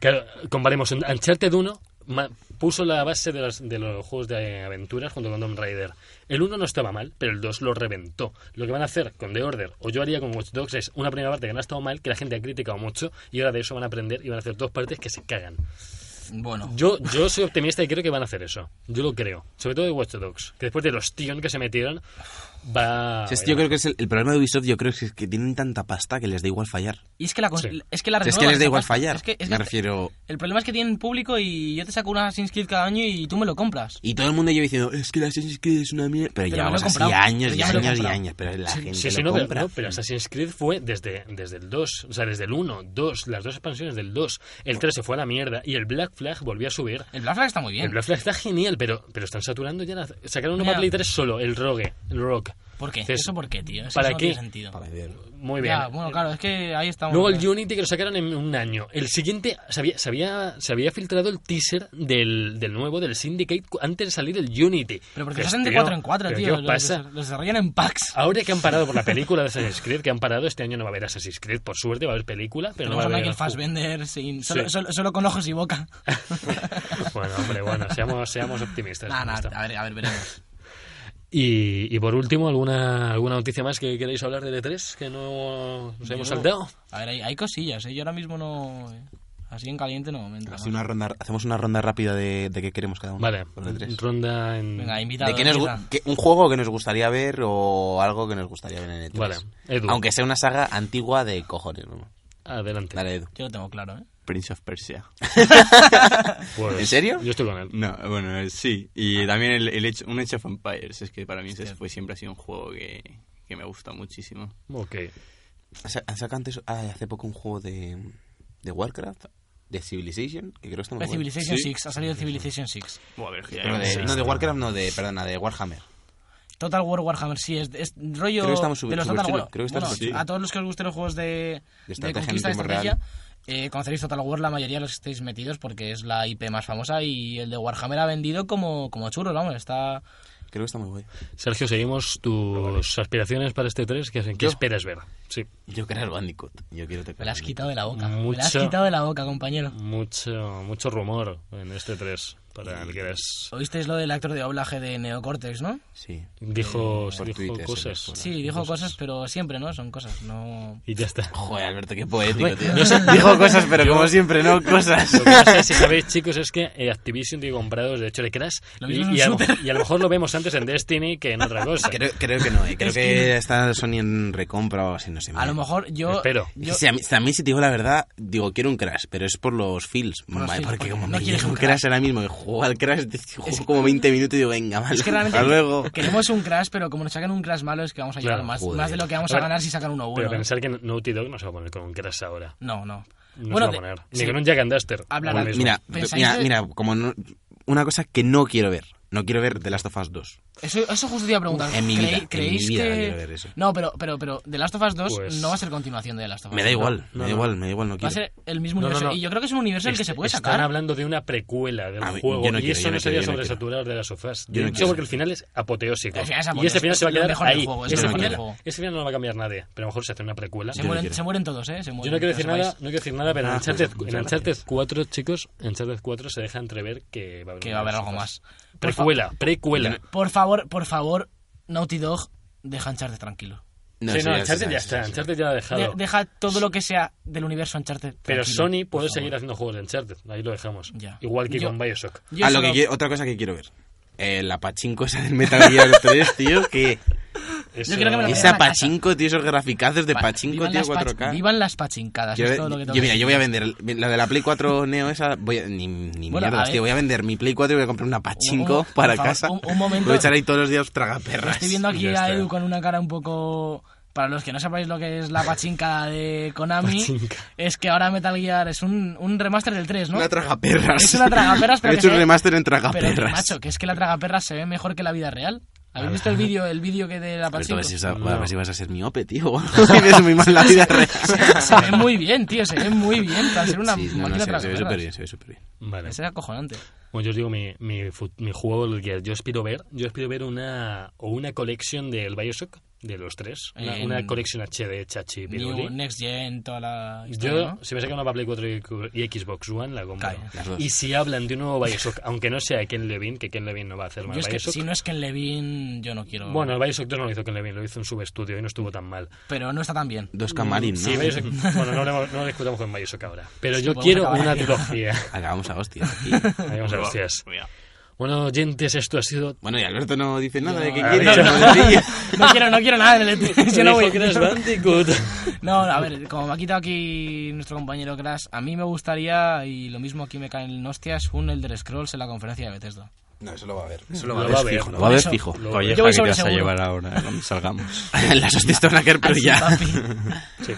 [SPEAKER 1] Claro, comparemos. un- Uncharted 1 ma- puso la base de, las- de los juegos de aventuras junto con Tomb Raider. El 1 no estaba mal, pero el 2 lo reventó. Lo que van a hacer con The Order, o yo haría con Watch Dogs, es una primera parte que no ha estado mal, que la gente ha criticado mucho, y ahora de eso van a aprender y van a hacer dos partes que se cagan.
[SPEAKER 4] bueno,
[SPEAKER 1] Yo, yo soy optimista y creo que van a hacer eso. Yo lo creo. Sobre todo de Watch Dogs, que después de los tíos que se metieron, va...
[SPEAKER 4] Ah,
[SPEAKER 2] Sí, es- yo creo que es el, el problema de Ubisoft, yo creo que es que tienen tanta pasta que les da igual fallar.
[SPEAKER 4] y es que la, cons-
[SPEAKER 1] Sí.
[SPEAKER 4] es que la
[SPEAKER 2] O sea, es que
[SPEAKER 4] renuevan
[SPEAKER 2] les da
[SPEAKER 4] esa
[SPEAKER 2] igual
[SPEAKER 4] pasta.
[SPEAKER 2] fallar.
[SPEAKER 4] Es que- es
[SPEAKER 2] me
[SPEAKER 4] que-
[SPEAKER 2] refiero.
[SPEAKER 4] El problema es que tienen público y yo te saco un Assassin's Creed cada año y tú me lo compras.
[SPEAKER 2] Y todo el mundo lleva diciendo, es que la Assassin's Creed es una mierda. Pero,
[SPEAKER 4] me lo he
[SPEAKER 2] llevamos así
[SPEAKER 4] comprado.
[SPEAKER 2] años
[SPEAKER 4] Pero
[SPEAKER 2] y
[SPEAKER 4] ya me lo he
[SPEAKER 2] años y
[SPEAKER 4] comprado.
[SPEAKER 2] años. Pero la gente
[SPEAKER 1] Sí, sí,
[SPEAKER 2] lo
[SPEAKER 1] no, pero,
[SPEAKER 2] compra.
[SPEAKER 1] no, pero Assassin's Creed fue desde, desde el 2, o sea, desde el 1, 2, las dos expansiones del 2, el 3 se fue a la mierda y el Black Flag volvió a subir.
[SPEAKER 4] El Black Flag está muy bien.
[SPEAKER 1] El Black Flag está genial, pero, pero están saturando ya. la- sacaron uno
[SPEAKER 4] Ya.
[SPEAKER 1] para Play 3 solo, el Rogue, el Rock. Ragnarok.
[SPEAKER 4] ¿Por qué?
[SPEAKER 1] Entonces,
[SPEAKER 4] ¿Eso por qué, tío? Eso
[SPEAKER 1] ¿para
[SPEAKER 4] no
[SPEAKER 1] qué?
[SPEAKER 4] tiene sentido.
[SPEAKER 2] Para ver.
[SPEAKER 1] Muy bien.
[SPEAKER 4] Ya, bueno, claro, es que ahí estamos. ¿eh?
[SPEAKER 1] Luego el
[SPEAKER 4] ¿no?
[SPEAKER 1] Unity que lo sacaron en un año. El siguiente, se había, se había, se había filtrado el teaser del, del nuevo, del Syndicate, cu- antes de salir el Unity.
[SPEAKER 4] Pero porque
[SPEAKER 1] Pues,
[SPEAKER 4] se hacen de
[SPEAKER 1] tío, Ah,
[SPEAKER 4] 4 en 4,
[SPEAKER 1] ¿pero
[SPEAKER 4] tío.
[SPEAKER 1] ¿Qué
[SPEAKER 4] Los,
[SPEAKER 1] os pasa?
[SPEAKER 4] los desarrollan en packs.
[SPEAKER 1] Ahora que han parado por la película de Assassin's Creed, que han parado, este año no va a haber Assassin's Creed, por suerte, va a haber película, pero no va
[SPEAKER 4] Tenemos
[SPEAKER 1] a
[SPEAKER 4] a
[SPEAKER 1] haber...
[SPEAKER 4] Michael Fassbender sin, solo,
[SPEAKER 1] Sí.
[SPEAKER 4] solo, solo con ojos y boca.
[SPEAKER 1] bueno, hombre, bueno, seamos, seamos optimistas.
[SPEAKER 4] Nah,
[SPEAKER 1] con
[SPEAKER 4] nah,
[SPEAKER 1] esto.
[SPEAKER 4] a ver, a ver, veremos.
[SPEAKER 1] Y, y por último, ¿alguna, ¿alguna noticia más que queréis hablar de E3 que no nos hemos
[SPEAKER 4] Yo-
[SPEAKER 1] saltado?
[SPEAKER 4] A ver, hay, hay cosillas, ¿eh? Yo ahora mismo no... Así en caliente no me entra.
[SPEAKER 2] Así
[SPEAKER 4] ¿no?
[SPEAKER 2] una ronda, hacemos una ronda rápida de, de qué queremos cada uno.
[SPEAKER 1] Vale,
[SPEAKER 2] Por el E tres.
[SPEAKER 1] ronda en...
[SPEAKER 4] Venga, invitado.
[SPEAKER 2] De qué nos,
[SPEAKER 4] empieza.
[SPEAKER 2] gu- que- un juego que nos gustaría ver o algo que nos gustaría ver en el 3.
[SPEAKER 1] Vale, Edu.
[SPEAKER 2] Aunque sea una saga antigua de cojones. ¿no?
[SPEAKER 1] Adelante.
[SPEAKER 2] Dale, Edu.
[SPEAKER 4] Yo lo tengo claro, ¿eh?
[SPEAKER 3] Prince of Persia.
[SPEAKER 1] Pues,
[SPEAKER 2] ¿En serio?
[SPEAKER 1] Yo estoy con él.
[SPEAKER 3] No, bueno, eh, sí. Y también el, el hecho, un Age of Empires. Es que para mí ese fue, siempre ha sido un juego que, que me gusta muchísimo.
[SPEAKER 1] Ok.
[SPEAKER 2] Sa- Han sacado antes, ah, hace poco un juego de, de Warcraft, de Civilization, que creo que está muy
[SPEAKER 4] Pues
[SPEAKER 2] bueno.
[SPEAKER 4] Civilization
[SPEAKER 3] Sí.
[SPEAKER 4] 6, ha salido Civilization 6.
[SPEAKER 3] Buah, a ver, que ya
[SPEAKER 2] Pero
[SPEAKER 3] hay
[SPEAKER 2] de-
[SPEAKER 3] un-
[SPEAKER 2] no, de Warcraft no, de, perdona, de Warhammer.
[SPEAKER 4] Total War Warhammer, sí, es, es rollo
[SPEAKER 2] Creo que estamos
[SPEAKER 4] de
[SPEAKER 2] súper-
[SPEAKER 4] los
[SPEAKER 2] súper
[SPEAKER 4] Total
[SPEAKER 2] chulo,
[SPEAKER 4] War.
[SPEAKER 2] creo que estamos
[SPEAKER 4] Bueno,
[SPEAKER 3] súper chulo.
[SPEAKER 4] a todos los que os gusten los juegos de, de
[SPEAKER 2] estrategia en
[SPEAKER 4] conquista, de
[SPEAKER 2] tiempo
[SPEAKER 4] estrategia,
[SPEAKER 2] real.
[SPEAKER 4] eh, conoceréis Total War la mayoría de los que estáis metidos porque es la IP más famosa y el de Warhammer ha vendido como, como churros, vamos, está...
[SPEAKER 2] Creo que está muy bueno.
[SPEAKER 1] Sergio, seguimos tus aspiraciones para este 3. ¿Qué, qué
[SPEAKER 2] ¿Yo?
[SPEAKER 1] esperas ver? Sí.
[SPEAKER 2] Yo quiero el Bandicoot. Yo quiero tocar.
[SPEAKER 4] Me la has
[SPEAKER 2] el
[SPEAKER 4] quitado de la boca, me la has
[SPEAKER 1] Mucho.
[SPEAKER 4] quitado de la boca, compañero.
[SPEAKER 1] Mucho, mucho rumor en este 3 para el que eres.
[SPEAKER 4] Oísteis lo del actor de doblaje de Neocortex, ¿no?
[SPEAKER 2] Bandicoot. Sí.
[SPEAKER 1] Dijo,
[SPEAKER 2] Por
[SPEAKER 1] dijo
[SPEAKER 2] Twitter se
[SPEAKER 1] cosas.
[SPEAKER 2] les pone.
[SPEAKER 4] Sí, dijo cosas, pero siempre, ¿no? Son cosas, no...
[SPEAKER 1] Y ya está.
[SPEAKER 2] Joder, Alberto, qué poético, tío. Dijo cosas, pero como siempre, no cosas.
[SPEAKER 1] Lo que no sé si sabéis, chicos, es que eh, Activision tiene comprados de hecho de Crash.
[SPEAKER 4] Lo
[SPEAKER 1] Y,
[SPEAKER 4] mismo en
[SPEAKER 1] y a lo,
[SPEAKER 4] un shooter.
[SPEAKER 1] y a lo mejor lo vemos antes en Destiny que en otra cosa.
[SPEAKER 2] Creo, creo que no, eh. creo que está Sony en recompra o así, no sé.
[SPEAKER 4] A lo mejor yo...
[SPEAKER 1] Espero.
[SPEAKER 4] yo-
[SPEAKER 2] Si a, mí, si a mí, si te digo la verdad, digo, quiero un Crash, pero es por los feels.
[SPEAKER 4] los
[SPEAKER 2] Vale,
[SPEAKER 4] feels,
[SPEAKER 2] porque
[SPEAKER 4] porque
[SPEAKER 2] como
[SPEAKER 4] no
[SPEAKER 2] me
[SPEAKER 4] quieres
[SPEAKER 2] llega un
[SPEAKER 4] un
[SPEAKER 2] crash, ahora mismo, y juego al Crash, te- juego como 20 minutos y digo, venga, vale,
[SPEAKER 4] Es que
[SPEAKER 2] hasta
[SPEAKER 4] realmente
[SPEAKER 2] luego.
[SPEAKER 4] queremos un crash, pero como nos sacan un crash malo es que vamos a llegar
[SPEAKER 1] Claro,
[SPEAKER 4] más,
[SPEAKER 2] joder.
[SPEAKER 4] más de lo que vamos a
[SPEAKER 1] Ahora-
[SPEAKER 4] ganar si sacan uno
[SPEAKER 1] Pero
[SPEAKER 4] bueno.
[SPEAKER 1] pensar que Naughty Dog no se va a poner con un Crash ahora.
[SPEAKER 4] No, no.
[SPEAKER 1] No
[SPEAKER 4] bueno,
[SPEAKER 1] se va a
[SPEAKER 4] de-
[SPEAKER 1] poner. Ni
[SPEAKER 4] sí.
[SPEAKER 1] con un Jack and Duster.
[SPEAKER 4] Hablará-
[SPEAKER 1] ahora mismo.
[SPEAKER 2] Mira,
[SPEAKER 4] ¿Pensáis
[SPEAKER 2] mira,
[SPEAKER 4] de-
[SPEAKER 2] mira, como no- una cosa que no quiero ver. No quiero ver The Last of Us 2.
[SPEAKER 4] eso, eso justo te iba a preguntar.
[SPEAKER 2] En mi
[SPEAKER 4] ¿Crei-
[SPEAKER 2] vida, en mi
[SPEAKER 4] ¿Creéis
[SPEAKER 2] vida
[SPEAKER 4] que.?
[SPEAKER 2] quiero ver eso.
[SPEAKER 4] No, pero, pero, pero The Last of Us 2
[SPEAKER 1] Pues-
[SPEAKER 4] no va a ser continuación de The Last of Us.
[SPEAKER 2] Me da igual,
[SPEAKER 1] no,
[SPEAKER 2] me da
[SPEAKER 1] no.
[SPEAKER 2] igual, me da igual, no
[SPEAKER 4] Va
[SPEAKER 2] quiero.
[SPEAKER 4] a ser el mismo
[SPEAKER 1] No, no,
[SPEAKER 4] universo.
[SPEAKER 1] no.
[SPEAKER 4] Y yo creo que es un universo en el que
[SPEAKER 1] Est-
[SPEAKER 4] se puede
[SPEAKER 1] están
[SPEAKER 4] sacar.
[SPEAKER 1] hablando de una precuela del
[SPEAKER 2] A mí-
[SPEAKER 1] juego
[SPEAKER 2] yo no
[SPEAKER 1] y
[SPEAKER 2] quiero,
[SPEAKER 1] eso
[SPEAKER 2] yo no
[SPEAKER 1] no
[SPEAKER 2] quiero,
[SPEAKER 1] sería
[SPEAKER 2] yo no quiero.
[SPEAKER 1] sobresaturar de las sofás.
[SPEAKER 2] Yo no
[SPEAKER 1] De hecho,
[SPEAKER 2] quiero.
[SPEAKER 1] porque el final es apoteósico.
[SPEAKER 4] El final es
[SPEAKER 1] y ese
[SPEAKER 4] apoteósico,
[SPEAKER 1] final se va a
[SPEAKER 4] es lo
[SPEAKER 1] quedar
[SPEAKER 4] mejor del
[SPEAKER 1] ahí.
[SPEAKER 4] juego, es
[SPEAKER 1] Ese
[SPEAKER 2] lo mejor
[SPEAKER 1] final,
[SPEAKER 2] del
[SPEAKER 4] juego.
[SPEAKER 1] ese final no lo va a cambiar nadie, pero a lo mejor se hace una precuela.
[SPEAKER 4] se,
[SPEAKER 2] no
[SPEAKER 4] mueren,
[SPEAKER 2] quiero.
[SPEAKER 4] se mueren todos, ¿eh? Se mueren,
[SPEAKER 1] Yo no quiero decir
[SPEAKER 4] que lo
[SPEAKER 1] nada,
[SPEAKER 4] sepáis.
[SPEAKER 1] no quiero decir nada, pero en
[SPEAKER 2] Ah,
[SPEAKER 1] Uncharted,
[SPEAKER 2] pues, muchas
[SPEAKER 1] en Uncharted
[SPEAKER 2] gracias.
[SPEAKER 1] 4, chicos, en Uncharted 4 se deja entrever que va a haber,
[SPEAKER 4] Que
[SPEAKER 1] un
[SPEAKER 4] va a haber
[SPEAKER 1] Last
[SPEAKER 4] algo
[SPEAKER 1] of Us.
[SPEAKER 4] más. Por, fa-
[SPEAKER 1] Precuela, precuela.
[SPEAKER 4] por favor, por favor, Naughty Dog, deja Uncharted tranquilo.
[SPEAKER 1] sí,
[SPEAKER 2] sí,
[SPEAKER 1] no,
[SPEAKER 2] sí,
[SPEAKER 1] Uncharted
[SPEAKER 2] sí,
[SPEAKER 1] ya
[SPEAKER 2] sí,
[SPEAKER 1] está,
[SPEAKER 2] sí, sí.
[SPEAKER 1] Uncharted ya lo ha
[SPEAKER 4] De-
[SPEAKER 1] dejado.
[SPEAKER 4] deja todo lo que sea del universo Uncharted
[SPEAKER 1] pero
[SPEAKER 4] tranquilo,
[SPEAKER 1] Sony
[SPEAKER 4] por
[SPEAKER 1] puede
[SPEAKER 4] favor.
[SPEAKER 1] seguir haciendo juegos de Uncharted, ahí lo dejamos.
[SPEAKER 4] Ya.
[SPEAKER 1] Igual que
[SPEAKER 4] Yo-
[SPEAKER 1] con Bioshock.
[SPEAKER 4] Yo
[SPEAKER 2] Ah, lo
[SPEAKER 4] solo-
[SPEAKER 2] que quiero- otra cosa que quiero ver. Eh, la pachinko esa del Metal Gear 3, tío, que...
[SPEAKER 1] Eso-
[SPEAKER 4] creo que me lo
[SPEAKER 2] Esa
[SPEAKER 4] la casa.
[SPEAKER 2] pachinko, tío, esos graficazos de
[SPEAKER 4] Pa-
[SPEAKER 2] pachinko,
[SPEAKER 4] vivan
[SPEAKER 2] tío,
[SPEAKER 4] las pach-
[SPEAKER 2] 4K.
[SPEAKER 4] Vivan las pachincadas,
[SPEAKER 2] Yo,
[SPEAKER 4] es todo lo que tengo
[SPEAKER 2] yo-
[SPEAKER 4] que
[SPEAKER 2] mira,
[SPEAKER 4] decir.
[SPEAKER 2] yo voy a vender la de la Play 4 Neo esa, voy a- ni, ni
[SPEAKER 4] Bueno,
[SPEAKER 2] mierdas,
[SPEAKER 4] a
[SPEAKER 2] tío, voy
[SPEAKER 4] ver.
[SPEAKER 2] a vender mi Play 4 y voy a comprar una
[SPEAKER 4] Un-
[SPEAKER 2] Pachinko
[SPEAKER 4] un- por
[SPEAKER 2] para
[SPEAKER 4] favor,
[SPEAKER 2] casa.
[SPEAKER 4] un- un momento.
[SPEAKER 2] Voy a echar ahí todos los días
[SPEAKER 4] Lo
[SPEAKER 2] tragaperras.
[SPEAKER 4] Estoy viendo aquí
[SPEAKER 2] Pues Ya
[SPEAKER 4] a
[SPEAKER 2] está.
[SPEAKER 4] Edu con una cara un poco... Para los que no sepáis lo que es la pachinca de Konami,
[SPEAKER 1] Pachinca.
[SPEAKER 4] es que ahora Metal Gear es un, un remaster del 3, ¿no?
[SPEAKER 2] Una tragaperras.
[SPEAKER 4] Es una tragaperras, pero
[SPEAKER 2] He
[SPEAKER 4] que
[SPEAKER 2] hecho
[SPEAKER 4] se
[SPEAKER 2] un
[SPEAKER 4] ve-
[SPEAKER 2] remaster en
[SPEAKER 4] Pero, que,
[SPEAKER 2] tragaperras.
[SPEAKER 4] macho, que es que la tragaperra se ve mejor que la vida real. ¿Habéis visto el vídeo el vídeo que de la
[SPEAKER 2] A ver, tú
[SPEAKER 4] pachinko?
[SPEAKER 2] a ver si, vas a-
[SPEAKER 1] No.
[SPEAKER 2] a ver si vas a ser miope, tío. Si ves muy mal la vida real.
[SPEAKER 4] Se ve muy bien, tío, se ve muy bien. Para ser una
[SPEAKER 2] Sí, no, no,
[SPEAKER 4] máquina
[SPEAKER 2] se ve- se ve
[SPEAKER 4] tragaperras.
[SPEAKER 2] súper bien, se ve súper bien.
[SPEAKER 1] Vale.
[SPEAKER 4] Es acojonante.
[SPEAKER 1] Bueno, yo os digo, mi, mi, fut- mi juego, el que yo aspiro ver, yo aspiro ver una, o una colección del Bioshock, de los tres, una,
[SPEAKER 4] En-
[SPEAKER 1] una colección HD, chachi,
[SPEAKER 4] New,
[SPEAKER 1] piruli.
[SPEAKER 4] Next Gen, toda la historia,
[SPEAKER 1] Yo,
[SPEAKER 4] ¿no?
[SPEAKER 1] si me sacan una para Play 4 y, y Xbox One, la compro.
[SPEAKER 4] Calla.
[SPEAKER 2] Las dos.
[SPEAKER 1] Y si hablan de un nuevo Bioshock, aunque no sea Ken Levine, que Ken Levine no va a hacer más
[SPEAKER 4] Yo es que
[SPEAKER 1] Bioshock.
[SPEAKER 4] si no es que en Levin, yo no quiero.
[SPEAKER 1] Bueno, el Bioshock 2 no lo hizo Ken Levine, lo hizo en subestudio y no estuvo tan mal.
[SPEAKER 4] pero no está tan bien.
[SPEAKER 2] Dos camarín, ¿no?
[SPEAKER 1] Sí, Bioshock- bueno, no, hablemos- no discutamos con Bioshock ahora. Pero yo
[SPEAKER 4] podemos
[SPEAKER 1] quiero
[SPEAKER 4] acabar
[SPEAKER 1] una
[SPEAKER 4] aquí.
[SPEAKER 1] trilogía.
[SPEAKER 2] Acabamos a hostias aquí.
[SPEAKER 1] Ahí vamos a ver, hostias.
[SPEAKER 3] Mira.
[SPEAKER 1] Bueno, oyentes, esto ha sido
[SPEAKER 2] Bueno, y Alberto no dice nada de qué
[SPEAKER 1] No,
[SPEAKER 2] quiere.
[SPEAKER 1] no, no, no.
[SPEAKER 4] No quiero, no quiero nada del E3. Yo no voy.
[SPEAKER 1] Dijo Crash Bandicoot.
[SPEAKER 4] No, a ver, como me ha quitado aquí nuestro compañero Crash, a mí me gustaría, y lo mismo aquí me caen hostias, un Elder Scrolls en la conferencia de Bethesda.
[SPEAKER 2] No, eso lo va a ver. Eso lo
[SPEAKER 1] Lo
[SPEAKER 2] va
[SPEAKER 1] va a
[SPEAKER 2] a ver.
[SPEAKER 1] ver.
[SPEAKER 2] fijo, Lo va a ver
[SPEAKER 4] Eso-
[SPEAKER 2] fijo.
[SPEAKER 1] lo-
[SPEAKER 3] Oye,
[SPEAKER 4] Yo voy
[SPEAKER 3] ¿qué te
[SPEAKER 4] sobre
[SPEAKER 3] vas a
[SPEAKER 4] seguro.
[SPEAKER 3] llevar ahora cuando salgamos?
[SPEAKER 2] Las hostias te van a caer, pero
[SPEAKER 4] Así,
[SPEAKER 2] ya.
[SPEAKER 4] papi.
[SPEAKER 1] Sí.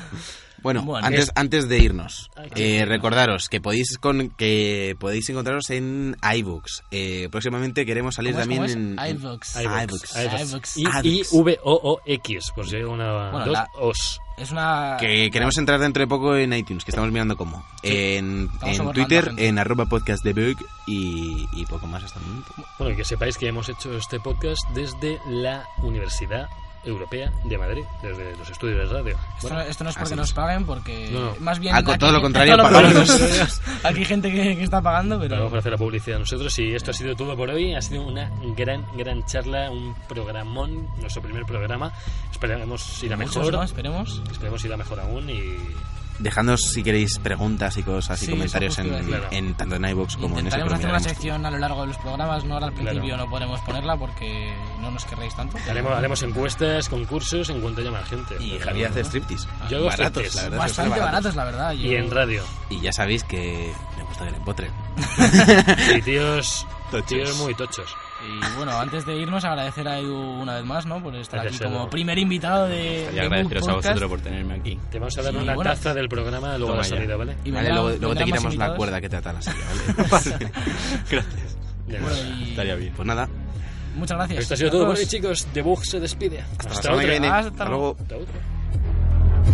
[SPEAKER 2] Bueno,
[SPEAKER 4] Bueno, eh.
[SPEAKER 2] antes,
[SPEAKER 4] es-
[SPEAKER 2] antes de irnos,
[SPEAKER 1] Ay,
[SPEAKER 2] eh, recordaros que podéis con que podéis encontraros en iBooks. Eh, próximamente queremos salir
[SPEAKER 4] ¿Cómo es,
[SPEAKER 2] también
[SPEAKER 4] cómo es?
[SPEAKER 2] en
[SPEAKER 4] iVoox.
[SPEAKER 2] iVoox.
[SPEAKER 4] iVoox.
[SPEAKER 1] I-
[SPEAKER 2] iVoox.
[SPEAKER 1] I-V-O-O-X, por si hay una...
[SPEAKER 4] Bueno,
[SPEAKER 1] dos
[SPEAKER 4] la-
[SPEAKER 1] os.
[SPEAKER 4] Es una...
[SPEAKER 2] Que queremos entrar dentro de poco en iTunes, que estamos mirando cómo. En, en
[SPEAKER 4] sobornando
[SPEAKER 2] Twitter,
[SPEAKER 4] gente.
[SPEAKER 2] en arroba podcast de Bug y, y poco más hasta el momento.
[SPEAKER 1] Bueno, y que sepáis que hemos hecho este podcast desde la Universidad Europea de Madrid, desde los estudios de radio.
[SPEAKER 4] Esto,
[SPEAKER 1] Bueno,
[SPEAKER 4] no, esto no es porque
[SPEAKER 2] así
[SPEAKER 4] nos
[SPEAKER 2] es.
[SPEAKER 4] paguen, porque
[SPEAKER 1] No, no.
[SPEAKER 4] más bien...
[SPEAKER 2] Ah, con
[SPEAKER 4] aquí-
[SPEAKER 2] todo lo contrario,
[SPEAKER 4] todo lo
[SPEAKER 2] pagamos
[SPEAKER 4] contrario.
[SPEAKER 2] nosotros.
[SPEAKER 4] Aquí hay gente que, que está pagando,
[SPEAKER 1] Pero
[SPEAKER 4] pero...
[SPEAKER 1] vamos a hacer la publicidad nosotros y esto ha sido todo por hoy. Ha sido una gran, gran charla, un programón, nuestro primer programa. Esperemos ir a
[SPEAKER 4] muchos,
[SPEAKER 1] mejor.
[SPEAKER 4] ¿no? Esperemos.
[SPEAKER 1] Esperemos ir a mejor aún y
[SPEAKER 2] Dejadnos si queréis preguntas y cosas y
[SPEAKER 4] Sí,
[SPEAKER 2] comentarios
[SPEAKER 4] eso
[SPEAKER 2] en,
[SPEAKER 4] justo iba
[SPEAKER 1] a decir.
[SPEAKER 2] en- tanto en iBooks como en ese ¿eh?
[SPEAKER 4] Intentaremos hacer una
[SPEAKER 2] programa.
[SPEAKER 4] sección a lo largo de los programas, no ahora al
[SPEAKER 1] Claro.
[SPEAKER 4] principio no podremos ponerla porque no nos querréis tanto. pero-
[SPEAKER 1] haremos, haremos encuestas, concursos en cuanto llame la gente.
[SPEAKER 2] Y
[SPEAKER 1] Pero
[SPEAKER 2] Javier hace
[SPEAKER 1] bueno.
[SPEAKER 2] striptease.
[SPEAKER 1] Yo hago
[SPEAKER 2] Baratos,
[SPEAKER 1] striptease.
[SPEAKER 2] la verdad.
[SPEAKER 4] Bastante
[SPEAKER 2] baratos.
[SPEAKER 4] baratos, la verdad. yo-
[SPEAKER 1] Y en radio.
[SPEAKER 2] Y ya sabéis que me gusta que le empotren.
[SPEAKER 1] Y tíos,
[SPEAKER 2] Tochos.
[SPEAKER 1] tíos muy tochos.
[SPEAKER 4] Y bueno, antes de irnos, agradecer a Edu una vez más, ¿no? Por estar aquí
[SPEAKER 1] Gracias,
[SPEAKER 4] como
[SPEAKER 1] Edu.
[SPEAKER 4] primer invitado de.
[SPEAKER 3] Y
[SPEAKER 4] de
[SPEAKER 3] agradeceros
[SPEAKER 4] Book
[SPEAKER 3] a
[SPEAKER 4] Podcast.
[SPEAKER 3] vosotros por tenerme aquí.
[SPEAKER 1] Te vamos a dar
[SPEAKER 4] Sí,
[SPEAKER 1] una
[SPEAKER 4] bueno.
[SPEAKER 1] taza del programa luego a
[SPEAKER 3] Toma
[SPEAKER 1] la
[SPEAKER 3] ya.
[SPEAKER 1] salida, ¿vale?
[SPEAKER 4] Y
[SPEAKER 2] Vale,
[SPEAKER 4] vendrán-
[SPEAKER 2] luego, luego te
[SPEAKER 4] vendrán más
[SPEAKER 2] quitamos la
[SPEAKER 4] invitados.
[SPEAKER 2] cuerda que te ata la silla, ¿vale?
[SPEAKER 3] Gracias.
[SPEAKER 1] Ya
[SPEAKER 4] Bueno,
[SPEAKER 1] está.
[SPEAKER 4] y
[SPEAKER 3] Estaría bien.
[SPEAKER 2] Pues nada,
[SPEAKER 4] Muchas gracias.
[SPEAKER 1] Esto ha sido todo
[SPEAKER 4] Chicos.
[SPEAKER 1] por hoy, chicos. The Bug se despide. Hasta,
[SPEAKER 2] hasta, la semana
[SPEAKER 1] otra.
[SPEAKER 2] que viene.
[SPEAKER 4] Hasta
[SPEAKER 2] Hasta
[SPEAKER 4] luego.
[SPEAKER 2] luego.
[SPEAKER 1] Hasta otra.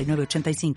[SPEAKER 8] 906985.